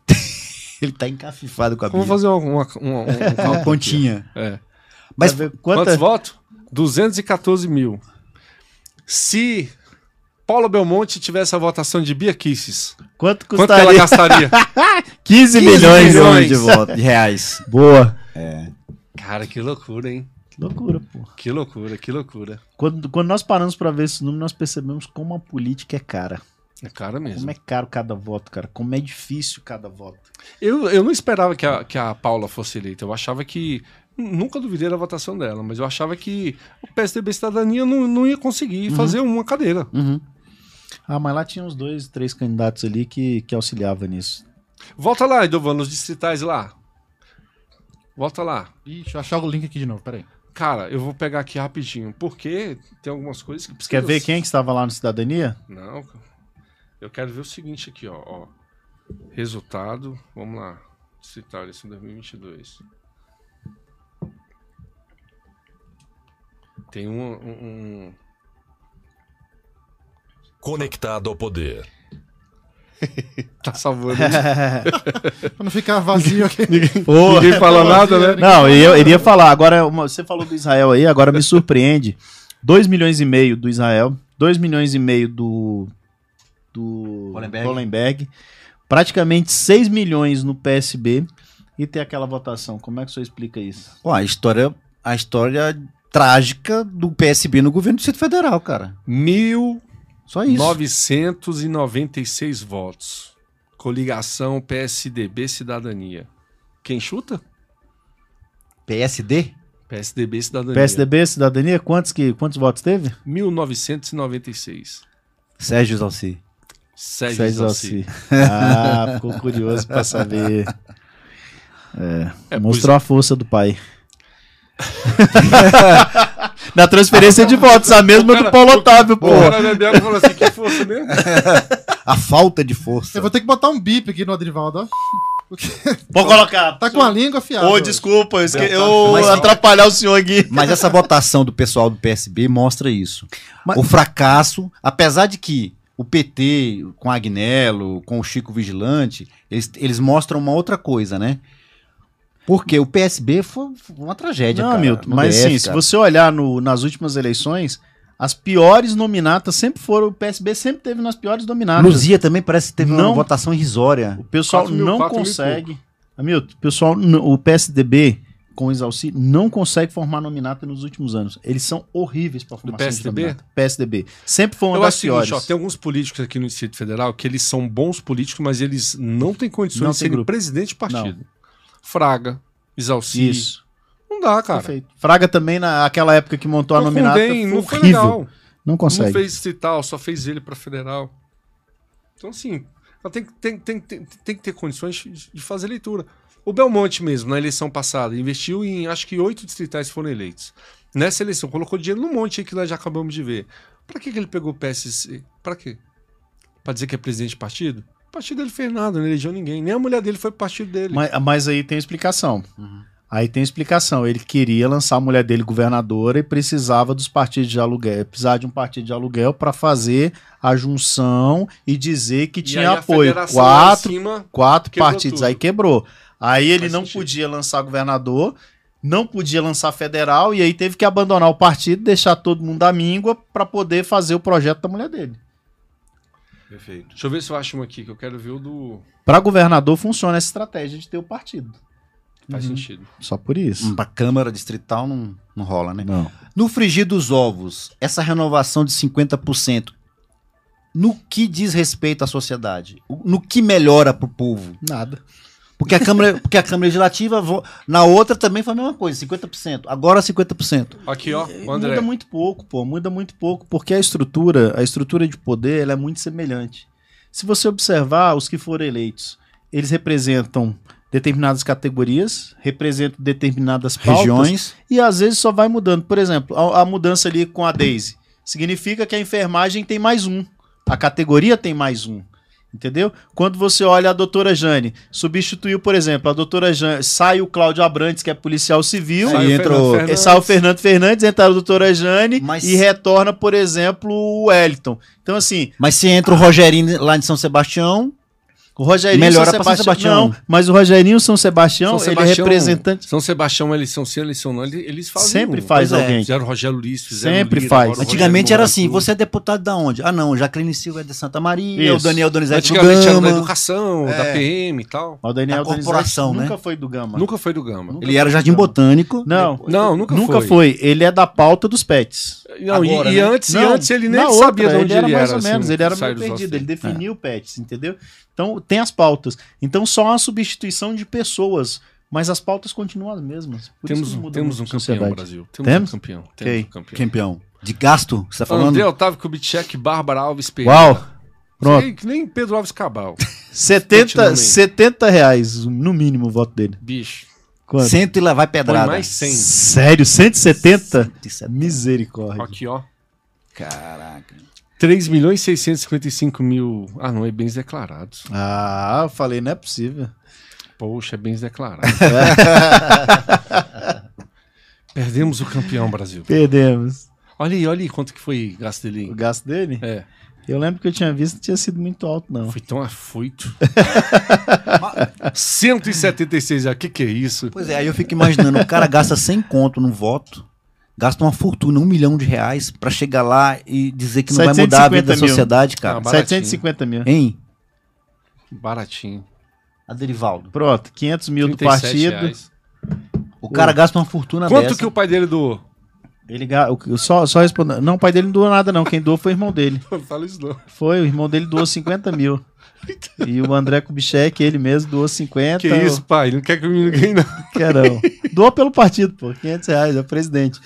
[SPEAKER 6] Ele tá encafifado com a
[SPEAKER 3] Vamos
[SPEAKER 6] Bíblia.
[SPEAKER 3] fazer uma, uma, uma, um- um-
[SPEAKER 6] Uma continha.
[SPEAKER 3] é.
[SPEAKER 6] Mas é-
[SPEAKER 5] Pra ver
[SPEAKER 3] Quantos
[SPEAKER 5] quanta...
[SPEAKER 3] votos? 214 mil. Se Paula Belmonte tivesse a votação de Bia Kisses,
[SPEAKER 5] quanto
[SPEAKER 3] quanto que ela
[SPEAKER 5] custaria?
[SPEAKER 3] gastaria?
[SPEAKER 5] 15
[SPEAKER 3] milhões.
[SPEAKER 5] milhões.
[SPEAKER 6] de voto, de reais.
[SPEAKER 5] Boa.
[SPEAKER 3] Cara, que loucura, hein?
[SPEAKER 5] Que loucura, pô.
[SPEAKER 3] Que loucura, que loucura.
[SPEAKER 5] Quando, quando nós paramos pra ver esse número, nós percebemos como a política é cara.
[SPEAKER 3] É cara
[SPEAKER 5] Como
[SPEAKER 3] mesmo.
[SPEAKER 5] é caro cada voto, cara. Como é difícil cada voto.
[SPEAKER 3] Eu, eu não esperava que a, que a Paula fosse eleita. Eu achava que. Nunca duvidei da votação dela, mas eu achava que o PSDB Cidadania não, não ia conseguir
[SPEAKER 5] Uhum.
[SPEAKER 3] fazer uma cadeira.
[SPEAKER 5] Ah, mas lá tinha uns dois, três candidatos ali que, que auxiliavam nisso.
[SPEAKER 3] Volta lá, Edovan, nos distritais lá. Volta lá.
[SPEAKER 4] Ih, deixa eu achar o link aqui de novo, peraí.
[SPEAKER 3] Cara, eu vou pegar aqui rapidinho, porque tem algumas coisas que precisa.
[SPEAKER 5] Quer ver quem é que estava lá no Cidadania?
[SPEAKER 3] Não. Eu quero ver o seguinte aqui, ó. ó. Resultado, vamos lá. Citar isso em 2022. Tem um, um- um-
[SPEAKER 2] Conectado ao poder.
[SPEAKER 3] Tá salvando.
[SPEAKER 4] Pra não ficar vazio aqui.
[SPEAKER 5] Boa. É
[SPEAKER 3] Ninguém fala nada, né?
[SPEAKER 5] Não, eu eu iria falar. Agora, uma- você falou do Israel aí, agora me surpreende. 2 milhões e meio do Israel, 2 milhões e meio do. do.
[SPEAKER 6] Hollenberg.
[SPEAKER 5] Hollenberg, praticamente 6 milhões no PSB e tem aquela votação. Como é que o senhor explica isso?
[SPEAKER 6] Pô, a história, a história trágica do PSB no governo do Distrito Federal, cara. Só isso.
[SPEAKER 3] 1996 votos. Coligação PSDB Cidadania. Quem chuta?
[SPEAKER 6] PSD?
[SPEAKER 3] PSDB Cidadania.
[SPEAKER 5] PSDB, cidadania, quantos, que, quantos votos teve?
[SPEAKER 3] 1996.
[SPEAKER 6] Sérgio Zalci.
[SPEAKER 3] Sérgio
[SPEAKER 5] Seis
[SPEAKER 3] Zalci.
[SPEAKER 5] Alci. Ah, ficou curioso pra saber.
[SPEAKER 3] É,
[SPEAKER 5] Mostrou a força do pai. Na
[SPEAKER 6] Ah,
[SPEAKER 5] transferência de votos, a mesma do Paulo Otávio, pô.
[SPEAKER 3] Pô, o cara bebeu e falou assim, que força
[SPEAKER 5] É,
[SPEAKER 3] mesmo.
[SPEAKER 6] A falta de força.
[SPEAKER 4] Eu vou ter que botar um bip aqui no Adrivaldo, ó.
[SPEAKER 5] Vou colocar.
[SPEAKER 4] Tá com a língua afiada.
[SPEAKER 5] Ô,
[SPEAKER 4] ó.
[SPEAKER 5] desculpa, eu, esque...
[SPEAKER 6] Mas- é
[SPEAKER 5] eu atrapalhar o senhor aqui.
[SPEAKER 6] Mas essa votação do pessoal do PSB mostra isso.
[SPEAKER 5] Mas-
[SPEAKER 6] O fracasso, apesar de que o PT, com Agnello, com o Chico Vigilante, eles, eles mostram uma outra coisa, né? Porque o PSB foi, foi uma tragédia,
[SPEAKER 5] Não,
[SPEAKER 6] cara,
[SPEAKER 5] Milton,
[SPEAKER 6] no
[SPEAKER 5] mas
[SPEAKER 6] DF,
[SPEAKER 5] sim, se
[SPEAKER 6] cara.
[SPEAKER 5] você olhar no- nas últimas eleições, as piores nominatas sempre foram, o PSB sempre teve nas piores nominatas.
[SPEAKER 6] Luzia também parece que teve
[SPEAKER 5] Não.
[SPEAKER 6] uma votação irrisória.
[SPEAKER 5] O pessoal
[SPEAKER 3] Quatro mil,
[SPEAKER 5] não
[SPEAKER 3] quatro mil e
[SPEAKER 5] consegue. Hamilton, o pessoal, n- o PSDB com o Exalci não consegue formar nominata nos últimos anos. Eles são horríveis para formar
[SPEAKER 3] PSDB?
[SPEAKER 5] PSDB. Sempre foi uma
[SPEAKER 3] Eu
[SPEAKER 5] das
[SPEAKER 3] acho o seguinte, ó,
[SPEAKER 5] piores.
[SPEAKER 3] tem alguns políticos aqui no Distrito Federal que eles são bons políticos, mas eles não têm condições
[SPEAKER 5] Não
[SPEAKER 3] de
[SPEAKER 5] tem
[SPEAKER 3] serem
[SPEAKER 5] grupo.
[SPEAKER 3] presidente de partido. Fraga, Exalci.
[SPEAKER 5] Isso.
[SPEAKER 3] Não dá, um cara.
[SPEAKER 5] Perfeito. Fraga também naquela época que montou a
[SPEAKER 3] Não
[SPEAKER 5] nominata
[SPEAKER 3] condena,
[SPEAKER 5] foi
[SPEAKER 3] não foi
[SPEAKER 5] horrível.
[SPEAKER 3] legal.
[SPEAKER 5] Não consegue.
[SPEAKER 3] Não fez distrital, só fez ele pra federal. Então, assim, ela tem, que- tem- tem- tem- tem que ter condições de- de fazer leitura. O Belmonte mesmo, na eleição passada, investiu em acho que oito distritais foram eleitos. Nessa eleição, colocou dinheiro num monte aí que nós já acabamos de ver. Pra que, que ele pegou o PSC? Pra quê? Pra dizer que é presidente de partido? O partido dele fez nada, não elegeu ninguém. Nem a mulher dele foi pro partido dele.
[SPEAKER 5] Mas, mas aí tem explicação.
[SPEAKER 3] Uhum.
[SPEAKER 5] Aí tem explicação. Ele queria lançar a mulher dele governadora e precisava dos partidos de aluguel. Precisava de um partido de aluguel para fazer a junção e dizer que
[SPEAKER 3] E
[SPEAKER 5] tinha
[SPEAKER 3] aí a
[SPEAKER 5] apoio.
[SPEAKER 3] federação lá em
[SPEAKER 5] Quatro,
[SPEAKER 3] cima-
[SPEAKER 5] quatro
[SPEAKER 3] quebrou
[SPEAKER 5] partidos.
[SPEAKER 3] tudo.
[SPEAKER 5] Aí quebrou. Aí ele
[SPEAKER 3] Faz
[SPEAKER 5] não
[SPEAKER 3] sentido.
[SPEAKER 5] podia lançar governador, não podia lançar federal e aí teve que abandonar o partido, deixar todo mundo à míngua para poder fazer o projeto da mulher dele.
[SPEAKER 3] Perfeito. Deixa eu ver se eu acho um aqui, que eu quero ver o do.
[SPEAKER 5] Para governador funciona essa estratégia de ter o partido.
[SPEAKER 3] Faz
[SPEAKER 5] Uhum.
[SPEAKER 3] sentido.
[SPEAKER 5] Só por isso.
[SPEAKER 6] Hum, Pra Câmara Distrital não, não rola, né?
[SPEAKER 5] Não.
[SPEAKER 6] No frigir dos ovos, essa renovação de 50%, no que diz respeito à sociedade? O- No que melhora pro povo?
[SPEAKER 5] Nada.
[SPEAKER 6] Porque a Câmara, porque a Câmara Legislativa, vo- na outra também foi a mesma coisa, 50%. Agora 50%.
[SPEAKER 3] Aqui, ó.
[SPEAKER 5] É,
[SPEAKER 3] O André.
[SPEAKER 5] Muda muito pouco, pô, muda muito pouco, porque a estrutura, a estrutura de poder, ela é muito semelhante. Se você observar os que foram eleitos, eles representam determinadas categorias, representam determinadas pautas,
[SPEAKER 6] Regiões.
[SPEAKER 5] e às vezes só vai mudando. Por exemplo, a, a mudança ali com a Daisy significa que a enfermagem tem mais um, a categoria tem mais um. Entendeu? Quando você olha a doutora Jane, substituiu, por exemplo, a doutora Jane, sai o Cláudio Abrantes, que é policial civil,
[SPEAKER 3] Sai
[SPEAKER 6] Aí
[SPEAKER 3] o
[SPEAKER 6] entrou-
[SPEAKER 3] Fernando
[SPEAKER 5] é,
[SPEAKER 3] Fernandes.
[SPEAKER 5] sai o Fernando Fernandes, entra a doutora Jane
[SPEAKER 6] Mas-
[SPEAKER 5] e retorna, por exemplo, o Wellington. Então, assim,
[SPEAKER 6] Mas se entra o Rogerinho lá de São Sebastião,
[SPEAKER 5] o Rogerinho
[SPEAKER 6] Melhora
[SPEAKER 5] São
[SPEAKER 6] pra São
[SPEAKER 5] Sebastião,
[SPEAKER 6] Sebastião.
[SPEAKER 5] Não, mas o Rogerinho São Sebastião,
[SPEAKER 3] São
[SPEAKER 5] ele é
[SPEAKER 3] Sebastião-
[SPEAKER 5] representante.
[SPEAKER 3] São Sebastião, eles são sim, eles são não. Eles, eles fazem
[SPEAKER 5] Sempre
[SPEAKER 3] um.
[SPEAKER 5] faz
[SPEAKER 6] Pois é.
[SPEAKER 5] alguém.
[SPEAKER 3] Fizeram o Rogério Luiz, fizeram
[SPEAKER 5] Sempre
[SPEAKER 3] o Lira,
[SPEAKER 5] faz.
[SPEAKER 3] agora o
[SPEAKER 6] Antigamente
[SPEAKER 3] Rogério
[SPEAKER 6] era assim,
[SPEAKER 3] Moura
[SPEAKER 6] você é deputado da onde? Ah não, Jacqueline Silva é de Santa Maria,
[SPEAKER 5] Isso.
[SPEAKER 6] o Daniel Donizete do
[SPEAKER 3] Antigamente era da
[SPEAKER 6] Gama. É.
[SPEAKER 3] educação, da PM e tal.
[SPEAKER 5] Mas o Daniel
[SPEAKER 6] Da corporação,
[SPEAKER 5] Donizete
[SPEAKER 6] né?
[SPEAKER 5] Nunca foi do Gama.
[SPEAKER 3] Nunca foi do Gama.
[SPEAKER 6] Ele era jardim botânico.
[SPEAKER 5] Não,
[SPEAKER 3] Não, nunca,
[SPEAKER 5] nunca, foi. Ele é da pauta dos pets.
[SPEAKER 3] Não,
[SPEAKER 6] Agora,
[SPEAKER 3] e, e
[SPEAKER 6] né?
[SPEAKER 3] antes, e
[SPEAKER 5] Não,
[SPEAKER 3] antes ele nem
[SPEAKER 5] na outra,
[SPEAKER 3] sabia de onde ele era.
[SPEAKER 5] mais ou
[SPEAKER 3] assim,
[SPEAKER 5] menos, ele era
[SPEAKER 3] saiu
[SPEAKER 5] meio
[SPEAKER 3] dos
[SPEAKER 5] perdido,
[SPEAKER 3] ossos.
[SPEAKER 5] ele definiu o pets, entendeu? Então, tem as pautas. Então, só a substituição de pessoas, mas as pautas continuam as mesmas. Por isso
[SPEAKER 3] Temos,
[SPEAKER 5] que
[SPEAKER 3] um-
[SPEAKER 5] não muda
[SPEAKER 3] temos um
[SPEAKER 5] muito
[SPEAKER 3] campeão
[SPEAKER 5] a sociedade.
[SPEAKER 3] Brasil.
[SPEAKER 5] Temos?
[SPEAKER 3] um campeão.
[SPEAKER 5] Quem?
[SPEAKER 3] um campeão.
[SPEAKER 6] Campeão. De gasto, você tá falando?
[SPEAKER 3] André Otávio Kubitschek, Bárbara Alves Pereira.
[SPEAKER 5] Uau! Pronto.
[SPEAKER 3] Que nem Pedro Alves Cabal.
[SPEAKER 5] 70,
[SPEAKER 3] Continuamente.
[SPEAKER 5] 70 reais, no mínimo, o voto dele.
[SPEAKER 3] Bicho.
[SPEAKER 5] Quanto?
[SPEAKER 6] Senta e lá vai
[SPEAKER 3] Põe
[SPEAKER 6] pedrada.
[SPEAKER 3] mais 100.
[SPEAKER 5] Sério? 170?
[SPEAKER 6] 170.
[SPEAKER 5] Misericórdia.
[SPEAKER 3] Aqui, ó.
[SPEAKER 6] Caraca.
[SPEAKER 3] 3 milhões e 655 mil. Ah, não, é bens declarados.
[SPEAKER 5] Ah, eu falei, não é possível.
[SPEAKER 3] Poxa, é bens declarados. Perdemos o campeão, Brasil.
[SPEAKER 5] Perdemos.
[SPEAKER 3] Olha aí, olha aí quanto que foi gasto dele.
[SPEAKER 5] O
[SPEAKER 3] hein?
[SPEAKER 5] gasto dele?
[SPEAKER 3] É,
[SPEAKER 5] Eu lembro que eu tinha visto, não tinha sido muito alto, não.
[SPEAKER 3] foi tão afoito. 176, ah, que que é isso?
[SPEAKER 6] Pois é, aí eu fico imaginando, o cara gasta 100 conto num voto, gasta uma fortuna, um milhão de reais, pra chegar lá e dizer que não vai mudar a
[SPEAKER 5] 750
[SPEAKER 6] vida da
[SPEAKER 5] mil.
[SPEAKER 6] sociedade, cara.
[SPEAKER 3] Ah, baratinho.
[SPEAKER 5] 750 mil.
[SPEAKER 6] Hein?
[SPEAKER 3] Baratinho.
[SPEAKER 6] A Derivaldo.
[SPEAKER 5] Pronto, 500 mil do
[SPEAKER 3] 37
[SPEAKER 5] partido.
[SPEAKER 3] reais.
[SPEAKER 6] O cara gasta uma fortuna
[SPEAKER 3] Quanto
[SPEAKER 6] dessa.
[SPEAKER 3] que o pai dele doou?
[SPEAKER 5] Ele ga- o- o- só, só respondendo. Não, o pai dele não doou nada, não. Quem doou foi o irmão dele.
[SPEAKER 3] Fala isso não.
[SPEAKER 5] Foi, o irmão dele doou 50 mil. E o André Kubitschek, ele mesmo, doou 50.
[SPEAKER 3] Que isso, pai? Não quer que o menino ganhe, não.
[SPEAKER 5] Carão. Doou pelo partido, pô. 500 reais, é o presidente.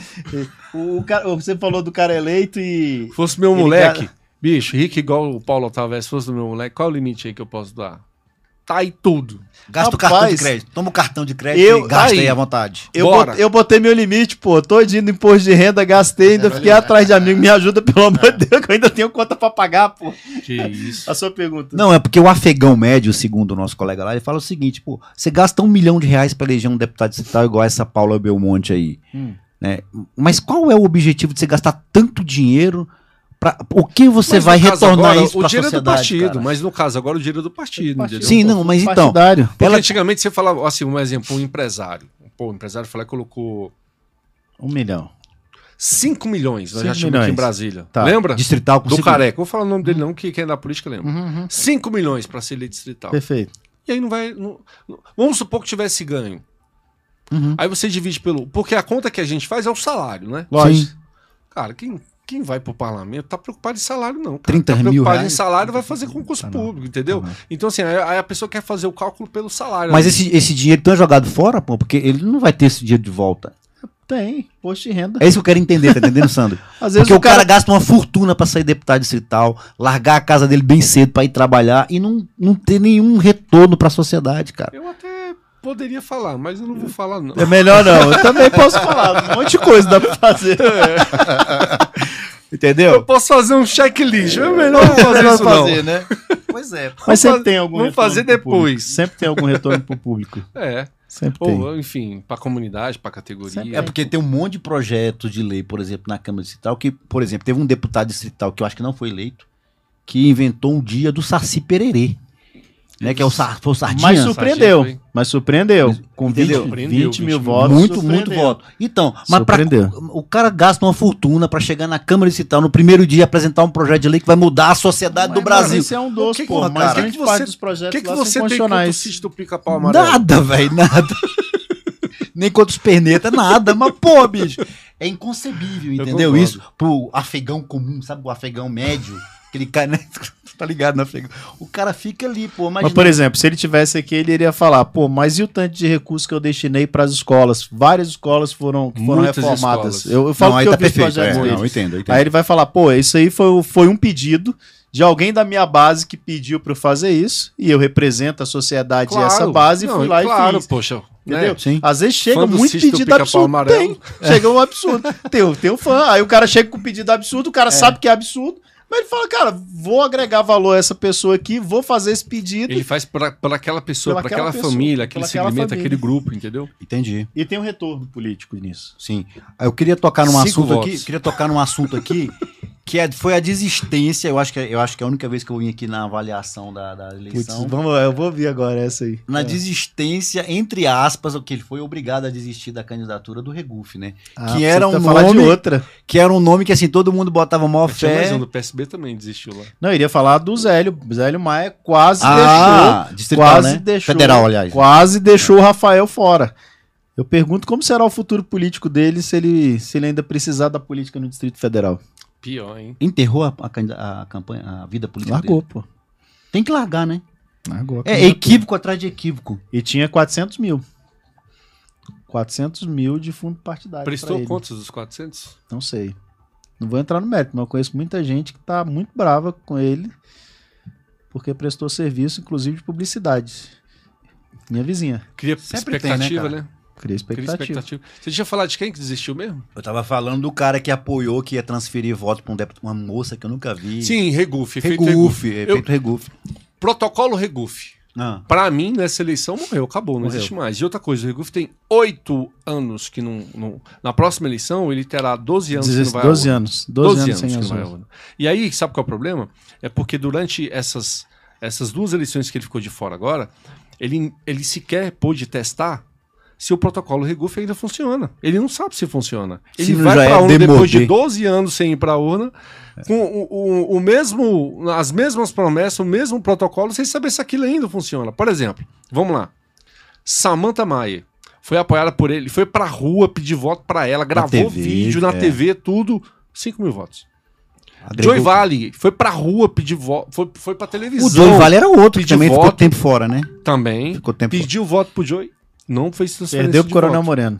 [SPEAKER 5] O, o cara- você falou do cara eleito e.
[SPEAKER 3] Fosse meu
[SPEAKER 5] Ele
[SPEAKER 3] moleque, bicho, rico igual o Paulo Otávio, se fosse do meu moleque, qual é o limite aí que eu posso dar? Tá aí tudo.
[SPEAKER 6] Gasta o
[SPEAKER 5] Rapaz,
[SPEAKER 6] cartão de crédito. Toma o cartão de crédito
[SPEAKER 5] eu-
[SPEAKER 6] e gasta
[SPEAKER 5] aí.
[SPEAKER 6] aí, à vontade.
[SPEAKER 5] Eu,
[SPEAKER 3] Bora.
[SPEAKER 5] bot- eu botei meu limite, pô. Tô indo no imposto de renda, gastei, ainda fiquei atrás de amigo. Me ajuda, pelo amor de Deus, que eu ainda tenho conta pra pagar, pô.
[SPEAKER 3] Que isso.
[SPEAKER 5] A sua pergunta.
[SPEAKER 6] Não, é porque o afegão médio, segundo o nosso colega lá, ele fala o seguinte, pô, você gasta um milhão de reais pra eleger um deputado estadual igual essa Paula Belmonte aí,
[SPEAKER 5] Hum.
[SPEAKER 6] né? Mas qual é o objetivo de você gastar tanto dinheiro pra... o que você
[SPEAKER 3] Mas
[SPEAKER 6] vai
[SPEAKER 3] no caso
[SPEAKER 6] retornar
[SPEAKER 3] agora,
[SPEAKER 6] isso
[SPEAKER 3] O
[SPEAKER 6] pra
[SPEAKER 3] dinheiro é do
[SPEAKER 6] sociedade,
[SPEAKER 3] partido,
[SPEAKER 6] cara?
[SPEAKER 3] mas no caso agora o dinheiro é do partido,
[SPEAKER 5] Partido.
[SPEAKER 3] entendeu?
[SPEAKER 6] Sim, não, mas então,
[SPEAKER 5] Partidário.
[SPEAKER 3] Porque
[SPEAKER 6] ela
[SPEAKER 3] antigamente você falava, assim, um exemplo, um empresário. Pô, o empresário falou que colocou
[SPEAKER 5] Um milhão.
[SPEAKER 3] 5 milhões, nós já
[SPEAKER 5] Cinco
[SPEAKER 3] tivemos aqui
[SPEAKER 5] milhões.
[SPEAKER 3] em Brasília.
[SPEAKER 5] Tá.
[SPEAKER 3] Lembra?
[SPEAKER 6] distrital com
[SPEAKER 3] Do
[SPEAKER 6] cinco-
[SPEAKER 3] Careca. Vou falar o nome
[SPEAKER 6] Uhum.
[SPEAKER 3] dele não, que quem é da política lembra.
[SPEAKER 5] Uhum, uhum.
[SPEAKER 3] 5 milhões pra ser eleito distrital.
[SPEAKER 6] É.
[SPEAKER 5] Perfeito.
[SPEAKER 3] E aí não vai. não- não- vamos supor que tivesse ganho.
[SPEAKER 6] Uhum.
[SPEAKER 3] Aí você divide pelo. Porque a conta que a gente faz é o salário, né?
[SPEAKER 5] Lógico.
[SPEAKER 3] Cara, quem, quem vai pro parlamento tá preocupado em salário, não. Cara.
[SPEAKER 6] 30
[SPEAKER 3] tá
[SPEAKER 6] mil
[SPEAKER 3] preocupado
[SPEAKER 6] reais?
[SPEAKER 3] em salário, vai fazer concurso
[SPEAKER 6] Tá, não.
[SPEAKER 3] público, entendeu?
[SPEAKER 6] Uhum.
[SPEAKER 3] Então, assim, aí aí a pessoa quer fazer o cálculo pelo salário.
[SPEAKER 6] Mas
[SPEAKER 3] né?
[SPEAKER 6] esse, esse dinheiro tão é jogado fora, pô, porque ele não vai ter esse dinheiro de volta.
[SPEAKER 5] Tem, imposto de renda.
[SPEAKER 6] É isso que eu quero entender, tá entendendo, Sandro?
[SPEAKER 5] Às vezes
[SPEAKER 6] Porque
[SPEAKER 5] o cara.
[SPEAKER 6] gasta uma fortuna pra sair deputado distrital, largar a casa dele bem cedo pra ir trabalhar e não, não ter nenhum retorno pra sociedade, cara.
[SPEAKER 3] Eu até poderia falar, mas eu não vou falar, não.
[SPEAKER 5] É melhor não. Eu também posso falar. Um monte de coisa dá pra fazer.
[SPEAKER 3] Eu
[SPEAKER 6] Entendeu?
[SPEAKER 3] posso fazer um checklist. É melhor não fazer isso, não.
[SPEAKER 5] né?
[SPEAKER 6] Pois é.
[SPEAKER 5] Mas sempre
[SPEAKER 3] fazer-
[SPEAKER 5] tem algum
[SPEAKER 3] vamos
[SPEAKER 5] retorno
[SPEAKER 3] fazer
[SPEAKER 5] pro público.
[SPEAKER 3] depois.
[SPEAKER 5] Sempre tem algum retorno pro público.
[SPEAKER 3] É.
[SPEAKER 5] Sempre tem.
[SPEAKER 3] Ou, enfim, pra comunidade, pra categoria.
[SPEAKER 6] É porque tem um monte de projetos de lei, por exemplo, na Câmara Distrital, que, por exemplo, teve um deputado distrital que eu acho que não foi eleito, que inventou um dia do Saci Pererê. Né, que é o, sar, foi o Sardinha.
[SPEAKER 5] Mas surpreendeu.
[SPEAKER 3] Sargento,
[SPEAKER 5] Mas surpreendeu. Com 20,
[SPEAKER 6] Entendeu?
[SPEAKER 5] 20
[SPEAKER 3] Surpreendeu,
[SPEAKER 5] mil
[SPEAKER 3] 20
[SPEAKER 5] votos.
[SPEAKER 6] muito, muito
[SPEAKER 5] surpreendeu.
[SPEAKER 6] voto. Então, mas pra,
[SPEAKER 5] Surpreendeu.
[SPEAKER 6] o cara gasta uma fortuna pra chegar na Câmara Distrital no primeiro dia apresentar um projeto de lei que vai mudar a sociedade
[SPEAKER 5] Mas,
[SPEAKER 6] do
[SPEAKER 5] mano,
[SPEAKER 6] Brasil.
[SPEAKER 5] Isso é um
[SPEAKER 3] O que
[SPEAKER 5] doce,
[SPEAKER 3] que-
[SPEAKER 5] pô.
[SPEAKER 6] porra,
[SPEAKER 5] mas
[SPEAKER 6] cara,
[SPEAKER 5] a
[SPEAKER 3] o
[SPEAKER 5] gente
[SPEAKER 3] que que
[SPEAKER 5] parte
[SPEAKER 3] você-
[SPEAKER 5] dos
[SPEAKER 3] O
[SPEAKER 5] projetos
[SPEAKER 3] que, que
[SPEAKER 5] lá
[SPEAKER 3] você
[SPEAKER 5] são
[SPEAKER 3] tem contra o
[SPEAKER 5] constitucionais.
[SPEAKER 3] cisto do
[SPEAKER 5] é
[SPEAKER 3] pica-pau amarelo?
[SPEAKER 6] Nada, velho, nada. Nem contra os pernetas, nada. Mas, pô, bicho, é inconcebível,
[SPEAKER 3] Eu
[SPEAKER 6] entendeu
[SPEAKER 3] concordo.
[SPEAKER 6] isso? Pro afegão comum, sabe? O afegão médio, aquele cara, né? tá ligado na frente. O cara fica ali, pô. Imagina,
[SPEAKER 5] Mas, por exemplo, se ele tivesse aqui, ele iria falar, pô, mas e o tanto de recursos que eu destinei para as escolas? Várias escolas foram, foram
[SPEAKER 3] Muitas
[SPEAKER 5] reformadas.
[SPEAKER 3] escolas.
[SPEAKER 5] Eu, eu falo
[SPEAKER 6] não, aí
[SPEAKER 5] que eu
[SPEAKER 6] tá
[SPEAKER 5] vi os
[SPEAKER 6] perfeito.
[SPEAKER 5] projetos
[SPEAKER 6] É,
[SPEAKER 5] dele.
[SPEAKER 6] não, eu entendo, eu entendo.
[SPEAKER 5] Aí ele vai falar, pô, isso aí foi, foi um pedido de alguém da minha base que pediu para eu fazer isso, e eu represento a sociedade e essa base, e
[SPEAKER 3] Não,
[SPEAKER 5] fui lá e
[SPEAKER 3] claro,
[SPEAKER 5] fiz.
[SPEAKER 3] poxa.
[SPEAKER 5] Entendeu?
[SPEAKER 3] Né?
[SPEAKER 6] Sim.
[SPEAKER 5] Às vezes chega
[SPEAKER 3] Fã do
[SPEAKER 5] muito
[SPEAKER 3] Sisto
[SPEAKER 5] pedido
[SPEAKER 3] Pica-Pau
[SPEAKER 5] absurdo.
[SPEAKER 3] Amarelo.
[SPEAKER 5] Tem. Chega um absurdo. tem, um- tem um fã. Aí o cara chega com um pedido absurdo, o cara sabe que é absurdo, mas ele fala, cara, vou agregar valor a essa pessoa aqui, vou fazer esse pedido.
[SPEAKER 3] Ele faz pra, pra aquela pessoa,
[SPEAKER 5] Pela
[SPEAKER 3] pra aquela,
[SPEAKER 5] aquela pessoa,
[SPEAKER 3] família, aquele
[SPEAKER 5] pela aquela
[SPEAKER 3] segmento,
[SPEAKER 5] família.
[SPEAKER 3] aquele grupo, entendeu?
[SPEAKER 6] Entendi.
[SPEAKER 5] E tem um retorno político nisso.
[SPEAKER 6] Sim. Eu queria tocar num
[SPEAKER 3] Cinco
[SPEAKER 6] assunto
[SPEAKER 3] votos.
[SPEAKER 6] aqui, queria tocar num assunto aqui que é- foi a desistência. Eu acho que eu acho que é a única vez que eu vim aqui na avaliação da, da eleição.
[SPEAKER 5] vamos, eu vou ouvir agora essa aí.
[SPEAKER 6] na
[SPEAKER 5] É.
[SPEAKER 6] desistência, entre aspas, que ele foi obrigado a desistir da candidatura do Regufe, né?
[SPEAKER 5] Ah,
[SPEAKER 6] que era
[SPEAKER 5] precisa
[SPEAKER 6] um
[SPEAKER 5] falar de
[SPEAKER 6] nome-
[SPEAKER 5] outra.
[SPEAKER 6] Que era um nome que assim todo mundo botava maior
[SPEAKER 3] Tinha mais
[SPEAKER 6] fé.
[SPEAKER 3] um do PSB também desistiu lá.
[SPEAKER 5] Não, eu iria falar do Zélio. Zélio Maia quase deixou
[SPEAKER 6] Ah, distrital,
[SPEAKER 5] quase
[SPEAKER 6] né?
[SPEAKER 5] deixou.
[SPEAKER 6] Federal, aliás.
[SPEAKER 5] Quase deixou o Rafael fora. Eu pergunto como será o futuro político dele se ele, se ele ainda precisar da política no Distrito Federal.
[SPEAKER 3] Pior, hein?
[SPEAKER 6] Enterrou a, a candida- a campanha, a vida política
[SPEAKER 5] Largou,
[SPEAKER 6] dele.
[SPEAKER 5] pô.
[SPEAKER 6] Tem que largar, né?
[SPEAKER 5] Largou.
[SPEAKER 6] É equívoco atrás de equívoco.
[SPEAKER 5] E tinha 400 mil. 400 mil de fundo partidário. pra
[SPEAKER 3] Prestou
[SPEAKER 5] ele.
[SPEAKER 3] contas dos 400?
[SPEAKER 5] Não sei. Não vou entrar no mérito, mas eu conheço muita gente que tá muito brava com ele porque prestou serviço, inclusive de publicidade. Minha vizinha.
[SPEAKER 3] Cria
[SPEAKER 6] Sempre tem, né,
[SPEAKER 3] expectativa,
[SPEAKER 6] cara?
[SPEAKER 3] né?
[SPEAKER 5] Cria
[SPEAKER 3] Cria
[SPEAKER 5] expectativa.
[SPEAKER 3] expectativa. Você tinha falado de quem que desistiu mesmo?
[SPEAKER 6] Eu tava falando do cara que apoiou que ia transferir voto pra um deputado, uma moça que eu nunca vi.
[SPEAKER 3] Sim, Regufe. Efeito Regufe.
[SPEAKER 6] Regufe,
[SPEAKER 3] Eu-
[SPEAKER 6] efeito Regufe.
[SPEAKER 3] Protocolo Regufe.
[SPEAKER 6] Ah,
[SPEAKER 3] Pra mim, nessa eleição, morreu, acabou, não
[SPEAKER 5] Morreu.
[SPEAKER 3] existe mais. E outra coisa, o Regufe tem oito anos que não, não- Na próxima eleição, ele terá 12 anos que não vai à
[SPEAKER 5] 12
[SPEAKER 3] urna.
[SPEAKER 5] anos. 12 anos sem
[SPEAKER 3] que não vai à
[SPEAKER 5] azul.
[SPEAKER 3] urna. E aí, sabe qual é o problema? É porque durante essas, essas duas eleições que ele ficou de fora agora, ele, ele sequer pôde testar se o protocolo Regufe ainda funciona. Ele não sabe se funciona. Ele
[SPEAKER 6] Se não
[SPEAKER 3] vai
[SPEAKER 6] já
[SPEAKER 3] pra
[SPEAKER 6] é
[SPEAKER 3] urna depois de
[SPEAKER 6] demodê.
[SPEAKER 3] 12 anos sem ir pra urna, com o, o- o mesmo, as mesmas promessas, o mesmo protocolo, sem saber se aquilo ainda funciona. Por exemplo, vamos lá. Samantha Maia foi apoiada por ele, foi pra rua pedir voto pra ela, gravou
[SPEAKER 6] TV,
[SPEAKER 3] vídeo na
[SPEAKER 6] é.
[SPEAKER 3] TV, tudo, 5 mil votos.
[SPEAKER 6] agregou-
[SPEAKER 3] Joy Valley foi pra rua pedir voto, foi, foi pra televisão
[SPEAKER 6] O Joey Vale era outro, que
[SPEAKER 3] Pediu
[SPEAKER 6] também ficou
[SPEAKER 3] voto.
[SPEAKER 6] tempo fora, né?
[SPEAKER 3] também,
[SPEAKER 6] Ficou tempo
[SPEAKER 3] pediu voto pro Joy, não fez transferência
[SPEAKER 5] Perdeu pro
[SPEAKER 3] de
[SPEAKER 5] Coronel
[SPEAKER 3] voto.
[SPEAKER 5] Moreno.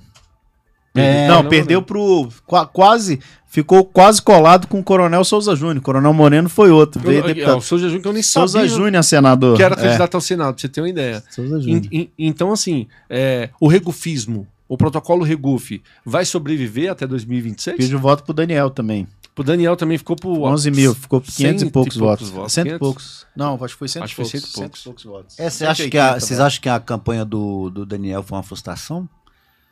[SPEAKER 3] É,
[SPEAKER 5] não,
[SPEAKER 3] Coronel
[SPEAKER 5] perdeu pro. qua- quase. Ficou quase colado com o Coronel Souza Júnior. Coronel Moreno foi outro.
[SPEAKER 3] Eu,
[SPEAKER 5] Veio
[SPEAKER 3] eu,
[SPEAKER 5] deputado.
[SPEAKER 3] o Souza Júnior que eu nem
[SPEAKER 5] Souza
[SPEAKER 3] sabia
[SPEAKER 5] Júnior, senador.
[SPEAKER 3] que era
[SPEAKER 5] É,
[SPEAKER 3] candidato ao Senado, pra você ter uma ideia.
[SPEAKER 5] Souza
[SPEAKER 3] En-
[SPEAKER 5] Júnior.
[SPEAKER 3] en- então, assim, é, o regufismo, o protocolo regufe, vai sobreviver até 2026?
[SPEAKER 5] Pediu voto pro Daniel também.
[SPEAKER 3] O Daniel também ficou pro...
[SPEAKER 5] 11 mil. Ficou 500
[SPEAKER 3] cento
[SPEAKER 5] e poucos votos. Cento
[SPEAKER 3] 500?
[SPEAKER 5] e poucos. Não, acho que foi cento
[SPEAKER 3] Acho que
[SPEAKER 5] e
[SPEAKER 3] foi
[SPEAKER 5] poucos.
[SPEAKER 3] cento e poucos.
[SPEAKER 5] votos.
[SPEAKER 6] É, você acha que a- vocês acham que a campanha do, do Daniel foi uma frustração?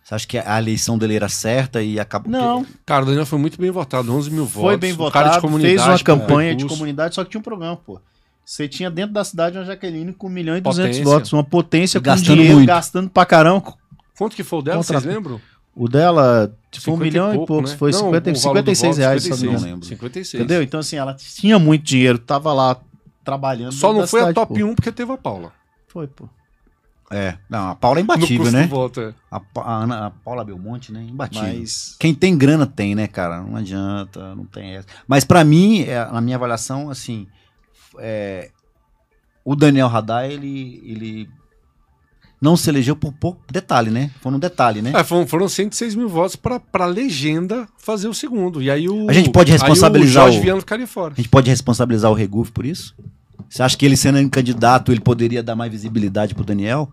[SPEAKER 6] Você acha que a eleição dele era certa e acabou?
[SPEAKER 5] Não,
[SPEAKER 6] que-
[SPEAKER 3] Cara, o Daniel foi muito bem votado, 11 mil votos.
[SPEAKER 5] foi bem
[SPEAKER 3] um
[SPEAKER 5] votado.
[SPEAKER 3] cara de comunidade,
[SPEAKER 5] fez uma
[SPEAKER 3] com
[SPEAKER 5] campanha de
[SPEAKER 3] recurso.
[SPEAKER 5] comunidade, só que tinha um problema, pô. Você tinha dentro da cidade uma Jaqueline com 1 milhão e 200
[SPEAKER 3] Potência.
[SPEAKER 5] votos. Uma potência
[SPEAKER 6] E
[SPEAKER 5] com
[SPEAKER 6] gastando
[SPEAKER 5] dinheiro,
[SPEAKER 6] muito.
[SPEAKER 5] gastando pra caramba.
[SPEAKER 3] Quanto que foi o dela,
[SPEAKER 5] Contra-
[SPEAKER 3] vocês lembram?
[SPEAKER 5] O dela foi 1
[SPEAKER 3] 50
[SPEAKER 5] milhão e
[SPEAKER 3] pouco,
[SPEAKER 5] poucos,
[SPEAKER 3] né?
[SPEAKER 5] foi
[SPEAKER 3] Não,
[SPEAKER 5] 50,
[SPEAKER 3] o
[SPEAKER 5] e-
[SPEAKER 3] valor do
[SPEAKER 5] 56
[SPEAKER 3] voto,
[SPEAKER 5] reais, se eu não me
[SPEAKER 3] 56,
[SPEAKER 5] engano.
[SPEAKER 6] lembro.
[SPEAKER 3] 56.
[SPEAKER 5] Entendeu? Então, assim, ela tinha muito dinheiro, tava lá trabalhando.
[SPEAKER 3] Só
[SPEAKER 5] dentro
[SPEAKER 3] não
[SPEAKER 5] da
[SPEAKER 3] foi a
[SPEAKER 5] cidade,
[SPEAKER 3] top
[SPEAKER 5] pô.
[SPEAKER 3] 1 porque teve a Paula.
[SPEAKER 5] Foi, pô.
[SPEAKER 6] É, não, a Paula é
[SPEAKER 3] No
[SPEAKER 6] imbatível,
[SPEAKER 3] custo
[SPEAKER 6] né?
[SPEAKER 3] do voto, é.
[SPEAKER 6] A, Pa- a Ana- a Paula Belmonte, né? Imbatível.
[SPEAKER 5] Mas.
[SPEAKER 6] Quem tem grana tem, né, cara? Não adianta, não tem essa. Mas pra mim, é, na minha avaliação, assim, é, o Daniel Radar, ele, ele não se elegeu por pouco detalhe, né? Foi num detalhe, né?
[SPEAKER 3] É, foram, foram 106 mil votos pra, pra legenda fazer o segundo. E aí o.
[SPEAKER 6] A gente pode
[SPEAKER 3] aí
[SPEAKER 6] responsabilizar
[SPEAKER 3] o Jorge
[SPEAKER 6] o-
[SPEAKER 3] Viano ficaria fora.
[SPEAKER 6] A gente pode responsabilizar o Regufe por isso? Você acha que ele sendo um candidato, ele poderia dar mais visibilidade pro Daniel?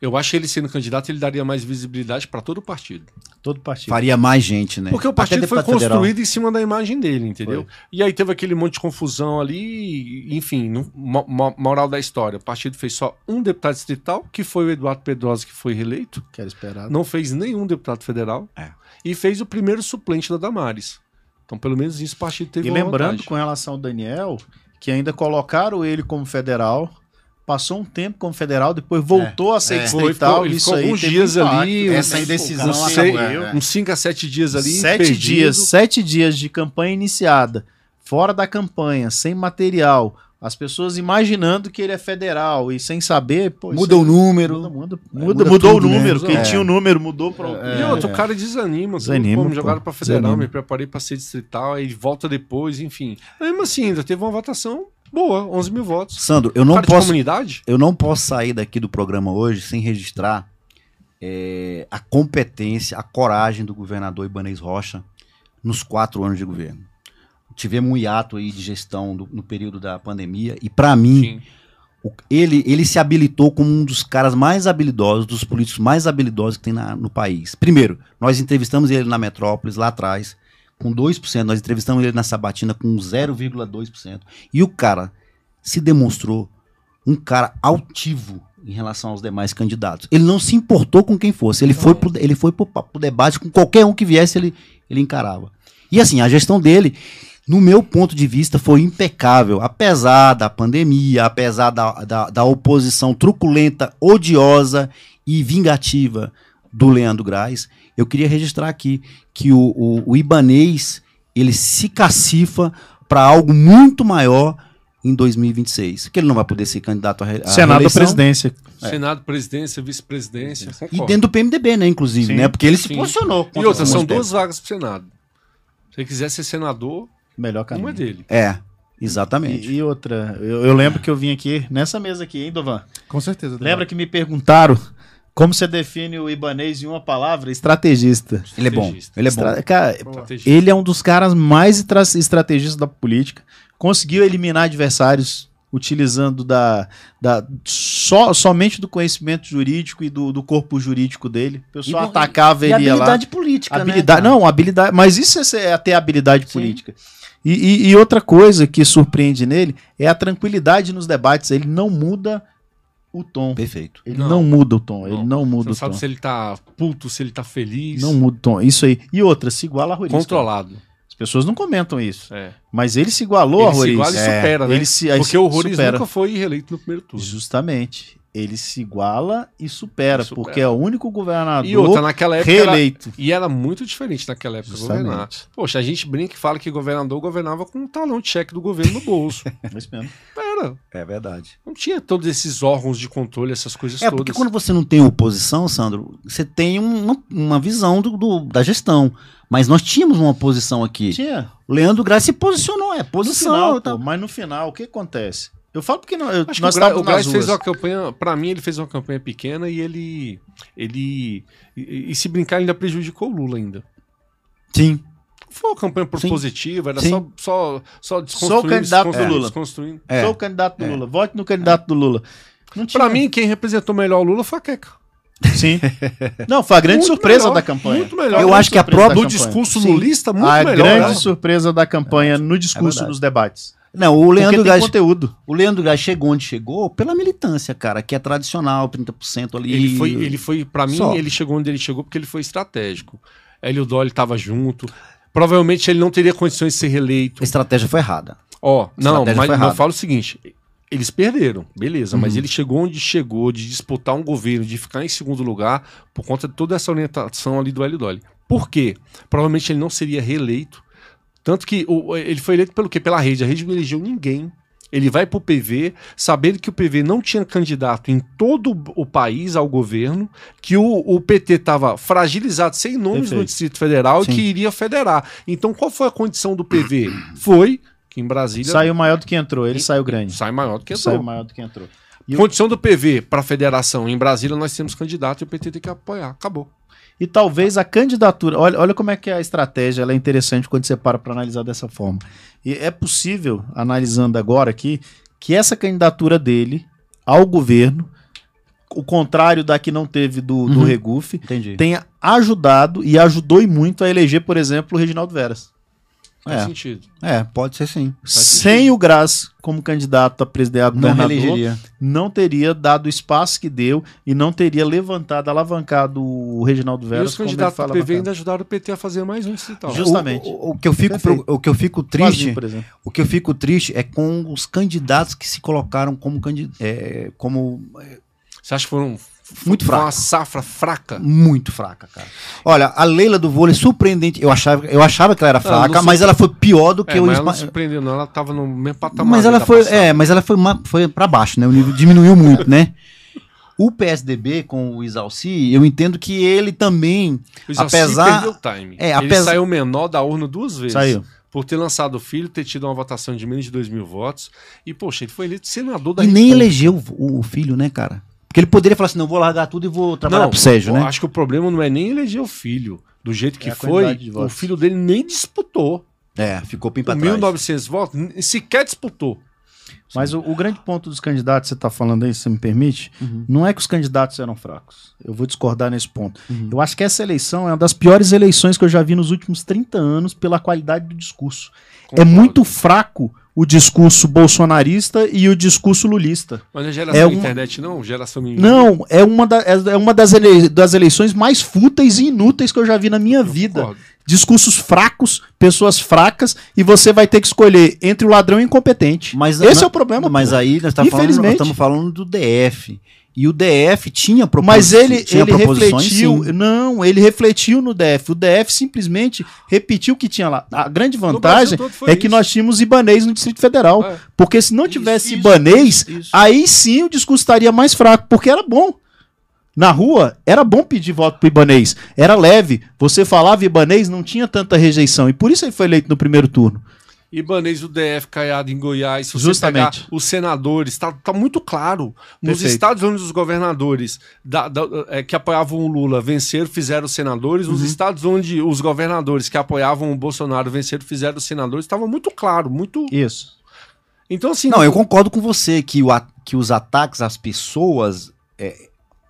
[SPEAKER 3] Eu acho que ele sendo candidato, ele daria mais visibilidade pra todo o partido.
[SPEAKER 5] Todo partido.
[SPEAKER 6] Faria mais gente,
[SPEAKER 5] É.
[SPEAKER 6] né?
[SPEAKER 3] Porque o
[SPEAKER 6] Até
[SPEAKER 3] partido foi
[SPEAKER 6] deputado federal.
[SPEAKER 3] construído em cima da imagem dele, entendeu? E aí teve aquele monte de confusão ali, e, enfim, no- mo- mo- moral da história. O partido fez só um deputado distrital, que foi o Eduardo Pedrosa, que foi reeleito.
[SPEAKER 5] Quero esperar.
[SPEAKER 3] não fez nenhum deputado federal
[SPEAKER 6] É.
[SPEAKER 3] e fez o primeiro suplente da Damares. Então, pelo menos isso o partido teve
[SPEAKER 5] E
[SPEAKER 3] uma
[SPEAKER 5] lembrando,
[SPEAKER 3] vantagem.
[SPEAKER 5] com relação ao Daniel, que ainda colocaram ele como federal, passou um tempo como federal, depois voltou a ser
[SPEAKER 6] é.
[SPEAKER 5] distrital.
[SPEAKER 3] Foi, ficou- ele
[SPEAKER 5] isso
[SPEAKER 3] ficou
[SPEAKER 5] aí
[SPEAKER 3] alguns
[SPEAKER 5] teve
[SPEAKER 3] dias
[SPEAKER 5] impacto,
[SPEAKER 3] ali,
[SPEAKER 5] né?
[SPEAKER 6] essa
[SPEAKER 5] Mas, pô,
[SPEAKER 6] indecisão
[SPEAKER 5] cara,
[SPEAKER 3] Uns
[SPEAKER 6] não
[SPEAKER 3] sei-
[SPEAKER 6] acabou, é, é.
[SPEAKER 3] uns 5 a 7 dias ali.
[SPEAKER 5] sete
[SPEAKER 3] perdido.
[SPEAKER 5] dias, sete dias de campanha iniciada, fora da campanha, sem material, as pessoas imaginando que ele é federal e sem saber, pô, isso
[SPEAKER 6] Muda
[SPEAKER 5] aí
[SPEAKER 6] o número.
[SPEAKER 5] muda, muda,
[SPEAKER 6] É,
[SPEAKER 5] muda-
[SPEAKER 6] muda
[SPEAKER 5] mudou
[SPEAKER 6] tudo,
[SPEAKER 5] o
[SPEAKER 6] né?
[SPEAKER 5] número, quem
[SPEAKER 6] É.
[SPEAKER 5] tinha o número mudou para
[SPEAKER 3] E outro, o cara desanima.
[SPEAKER 5] É, Desanima,
[SPEAKER 3] Desanima. Pô,
[SPEAKER 5] pô.
[SPEAKER 3] me jogaram pra federal,
[SPEAKER 5] Desanima.
[SPEAKER 3] me preparei pra ser distrital, aí volta depois, enfim. Mas Mesmo assim, ainda teve uma votação Boa, 11 mil votos.
[SPEAKER 6] Sandro, eu não
[SPEAKER 3] Cara de
[SPEAKER 6] posso.
[SPEAKER 3] comunidade?
[SPEAKER 6] Eu não posso sair daqui do programa hoje sem registrar é, a competência, a coragem do governador Ibanez Rocha nos quatro anos de governo. Tivemos um hiato aí de gestão do- no período da pandemia e, para mim, o- ele, ele se habilitou como um dos caras mais habilidosos, dos políticos mais habilidosos que tem na- no país. Primeiro, nós entrevistamos ele na Metrópolis, lá atrás, com 2%. Nós entrevistamos ele na Sabatina com 0,2%. E o cara se demonstrou um cara altivo em relação aos demais candidatos. Ele não se importou com quem fosse. Ele foi pro, ele foi pro, pa- pro debate com qualquer um que viesse, ele, ele encarava. E assim, a gestão dele, no meu ponto de vista, foi impecável. Apesar da pandemia, apesar da, da, da oposição truculenta, odiosa e vingativa do Leandro Graz, eu queria registrar aqui que o, o, o Ibanês ele se cacifa para algo muito maior em 2026, que ele não vai poder ser candidato a, re, a
[SPEAKER 5] Senado ou
[SPEAKER 6] reeleição.
[SPEAKER 5] presidência.
[SPEAKER 3] Senado, presidência, vice-presidência.
[SPEAKER 6] E
[SPEAKER 3] concordo.
[SPEAKER 6] dentro do PMDB, né, inclusive,
[SPEAKER 5] Sim,
[SPEAKER 6] né? Porque ele se
[SPEAKER 3] sim.
[SPEAKER 6] posicionou.
[SPEAKER 3] E
[SPEAKER 6] contra
[SPEAKER 3] outra,
[SPEAKER 6] essa
[SPEAKER 3] são
[SPEAKER 6] matéria.
[SPEAKER 3] duas vagas pro Senado. Se ele quiser ser senador,
[SPEAKER 5] Melhor caminho.
[SPEAKER 3] uma é dele.
[SPEAKER 6] É, exatamente.
[SPEAKER 5] E, e outra, eu, eu lembro que eu vim aqui, nessa mesa aqui, hein, Dovan?
[SPEAKER 4] Com certeza.
[SPEAKER 5] Lembra que me perguntaram como você define o Ibanês em uma palavra? Estrategista.
[SPEAKER 6] ele é bom.
[SPEAKER 3] estrategista.
[SPEAKER 6] Ele é bom.
[SPEAKER 5] Estra- Cara,
[SPEAKER 3] Estrategista.
[SPEAKER 5] ele é um dos caras mais estra- estrategistas da política. Conseguiu eliminar adversários utilizando da, da só, somente do conhecimento jurídico e do, do corpo jurídico dele. O pessoal
[SPEAKER 6] E-
[SPEAKER 5] atacava
[SPEAKER 6] E
[SPEAKER 5] ele ia lá.
[SPEAKER 6] habilidade política,
[SPEAKER 5] Habilidade,
[SPEAKER 6] né? cara?
[SPEAKER 5] não, habilidade, mas isso é até habilidade
[SPEAKER 6] Sim.
[SPEAKER 5] política. E, e- e outra coisa que surpreende nele é a tranquilidade nos debates. Ele não muda o tom.
[SPEAKER 6] Perfeito.
[SPEAKER 5] Ele
[SPEAKER 3] Não.
[SPEAKER 5] não, muda o tom. Ele
[SPEAKER 3] Não.
[SPEAKER 5] não
[SPEAKER 3] Você
[SPEAKER 5] muda
[SPEAKER 3] não
[SPEAKER 5] o tom.
[SPEAKER 3] sabe se ele tá puto, se ele tá feliz.
[SPEAKER 5] Não muda o tom. Isso aí. E outra, se iguala a Roriz.
[SPEAKER 3] Controlado.
[SPEAKER 5] As pessoas não comentam isso.
[SPEAKER 3] É.
[SPEAKER 5] Mas ele se igualou a
[SPEAKER 3] Ele se
[SPEAKER 5] Roriz.
[SPEAKER 3] iguala e supera, né?
[SPEAKER 5] Ele se, aí
[SPEAKER 3] Porque
[SPEAKER 5] se
[SPEAKER 3] o Roriz
[SPEAKER 5] supera.
[SPEAKER 3] nunca foi reeleito no primeiro turno.
[SPEAKER 5] Justamente. Ele se iguala e supera,
[SPEAKER 3] E supera.
[SPEAKER 5] porque é o único governador
[SPEAKER 3] E outra, naquela época. era-
[SPEAKER 5] reeleito.
[SPEAKER 3] E era muito diferente naquela época governar.
[SPEAKER 5] Justamente.
[SPEAKER 3] Poxa, a gente brinca e fala que governador governava com um talão de cheque do governo no bolso.
[SPEAKER 5] É isso mesmo.
[SPEAKER 3] Era.
[SPEAKER 6] É verdade.
[SPEAKER 3] Não tinha todos esses órgãos de controle, essas coisas
[SPEAKER 6] É,
[SPEAKER 3] todas.
[SPEAKER 6] porque quando você não tem oposição, Sandro, você tem um- uma, uma visão do, do- da gestão. Mas nós tínhamos uma oposição aqui.
[SPEAKER 5] Tinha.
[SPEAKER 6] O Leandro Graça se posicionou, é
[SPEAKER 5] No
[SPEAKER 6] posição.
[SPEAKER 5] final,
[SPEAKER 6] tá-
[SPEAKER 5] pô, mas no final, o que acontece? Eu falo porque não, eu-
[SPEAKER 3] Acho
[SPEAKER 5] nós
[SPEAKER 3] que o, Gra
[SPEAKER 5] estávamos
[SPEAKER 3] o Gás
[SPEAKER 5] nas
[SPEAKER 3] fez uma
[SPEAKER 5] ruas.
[SPEAKER 3] campanha, pra mim ele fez uma campanha pequena e ele, ele e, e se brincar ele ainda prejudicou o Lula ainda.
[SPEAKER 6] Sim.
[SPEAKER 3] Foi uma campanha propositiva, era
[SPEAKER 6] Sim.
[SPEAKER 3] só só só
[SPEAKER 5] Sou o
[SPEAKER 3] desconstruindo,
[SPEAKER 5] candidato do
[SPEAKER 3] desconstruindo,
[SPEAKER 5] Lula.
[SPEAKER 3] desconstruindo.
[SPEAKER 6] É.
[SPEAKER 5] Sou o candidato do
[SPEAKER 6] É.
[SPEAKER 5] Lula. Vote no candidato do Lula. Não tinha.
[SPEAKER 3] Pra mim quem representou melhor o Lula foi a Queca.
[SPEAKER 5] Sim. Não, foi a grande
[SPEAKER 3] Muito
[SPEAKER 5] surpresa
[SPEAKER 3] melhor,
[SPEAKER 5] da campanha.
[SPEAKER 3] Muito melhor.
[SPEAKER 6] Eu acho que a
[SPEAKER 5] surpresa da
[SPEAKER 6] prova
[SPEAKER 3] do
[SPEAKER 5] campanha.
[SPEAKER 3] discurso
[SPEAKER 6] Sim.
[SPEAKER 3] lulista muito
[SPEAKER 5] a
[SPEAKER 3] melhor.
[SPEAKER 5] grande
[SPEAKER 3] né?
[SPEAKER 5] surpresa da campanha no discurso
[SPEAKER 6] É verdade.
[SPEAKER 5] nos debates.
[SPEAKER 6] Não, o Leandro
[SPEAKER 5] Porque tem
[SPEAKER 6] Gás.
[SPEAKER 5] conteúdo.
[SPEAKER 6] O Leandro Gás chegou onde chegou pela militância, cara, que é tradicional, 30% ali.
[SPEAKER 3] Ele foi, ele foi para mim,
[SPEAKER 6] Só.
[SPEAKER 3] ele chegou onde ele chegou porque ele foi estratégico. Hélio Dolly tava junto. Provavelmente ele não teria condições de ser reeleito.
[SPEAKER 6] A estratégia foi errada.
[SPEAKER 3] Ó, não,
[SPEAKER 6] estratégia
[SPEAKER 3] mas
[SPEAKER 6] foi errada. Uhum.
[SPEAKER 3] eu falo o seguinte: eles perderam, beleza, mas ele chegou onde chegou, de disputar um governo, de ficar em segundo lugar, por conta de toda essa orientação ali do Hélio Dolly. Por quê? Provavelmente ele não seria reeleito. Tanto que o- ele foi eleito pelo quê? Pela rede. A rede não elegeu ninguém. Ele vai pro PV, sabendo que o PV não tinha candidato em todo o país ao governo, que o, o PT estava fragilizado, sem nomes no
[SPEAKER 5] Perfeito.
[SPEAKER 3] Distrito Federal
[SPEAKER 6] Sim.
[SPEAKER 3] e que iria federar. Então, qual foi a condição do PV? Foi que em Brasília
[SPEAKER 5] Saiu maior do que entrou. Ele saiu grande.
[SPEAKER 3] sai maior do que
[SPEAKER 5] Saiu
[SPEAKER 3] entrou.
[SPEAKER 5] maior do que entrou. E o-
[SPEAKER 3] Condição do PV para a federação. Em Brasília nós temos candidato e o PT tem que apoiar. Acabou.
[SPEAKER 5] E talvez a candidatura. Olha, olha como é que é a estratégia ela é interessante quando você para para analisar dessa forma. E é possível, analisando agora aqui, que essa candidatura dele ao governo, o contrário da que não teve do, do
[SPEAKER 6] Uhum.
[SPEAKER 5] Regufe,
[SPEAKER 6] Entendi.
[SPEAKER 5] tenha ajudado e ajudou e muito a eleger, por exemplo, o Reginaldo Veras.
[SPEAKER 3] Faz
[SPEAKER 6] É.
[SPEAKER 3] sentido.
[SPEAKER 6] É, pode ser sim.
[SPEAKER 5] Sem o Graz como candidato a presidente a
[SPEAKER 6] Não
[SPEAKER 5] governador,
[SPEAKER 6] reelegeria.
[SPEAKER 5] não teria dado o espaço que deu e não teria levantado, alavancado o Reginaldo
[SPEAKER 3] E
[SPEAKER 5] Veras.
[SPEAKER 3] os
[SPEAKER 5] como ele
[SPEAKER 3] candidatos
[SPEAKER 5] foi
[SPEAKER 3] do PV
[SPEAKER 5] alavancado.
[SPEAKER 3] ainda ajudaram o PT a fazer mais um distrital.
[SPEAKER 5] Justo. Justamente.
[SPEAKER 6] O, o- o que eu fico,
[SPEAKER 5] Perfeito.
[SPEAKER 6] pro- o que eu fico
[SPEAKER 5] Vazinho,
[SPEAKER 6] triste,
[SPEAKER 5] por exemplo.
[SPEAKER 6] o que eu fico triste é com os candidatos que se colocaram como candi- é, como
[SPEAKER 3] Você acha que foram
[SPEAKER 6] Muito
[SPEAKER 3] foi
[SPEAKER 6] fraco.
[SPEAKER 3] uma safra fraca?
[SPEAKER 6] muito fraca, cara. Olha, a Leila do vôlei surpreendente. Eu achava, eu achava que ela era
[SPEAKER 3] não
[SPEAKER 6] fraca,
[SPEAKER 3] surpre-
[SPEAKER 6] mas ela foi pior do que
[SPEAKER 3] É,
[SPEAKER 6] o
[SPEAKER 3] mas ela não tá
[SPEAKER 6] espa-
[SPEAKER 3] surpreendeu, não. Ela tava no mesmo patamar.
[SPEAKER 6] Mas
[SPEAKER 3] da
[SPEAKER 6] ela foi,
[SPEAKER 3] passada.
[SPEAKER 6] é, mas ela foi, ma- foi para baixo, né? O nível diminuiu muito, né? O PSDB com o Isalci, eu entendo que ele também
[SPEAKER 3] O Isacir
[SPEAKER 6] apesar-
[SPEAKER 3] perdeu o time.
[SPEAKER 6] é,
[SPEAKER 3] Ele
[SPEAKER 6] apesar-
[SPEAKER 3] saiu menor da urna duas vezes.
[SPEAKER 5] Saiu.
[SPEAKER 3] por ter lançado o filho, ter tido uma votação de menos de 2 mil votos. E, poxa, ele foi eleito senador da
[SPEAKER 6] E nem
[SPEAKER 3] República.
[SPEAKER 6] elegeu o, o filho, né, cara? Porque ele poderia falar assim: não, vou largar tudo e vou trabalhar
[SPEAKER 3] Não,
[SPEAKER 6] pro Sérgio,
[SPEAKER 3] eu
[SPEAKER 6] né?
[SPEAKER 3] acho que o problema não é nem eleger o filho. Do jeito que
[SPEAKER 5] É a
[SPEAKER 3] foi,
[SPEAKER 5] quantidade de
[SPEAKER 3] o
[SPEAKER 5] votos.
[SPEAKER 3] filho dele nem disputou.
[SPEAKER 6] É, ficou bem pra
[SPEAKER 3] Com
[SPEAKER 6] trás.
[SPEAKER 3] 1.900 votos, n- sequer disputou.
[SPEAKER 5] Mas o, o grande ponto dos candidatos, você está falando aí, se você me permite, não é que os candidatos eram fracos. Eu vou discordar nesse ponto. Eu acho que essa eleição é uma das piores eleições que eu já vi nos últimos 30 anos pela qualidade do discurso. É
[SPEAKER 3] Concordo.
[SPEAKER 5] muito fraco o discurso bolsonarista e o discurso lulista.
[SPEAKER 3] Mas não é geração
[SPEAKER 5] É
[SPEAKER 3] da
[SPEAKER 5] um-
[SPEAKER 3] internet, não? Geração menina.
[SPEAKER 5] Não, é uma, da- é é uma das, ele- das eleições mais fúteis e inúteis que eu já vi na minha vida.
[SPEAKER 3] Concordo.
[SPEAKER 5] Discursos fracos, pessoas fracas, e você vai ter que escolher entre o ladrão e o incompetente.
[SPEAKER 6] Mas,
[SPEAKER 5] Esse
[SPEAKER 6] na-
[SPEAKER 5] é o problema.
[SPEAKER 6] Mas
[SPEAKER 5] pô.
[SPEAKER 6] aí nós tá falando- nós
[SPEAKER 5] Infelizmente.
[SPEAKER 6] estamos falando, do DF. E o DF tinha
[SPEAKER 5] Mas ele,
[SPEAKER 6] tinha
[SPEAKER 5] ele
[SPEAKER 6] proposições,
[SPEAKER 5] refletiu.
[SPEAKER 6] sim.
[SPEAKER 5] Não, ele refletiu no DF. O DF simplesmente repetiu o que tinha lá. A grande
[SPEAKER 3] No Brasil
[SPEAKER 5] vantagem
[SPEAKER 3] todo foi
[SPEAKER 5] é que
[SPEAKER 3] isso.
[SPEAKER 5] nós tínhamos ibanês no Distrito Federal.
[SPEAKER 3] É.
[SPEAKER 5] Porque se não
[SPEAKER 6] Isso,
[SPEAKER 5] tivesse
[SPEAKER 6] isso,
[SPEAKER 5] ibanês,
[SPEAKER 6] isso, isso.
[SPEAKER 5] aí sim o discurso estaria mais fraco, porque era bom. Na rua, era bom pedir voto pro ibanês. Era leve. Você falava ibanês, não tinha tanta rejeição. E por isso ele foi eleito no primeiro turno.
[SPEAKER 3] Ibanez do DF caiado em Goiás. Se você
[SPEAKER 5] Justamente.
[SPEAKER 3] pegar os senadores, está muito claro. Nos
[SPEAKER 5] Perfeito.
[SPEAKER 3] Estados Unidos, os governadores da- da- é, que apoiavam o Lula venceram, fizeram os senadores.
[SPEAKER 5] Uhum.
[SPEAKER 3] Nos estados onde os governadores que apoiavam o Bolsonaro venceram, fizeram os senadores. Estava muito claro, muito.
[SPEAKER 5] Isso.
[SPEAKER 3] Então, assim.
[SPEAKER 6] Não, eu concordo com você que, o a- que os ataques às pessoas é,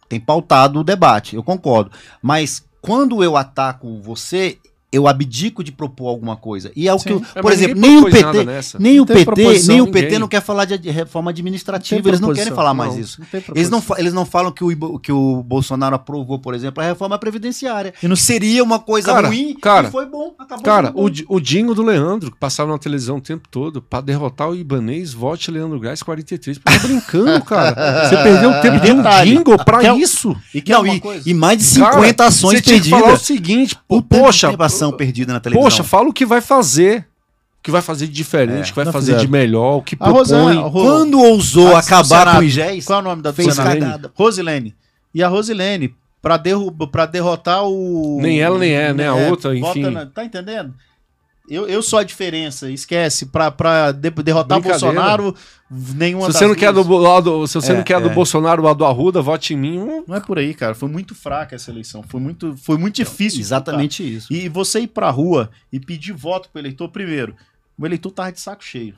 [SPEAKER 6] tem pautado o debate, eu concordo. Mas quando eu ataco você, eu abdico de propor alguma coisa. E é o que, eu-
[SPEAKER 3] é,
[SPEAKER 6] por
[SPEAKER 3] mas
[SPEAKER 6] exemplo,
[SPEAKER 3] ninguém
[SPEAKER 6] nem o
[SPEAKER 3] propôs nada
[SPEAKER 6] PT,
[SPEAKER 3] nessa.
[SPEAKER 6] nem o
[SPEAKER 5] Não tem
[SPEAKER 6] PT, nem o
[SPEAKER 3] ninguém.
[SPEAKER 6] PT não quer falar de ad- reforma administrativa, eles não querem falar mais isso. Eles não, fa- eles não falam que o, Ibo- que o Bolsonaro aprovou, por exemplo, a reforma previdenciária.
[SPEAKER 5] E não-
[SPEAKER 6] que seria uma coisa
[SPEAKER 3] Cara,
[SPEAKER 6] ruim
[SPEAKER 3] cara,
[SPEAKER 6] e foi bom. Acabou
[SPEAKER 3] Cara,
[SPEAKER 6] sendo bom.
[SPEAKER 3] o, Di- o Dingo do Leandro, que passava na televisão o tempo todo, pra derrotar o Ibanês, vote Leandro Gás 43. Tá brincando, cara. Você perdeu o tempo de um
[SPEAKER 5] Detalhe,
[SPEAKER 3] Dingo pra
[SPEAKER 5] até o-
[SPEAKER 3] isso.
[SPEAKER 5] E que é
[SPEAKER 6] Não,
[SPEAKER 5] uma
[SPEAKER 6] e,
[SPEAKER 5] coisa.
[SPEAKER 6] e mais de
[SPEAKER 3] Cara,
[SPEAKER 6] 50 ações
[SPEAKER 3] você tinha que falar o
[SPEAKER 6] perdidas.
[SPEAKER 3] seguinte, pô,
[SPEAKER 6] Puta
[SPEAKER 3] poxa,
[SPEAKER 6] de ação perdida na televisão.
[SPEAKER 3] poxa, fala o que vai fazer. O que vai fazer de diferente, o que vai
[SPEAKER 5] não
[SPEAKER 3] fazer de
[SPEAKER 5] fizeram.
[SPEAKER 3] melhor, o que
[SPEAKER 5] A
[SPEAKER 3] propõe.
[SPEAKER 5] Rosana, Rolo,
[SPEAKER 6] quando ousou
[SPEAKER 5] Ah,
[SPEAKER 6] acabar
[SPEAKER 5] Senado.
[SPEAKER 6] com o IGES,
[SPEAKER 5] Qual é o nome da
[SPEAKER 6] fez
[SPEAKER 5] senadora?
[SPEAKER 6] cagada.
[SPEAKER 5] Rosilene. E a Rosilene, pra, derruba, pra derrotar o.
[SPEAKER 3] Nem ela, nem é, né? A outra,
[SPEAKER 5] vota
[SPEAKER 3] enfim.
[SPEAKER 5] na- tá entendendo? Eu, eu sou a diferença, esquece. Pra, pra de- derrotar
[SPEAKER 3] Brincadeira.
[SPEAKER 5] Bolsonaro, nenhuma
[SPEAKER 3] Se
[SPEAKER 5] das
[SPEAKER 3] você não quer do,
[SPEAKER 5] duas.
[SPEAKER 3] lado, se você não quer do
[SPEAKER 6] é.
[SPEAKER 3] Bolsonaro ou do Arruda, vote em mim. Hum,
[SPEAKER 5] Não é por aí, cara. Foi muito fraca essa eleição. Foi muito, foi muito difícil.
[SPEAKER 6] exatamente isso.
[SPEAKER 5] E você ir pra rua e pedir voto pro eleitor, primeiro, o eleitor tava de saco cheio.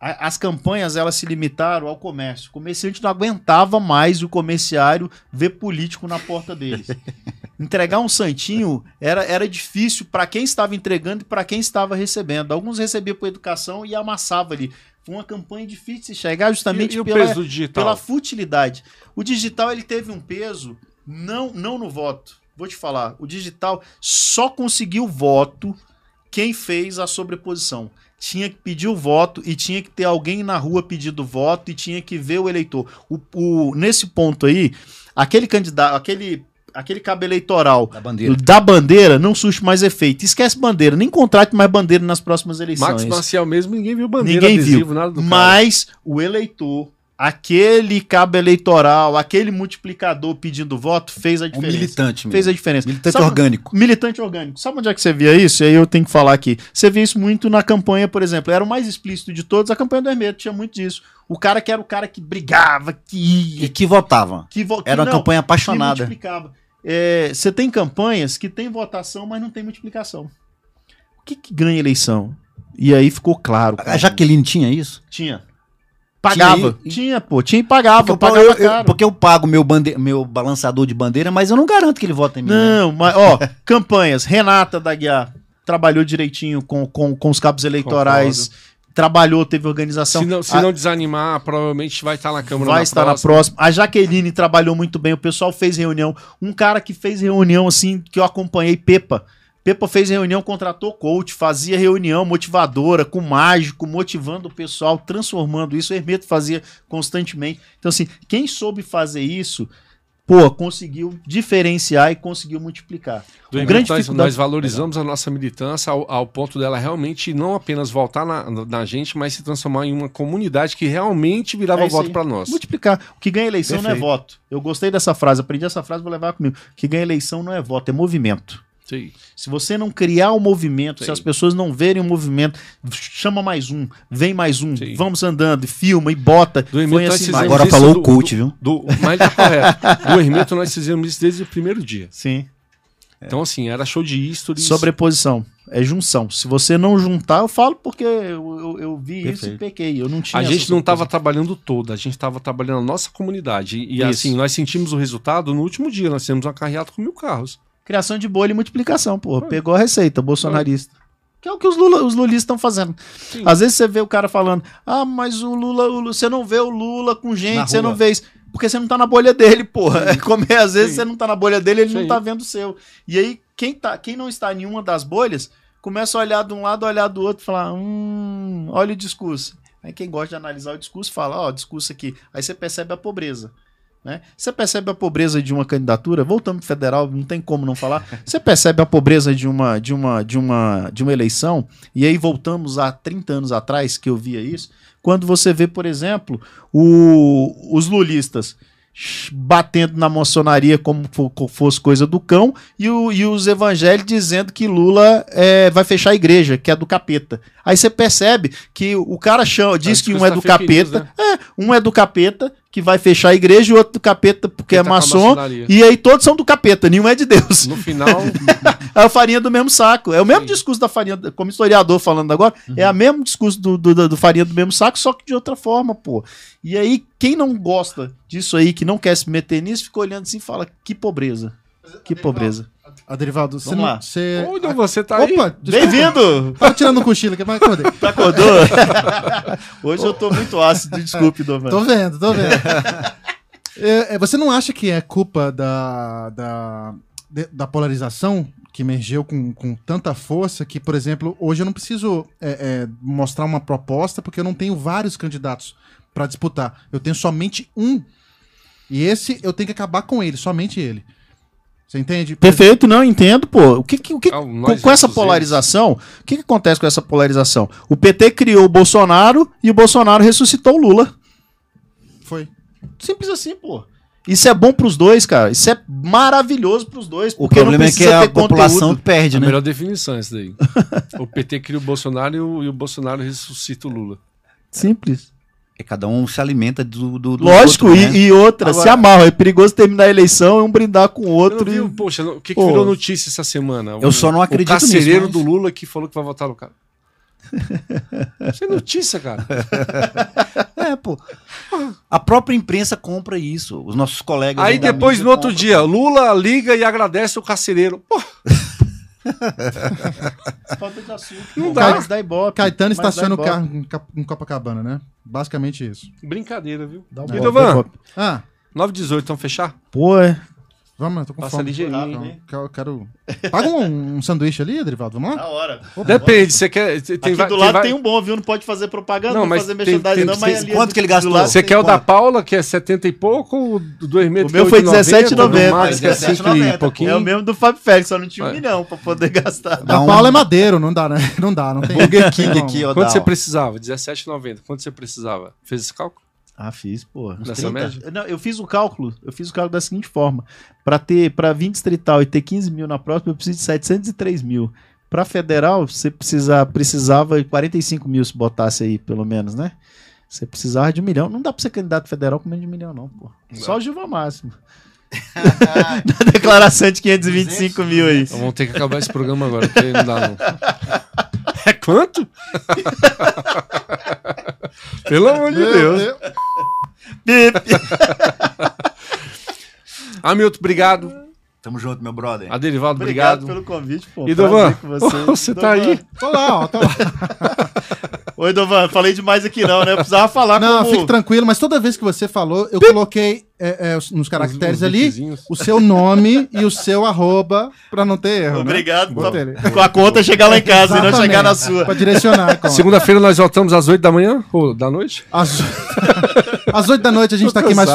[SPEAKER 5] A- As campanhas, elas se limitaram ao comércio. O comerciante não aguentava mais o comerciário ver político na porta deles. Entregar um santinho era, era difícil para quem estava entregando e para quem estava recebendo. Alguns recebiam por educação e amassava ali. Foi uma campanha difícil de chegar
[SPEAKER 3] E,
[SPEAKER 5] justamente
[SPEAKER 3] e o
[SPEAKER 5] pela,
[SPEAKER 3] peso do digital?
[SPEAKER 5] pela futilidade. O digital ele teve um peso não não no voto. Vou te falar, o digital só conseguiu voto quem fez a sobreposição. Tinha que pedir o voto e tinha que ter alguém na rua pedindo voto e tinha que ver o eleitor. O, o- nesse ponto aí, aquele candidato, aquele aquele cabo eleitoral
[SPEAKER 6] Da bandeira.
[SPEAKER 5] da bandeira não surte mais efeito. Esquece bandeira, nem contrate mais bandeira nas próximas
[SPEAKER 3] Max
[SPEAKER 5] eleições.
[SPEAKER 3] Marcial mesmo, ninguém viu bandeira,
[SPEAKER 5] Ninguém
[SPEAKER 3] adesivo, nada do cara.
[SPEAKER 5] Mas o eleitor, aquele cabo eleitoral, aquele multiplicador pedindo voto, fez a
[SPEAKER 6] Um
[SPEAKER 5] diferença.
[SPEAKER 6] militante mesmo.
[SPEAKER 5] Fez a diferença.
[SPEAKER 6] Militante
[SPEAKER 5] Sabe-
[SPEAKER 6] orgânico.
[SPEAKER 5] Militante orgânico. Sabe onde é que você via isso? E aí eu tenho que falar aqui. Você via isso muito na campanha, por exemplo. Era o mais explícito de todos. A campanha do Hermeto tinha muito disso. O cara que era o cara que brigava, que
[SPEAKER 6] E
[SPEAKER 5] ia,
[SPEAKER 6] que votava.
[SPEAKER 5] que, vo- que
[SPEAKER 6] Era uma
[SPEAKER 5] não,
[SPEAKER 6] campanha
[SPEAKER 5] que
[SPEAKER 6] apaixonada.
[SPEAKER 5] multiplicava. É, você tem campanhas que tem votação, mas não tem multiplicação. O que, que ganha eleição? E aí ficou claro.
[SPEAKER 6] A Jaqueline tinha isso?
[SPEAKER 5] Tinha. Pagava.
[SPEAKER 6] Tinha
[SPEAKER 5] Tinha,
[SPEAKER 6] e-
[SPEAKER 5] pô. Tinha e pagava.
[SPEAKER 6] Porque eu,
[SPEAKER 5] pagava
[SPEAKER 6] eu- eu- né?
[SPEAKER 5] caro.
[SPEAKER 6] porque eu pago meu, bande- meu balançador de bandeira, mas eu não garanto que ele vote em mim. né?
[SPEAKER 5] Não, mas, ó, campanhas. Renata da Guiar trabalhou direitinho com, com, com os cabos eleitorais. Trabalhou, teve organização.
[SPEAKER 3] se não, se
[SPEAKER 5] A-
[SPEAKER 3] não desanimar, provavelmente vai estar na Câmara
[SPEAKER 5] vai
[SPEAKER 3] na
[SPEAKER 5] estar na
[SPEAKER 3] próxima.
[SPEAKER 5] próxima. A Jaqueline trabalhou muito bem, o pessoal fez reunião. Um cara que fez reunião assim, que eu acompanhei, Pepa. Pepa fez reunião, contratou coach, fazia reunião motivadora, com mágico, motivando o pessoal, transformando isso. O Hermeto fazia constantemente. Então, assim, quem soube fazer isso, pô, conseguiu diferenciar e conseguiu multiplicar.
[SPEAKER 3] Do
[SPEAKER 5] Um
[SPEAKER 3] evento,
[SPEAKER 5] grande
[SPEAKER 3] nós,
[SPEAKER 5] dificuldade-
[SPEAKER 3] nós valorizamos a nossa militância ao, ao ponto dela realmente não apenas voltar na, na gente, mas se transformar em uma comunidade que realmente virava
[SPEAKER 5] É isso
[SPEAKER 3] voto
[SPEAKER 5] aí.
[SPEAKER 3] para nós.
[SPEAKER 5] Multiplicar. O que ganha eleição não é
[SPEAKER 3] Perfeito.
[SPEAKER 5] voto. Eu gostei dessa frase, aprendi essa frase, vou levar comigo. O que ganha eleição não é voto, é movimento.
[SPEAKER 7] Sim.
[SPEAKER 5] Se você não criar o movimento, se as pessoas não verem o movimento, chama mais um, vem mais um,
[SPEAKER 3] Sim.
[SPEAKER 5] vamos andando, e filma e bota.
[SPEAKER 3] Do Hermeto nós
[SPEAKER 5] assim,
[SPEAKER 3] fizemos
[SPEAKER 6] Agora
[SPEAKER 3] isso
[SPEAKER 6] falou
[SPEAKER 3] do-
[SPEAKER 6] o
[SPEAKER 3] do-
[SPEAKER 6] coach, viu?
[SPEAKER 3] Do, mas tá correto. Do Hermeto nós fizemos isso desde o primeiro dia.
[SPEAKER 5] Sim. É.
[SPEAKER 3] Então, assim, era show de stories.
[SPEAKER 5] Sobreposição. É junção. Se você não juntar, eu falo porque eu, eu- eu vi isso e
[SPEAKER 6] Perfeito.
[SPEAKER 5] pequei. Eu não tinha.
[SPEAKER 3] A
[SPEAKER 5] essa
[SPEAKER 3] gente não estava
[SPEAKER 5] sobreposição.
[SPEAKER 3] trabalhando toda, a gente estava trabalhando a nossa comunidade. E, e,
[SPEAKER 5] Isso.
[SPEAKER 3] assim, nós sentimos o resultado no último dia. Nós fizemos uma carreata com mil carros.
[SPEAKER 5] Criação de bolha e multiplicação, pô. Pegou a receita, bolsonarista. Que é o que os, Lula, os lulistas estão fazendo. Às vezes você vê o cara falando: ah, mas o Lula, o Lula- você não vê o Lula com
[SPEAKER 6] Na
[SPEAKER 5] gente, você não
[SPEAKER 6] rua.
[SPEAKER 5] vê isso. Porque você não tá na bolha dele, porra. É como é, às vezes você não tá na bolha dele, ele
[SPEAKER 3] Isso
[SPEAKER 5] não
[SPEAKER 3] aí.
[SPEAKER 5] tá vendo o seu. E aí, quem, tá, quem não está em nenhuma das bolhas, começa a olhar de um lado, olhar do outro, falar: hum, olha o discurso. Aí quem gosta de analisar o discurso fala: ó, discurso aqui. Aí você percebe a pobreza. Né? Você percebe a pobreza de uma candidatura, voltando pro federal, não tem como não falar. Você percebe a pobreza de uma, de uma, de uma, de uma eleição, e aí voltamos a 30 anos atrás que eu via isso, quando você vê, por exemplo, o- os lulistas sh- batendo na maçonaria como fo- co- fosse coisa do cão, e, o- e os evangélicos dizendo que Lula é, vai fechar a igreja, que é do capeta. Aí você percebe que o cara
[SPEAKER 3] Tá
[SPEAKER 5] chama, diz que um
[SPEAKER 3] discurso
[SPEAKER 5] é
[SPEAKER 3] da
[SPEAKER 5] do
[SPEAKER 3] fake news,
[SPEAKER 5] capeta, um é do capeta, que vai fechar a igreja, e o outro do capeta, porque é
[SPEAKER 3] Tá com a
[SPEAKER 5] maçom.
[SPEAKER 3] maçonaria.
[SPEAKER 5] E aí todos são do capeta, nenhum é de Deus.
[SPEAKER 3] No final,
[SPEAKER 5] É a farinha do mesmo saco. É o mesmo discurso da farinha, como historiador falando agora, é o mesmo discurso do, do, do- do farinha do mesmo saco, só que de outra forma, pô. E aí, quem não gosta disso aí, que não quer se meter nisso, fica olhando assim e fala, que pobreza. Que pobreza.
[SPEAKER 4] A Derivaldo, você
[SPEAKER 5] Vamos
[SPEAKER 4] não.
[SPEAKER 5] lá.
[SPEAKER 4] Você...
[SPEAKER 3] onde você tá aí?
[SPEAKER 4] Opa,
[SPEAKER 5] Bem-vindo!
[SPEAKER 4] Tá tirando o cochilo aqui, mas acordei.
[SPEAKER 5] Tá acordou? Hoje eu tô muito ácido, desculpe, Dovan.
[SPEAKER 4] Tô vendo, tô vendo. É, é, você não acha que é culpa da, da, de- da polarização que emergeu com, com tanta força que, por exemplo, hoje eu não preciso é, é, mostrar uma proposta porque eu não tenho vários candidatos pra disputar. Eu tenho somente um. E esse eu tenho que acabar com ele, somente ele. Você entende?
[SPEAKER 5] Perfeito, não entendo, pô. O que, que- o que
[SPEAKER 3] Ah,
[SPEAKER 5] com-
[SPEAKER 3] nós
[SPEAKER 5] com essa
[SPEAKER 3] versus
[SPEAKER 5] polarização, o que, que acontece com essa polarização? O PT criou o Bolsonaro e o Bolsonaro ressuscitou o Lula.
[SPEAKER 4] Foi.
[SPEAKER 5] Simples assim, pô. Isso é bom pros dois, cara. Isso é maravilhoso pros dois.
[SPEAKER 6] O
[SPEAKER 5] porque não
[SPEAKER 6] problema é que
[SPEAKER 5] precisa
[SPEAKER 6] a
[SPEAKER 5] ter conteúdo.
[SPEAKER 6] população perde,
[SPEAKER 3] A
[SPEAKER 6] né?
[SPEAKER 3] melhor definição é isso daí. o PT cria o Bolsonaro e o, e o Bolsonaro ressuscita o Lula.
[SPEAKER 5] Simples.
[SPEAKER 6] É, cada um se alimenta do, do, do
[SPEAKER 5] Lógico,
[SPEAKER 6] outro,
[SPEAKER 5] e,
[SPEAKER 6] né?
[SPEAKER 5] e outra,
[SPEAKER 6] Agora-
[SPEAKER 5] se amarra. É perigoso terminar a eleição e um brindar com o
[SPEAKER 3] Eu não
[SPEAKER 5] outro.
[SPEAKER 3] vi, um,
[SPEAKER 5] e-
[SPEAKER 3] poxa, o que, que
[SPEAKER 5] Pô.
[SPEAKER 3] virou notícia essa semana?
[SPEAKER 6] Eu
[SPEAKER 3] O-
[SPEAKER 6] só não acredito
[SPEAKER 3] O carcereiro
[SPEAKER 6] nisso,
[SPEAKER 3] do
[SPEAKER 6] mas-
[SPEAKER 3] Lula que falou que vai votar no cara. Isso é notícia, cara.
[SPEAKER 6] É, pô. A própria imprensa compra isso. Os nossos colegas.
[SPEAKER 3] Aí
[SPEAKER 6] da
[SPEAKER 3] depois,
[SPEAKER 6] mídia
[SPEAKER 3] no outro
[SPEAKER 6] compram.
[SPEAKER 3] dia, Lula liga e agradece o carcereiro. Pô,
[SPEAKER 5] Falta de açúcar.
[SPEAKER 3] Não
[SPEAKER 5] Não
[SPEAKER 3] dá.
[SPEAKER 5] dá. Mas dá ibope,
[SPEAKER 4] Caetano
[SPEAKER 5] mas dá
[SPEAKER 4] estaciona o
[SPEAKER 5] ibope.
[SPEAKER 4] carro em Cap- em Copacabana, né? Basicamente isso.
[SPEAKER 3] brincadeira, viu? Então,
[SPEAKER 5] Dá um
[SPEAKER 3] E
[SPEAKER 5] ibope, dá
[SPEAKER 3] Dovan,
[SPEAKER 5] ibope.
[SPEAKER 4] Ah,
[SPEAKER 3] 9h18, vamos fechar?
[SPEAKER 5] Pô, é.
[SPEAKER 4] vamos, eu tô com
[SPEAKER 3] Passa
[SPEAKER 4] fome.
[SPEAKER 3] ligeirinho.
[SPEAKER 4] Então, quero, quero... Paga um, um sanduíche ali, Derivaldo, vamos lá?
[SPEAKER 5] Da hora.
[SPEAKER 3] Depende, você quer. Tem,
[SPEAKER 5] Tá, Aqui
[SPEAKER 3] vai-
[SPEAKER 5] do
[SPEAKER 3] tem
[SPEAKER 5] lado
[SPEAKER 3] vai-
[SPEAKER 5] tem um bom, viu? Não pode fazer propaganda,
[SPEAKER 3] Não,
[SPEAKER 5] não,
[SPEAKER 3] mas
[SPEAKER 5] pode fazer
[SPEAKER 3] tem-
[SPEAKER 5] merchandising,
[SPEAKER 3] tem-
[SPEAKER 5] não, mas
[SPEAKER 3] tem-
[SPEAKER 5] ali é
[SPEAKER 6] quanto
[SPEAKER 5] do-
[SPEAKER 6] que ele
[SPEAKER 5] do
[SPEAKER 6] gastou?
[SPEAKER 5] lado
[SPEAKER 3] Você
[SPEAKER 5] tem
[SPEAKER 3] quer o da
[SPEAKER 5] quanto?
[SPEAKER 3] Paula, que é 70 e pouco, ou do Hermeto?
[SPEAKER 5] O meu
[SPEAKER 3] que é
[SPEAKER 5] foi
[SPEAKER 3] 8,90, do
[SPEAKER 5] 17,90,
[SPEAKER 3] Max, que é 100 e
[SPEAKER 6] 17,90,
[SPEAKER 3] pouquinho.
[SPEAKER 5] É o mesmo do Fábio Félix, só não tinha um
[SPEAKER 3] É.
[SPEAKER 5] milhão pra poder gastar.
[SPEAKER 4] Da
[SPEAKER 6] Dá um-
[SPEAKER 4] Paula é madeiro, não dá, né? Não dá, não tem.
[SPEAKER 6] Burger King aqui, ó.
[SPEAKER 3] Quanto
[SPEAKER 6] dá,
[SPEAKER 3] você
[SPEAKER 6] ó.
[SPEAKER 3] precisava? 17,90. Quanto você precisava? Fez esse cálculo?
[SPEAKER 5] Ah, fiz, pô.
[SPEAKER 3] Nessa média?
[SPEAKER 5] Não, eu fiz o cálculo, eu fiz o cálculo da seguinte forma. Pra ter, pra vir distrital e ter 15 mil na próxima, eu preciso de 703 mil. Pra federal, você precisar, precisava de 45 mil se botasse aí, pelo menos, né? Você precisava de um milhão. Não dá pra ser candidato federal com menos de um milhão, não, pô. Só o Gilvan Máximo. Na declaração de 525 mil aí.
[SPEAKER 3] Então vamos ter que acabar esse programa agora, porque não dá não. É quanto? Pelo amor de Deus. Hamilton, obrigado.
[SPEAKER 6] Tamo junto, meu brother.
[SPEAKER 3] A Derivado,
[SPEAKER 5] Obrigado,
[SPEAKER 3] obrigado.
[SPEAKER 5] pelo convite, pô.
[SPEAKER 3] E
[SPEAKER 5] Prazer
[SPEAKER 3] Dovan,
[SPEAKER 5] com você.
[SPEAKER 3] você tá
[SPEAKER 5] Dovan.
[SPEAKER 3] aí?
[SPEAKER 4] Tô lá, ó, tô lá.
[SPEAKER 5] Oi, Dovan, falei demais aqui não, né? Eu precisava falar
[SPEAKER 4] Não,
[SPEAKER 5] como...
[SPEAKER 4] fique tranquilo, mas toda vez que você falou, eu coloquei é, é, os- nos caracteres
[SPEAKER 3] Os- os
[SPEAKER 4] ali
[SPEAKER 3] linkzinhos.
[SPEAKER 4] o seu nome e o seu arroba pra não ter erro. né?
[SPEAKER 5] Obrigado.
[SPEAKER 4] Bota
[SPEAKER 5] tá-
[SPEAKER 4] ele.
[SPEAKER 5] Com a conta chegar lá em casa e não
[SPEAKER 4] Exatamente,
[SPEAKER 5] chegar na sua.
[SPEAKER 4] Pra direcionar a conta.
[SPEAKER 3] é. Segunda-feira nós voltamos às 8 da manhã ou da noite?
[SPEAKER 4] Às... Às 8 da noite a gente tá aqui mais,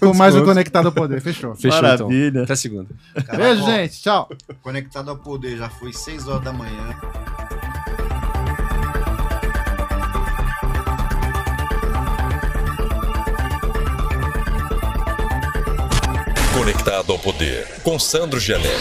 [SPEAKER 4] com mais um Conectado ao Poder. Fechou.
[SPEAKER 3] Fechou então.
[SPEAKER 5] Maravilha.
[SPEAKER 3] Até segunda.
[SPEAKER 4] Beijo, gente. Tchau.
[SPEAKER 6] Conectado ao poder, já foi 6 horas da manhã.
[SPEAKER 3] Conectado ao poder com Sandro Gelé.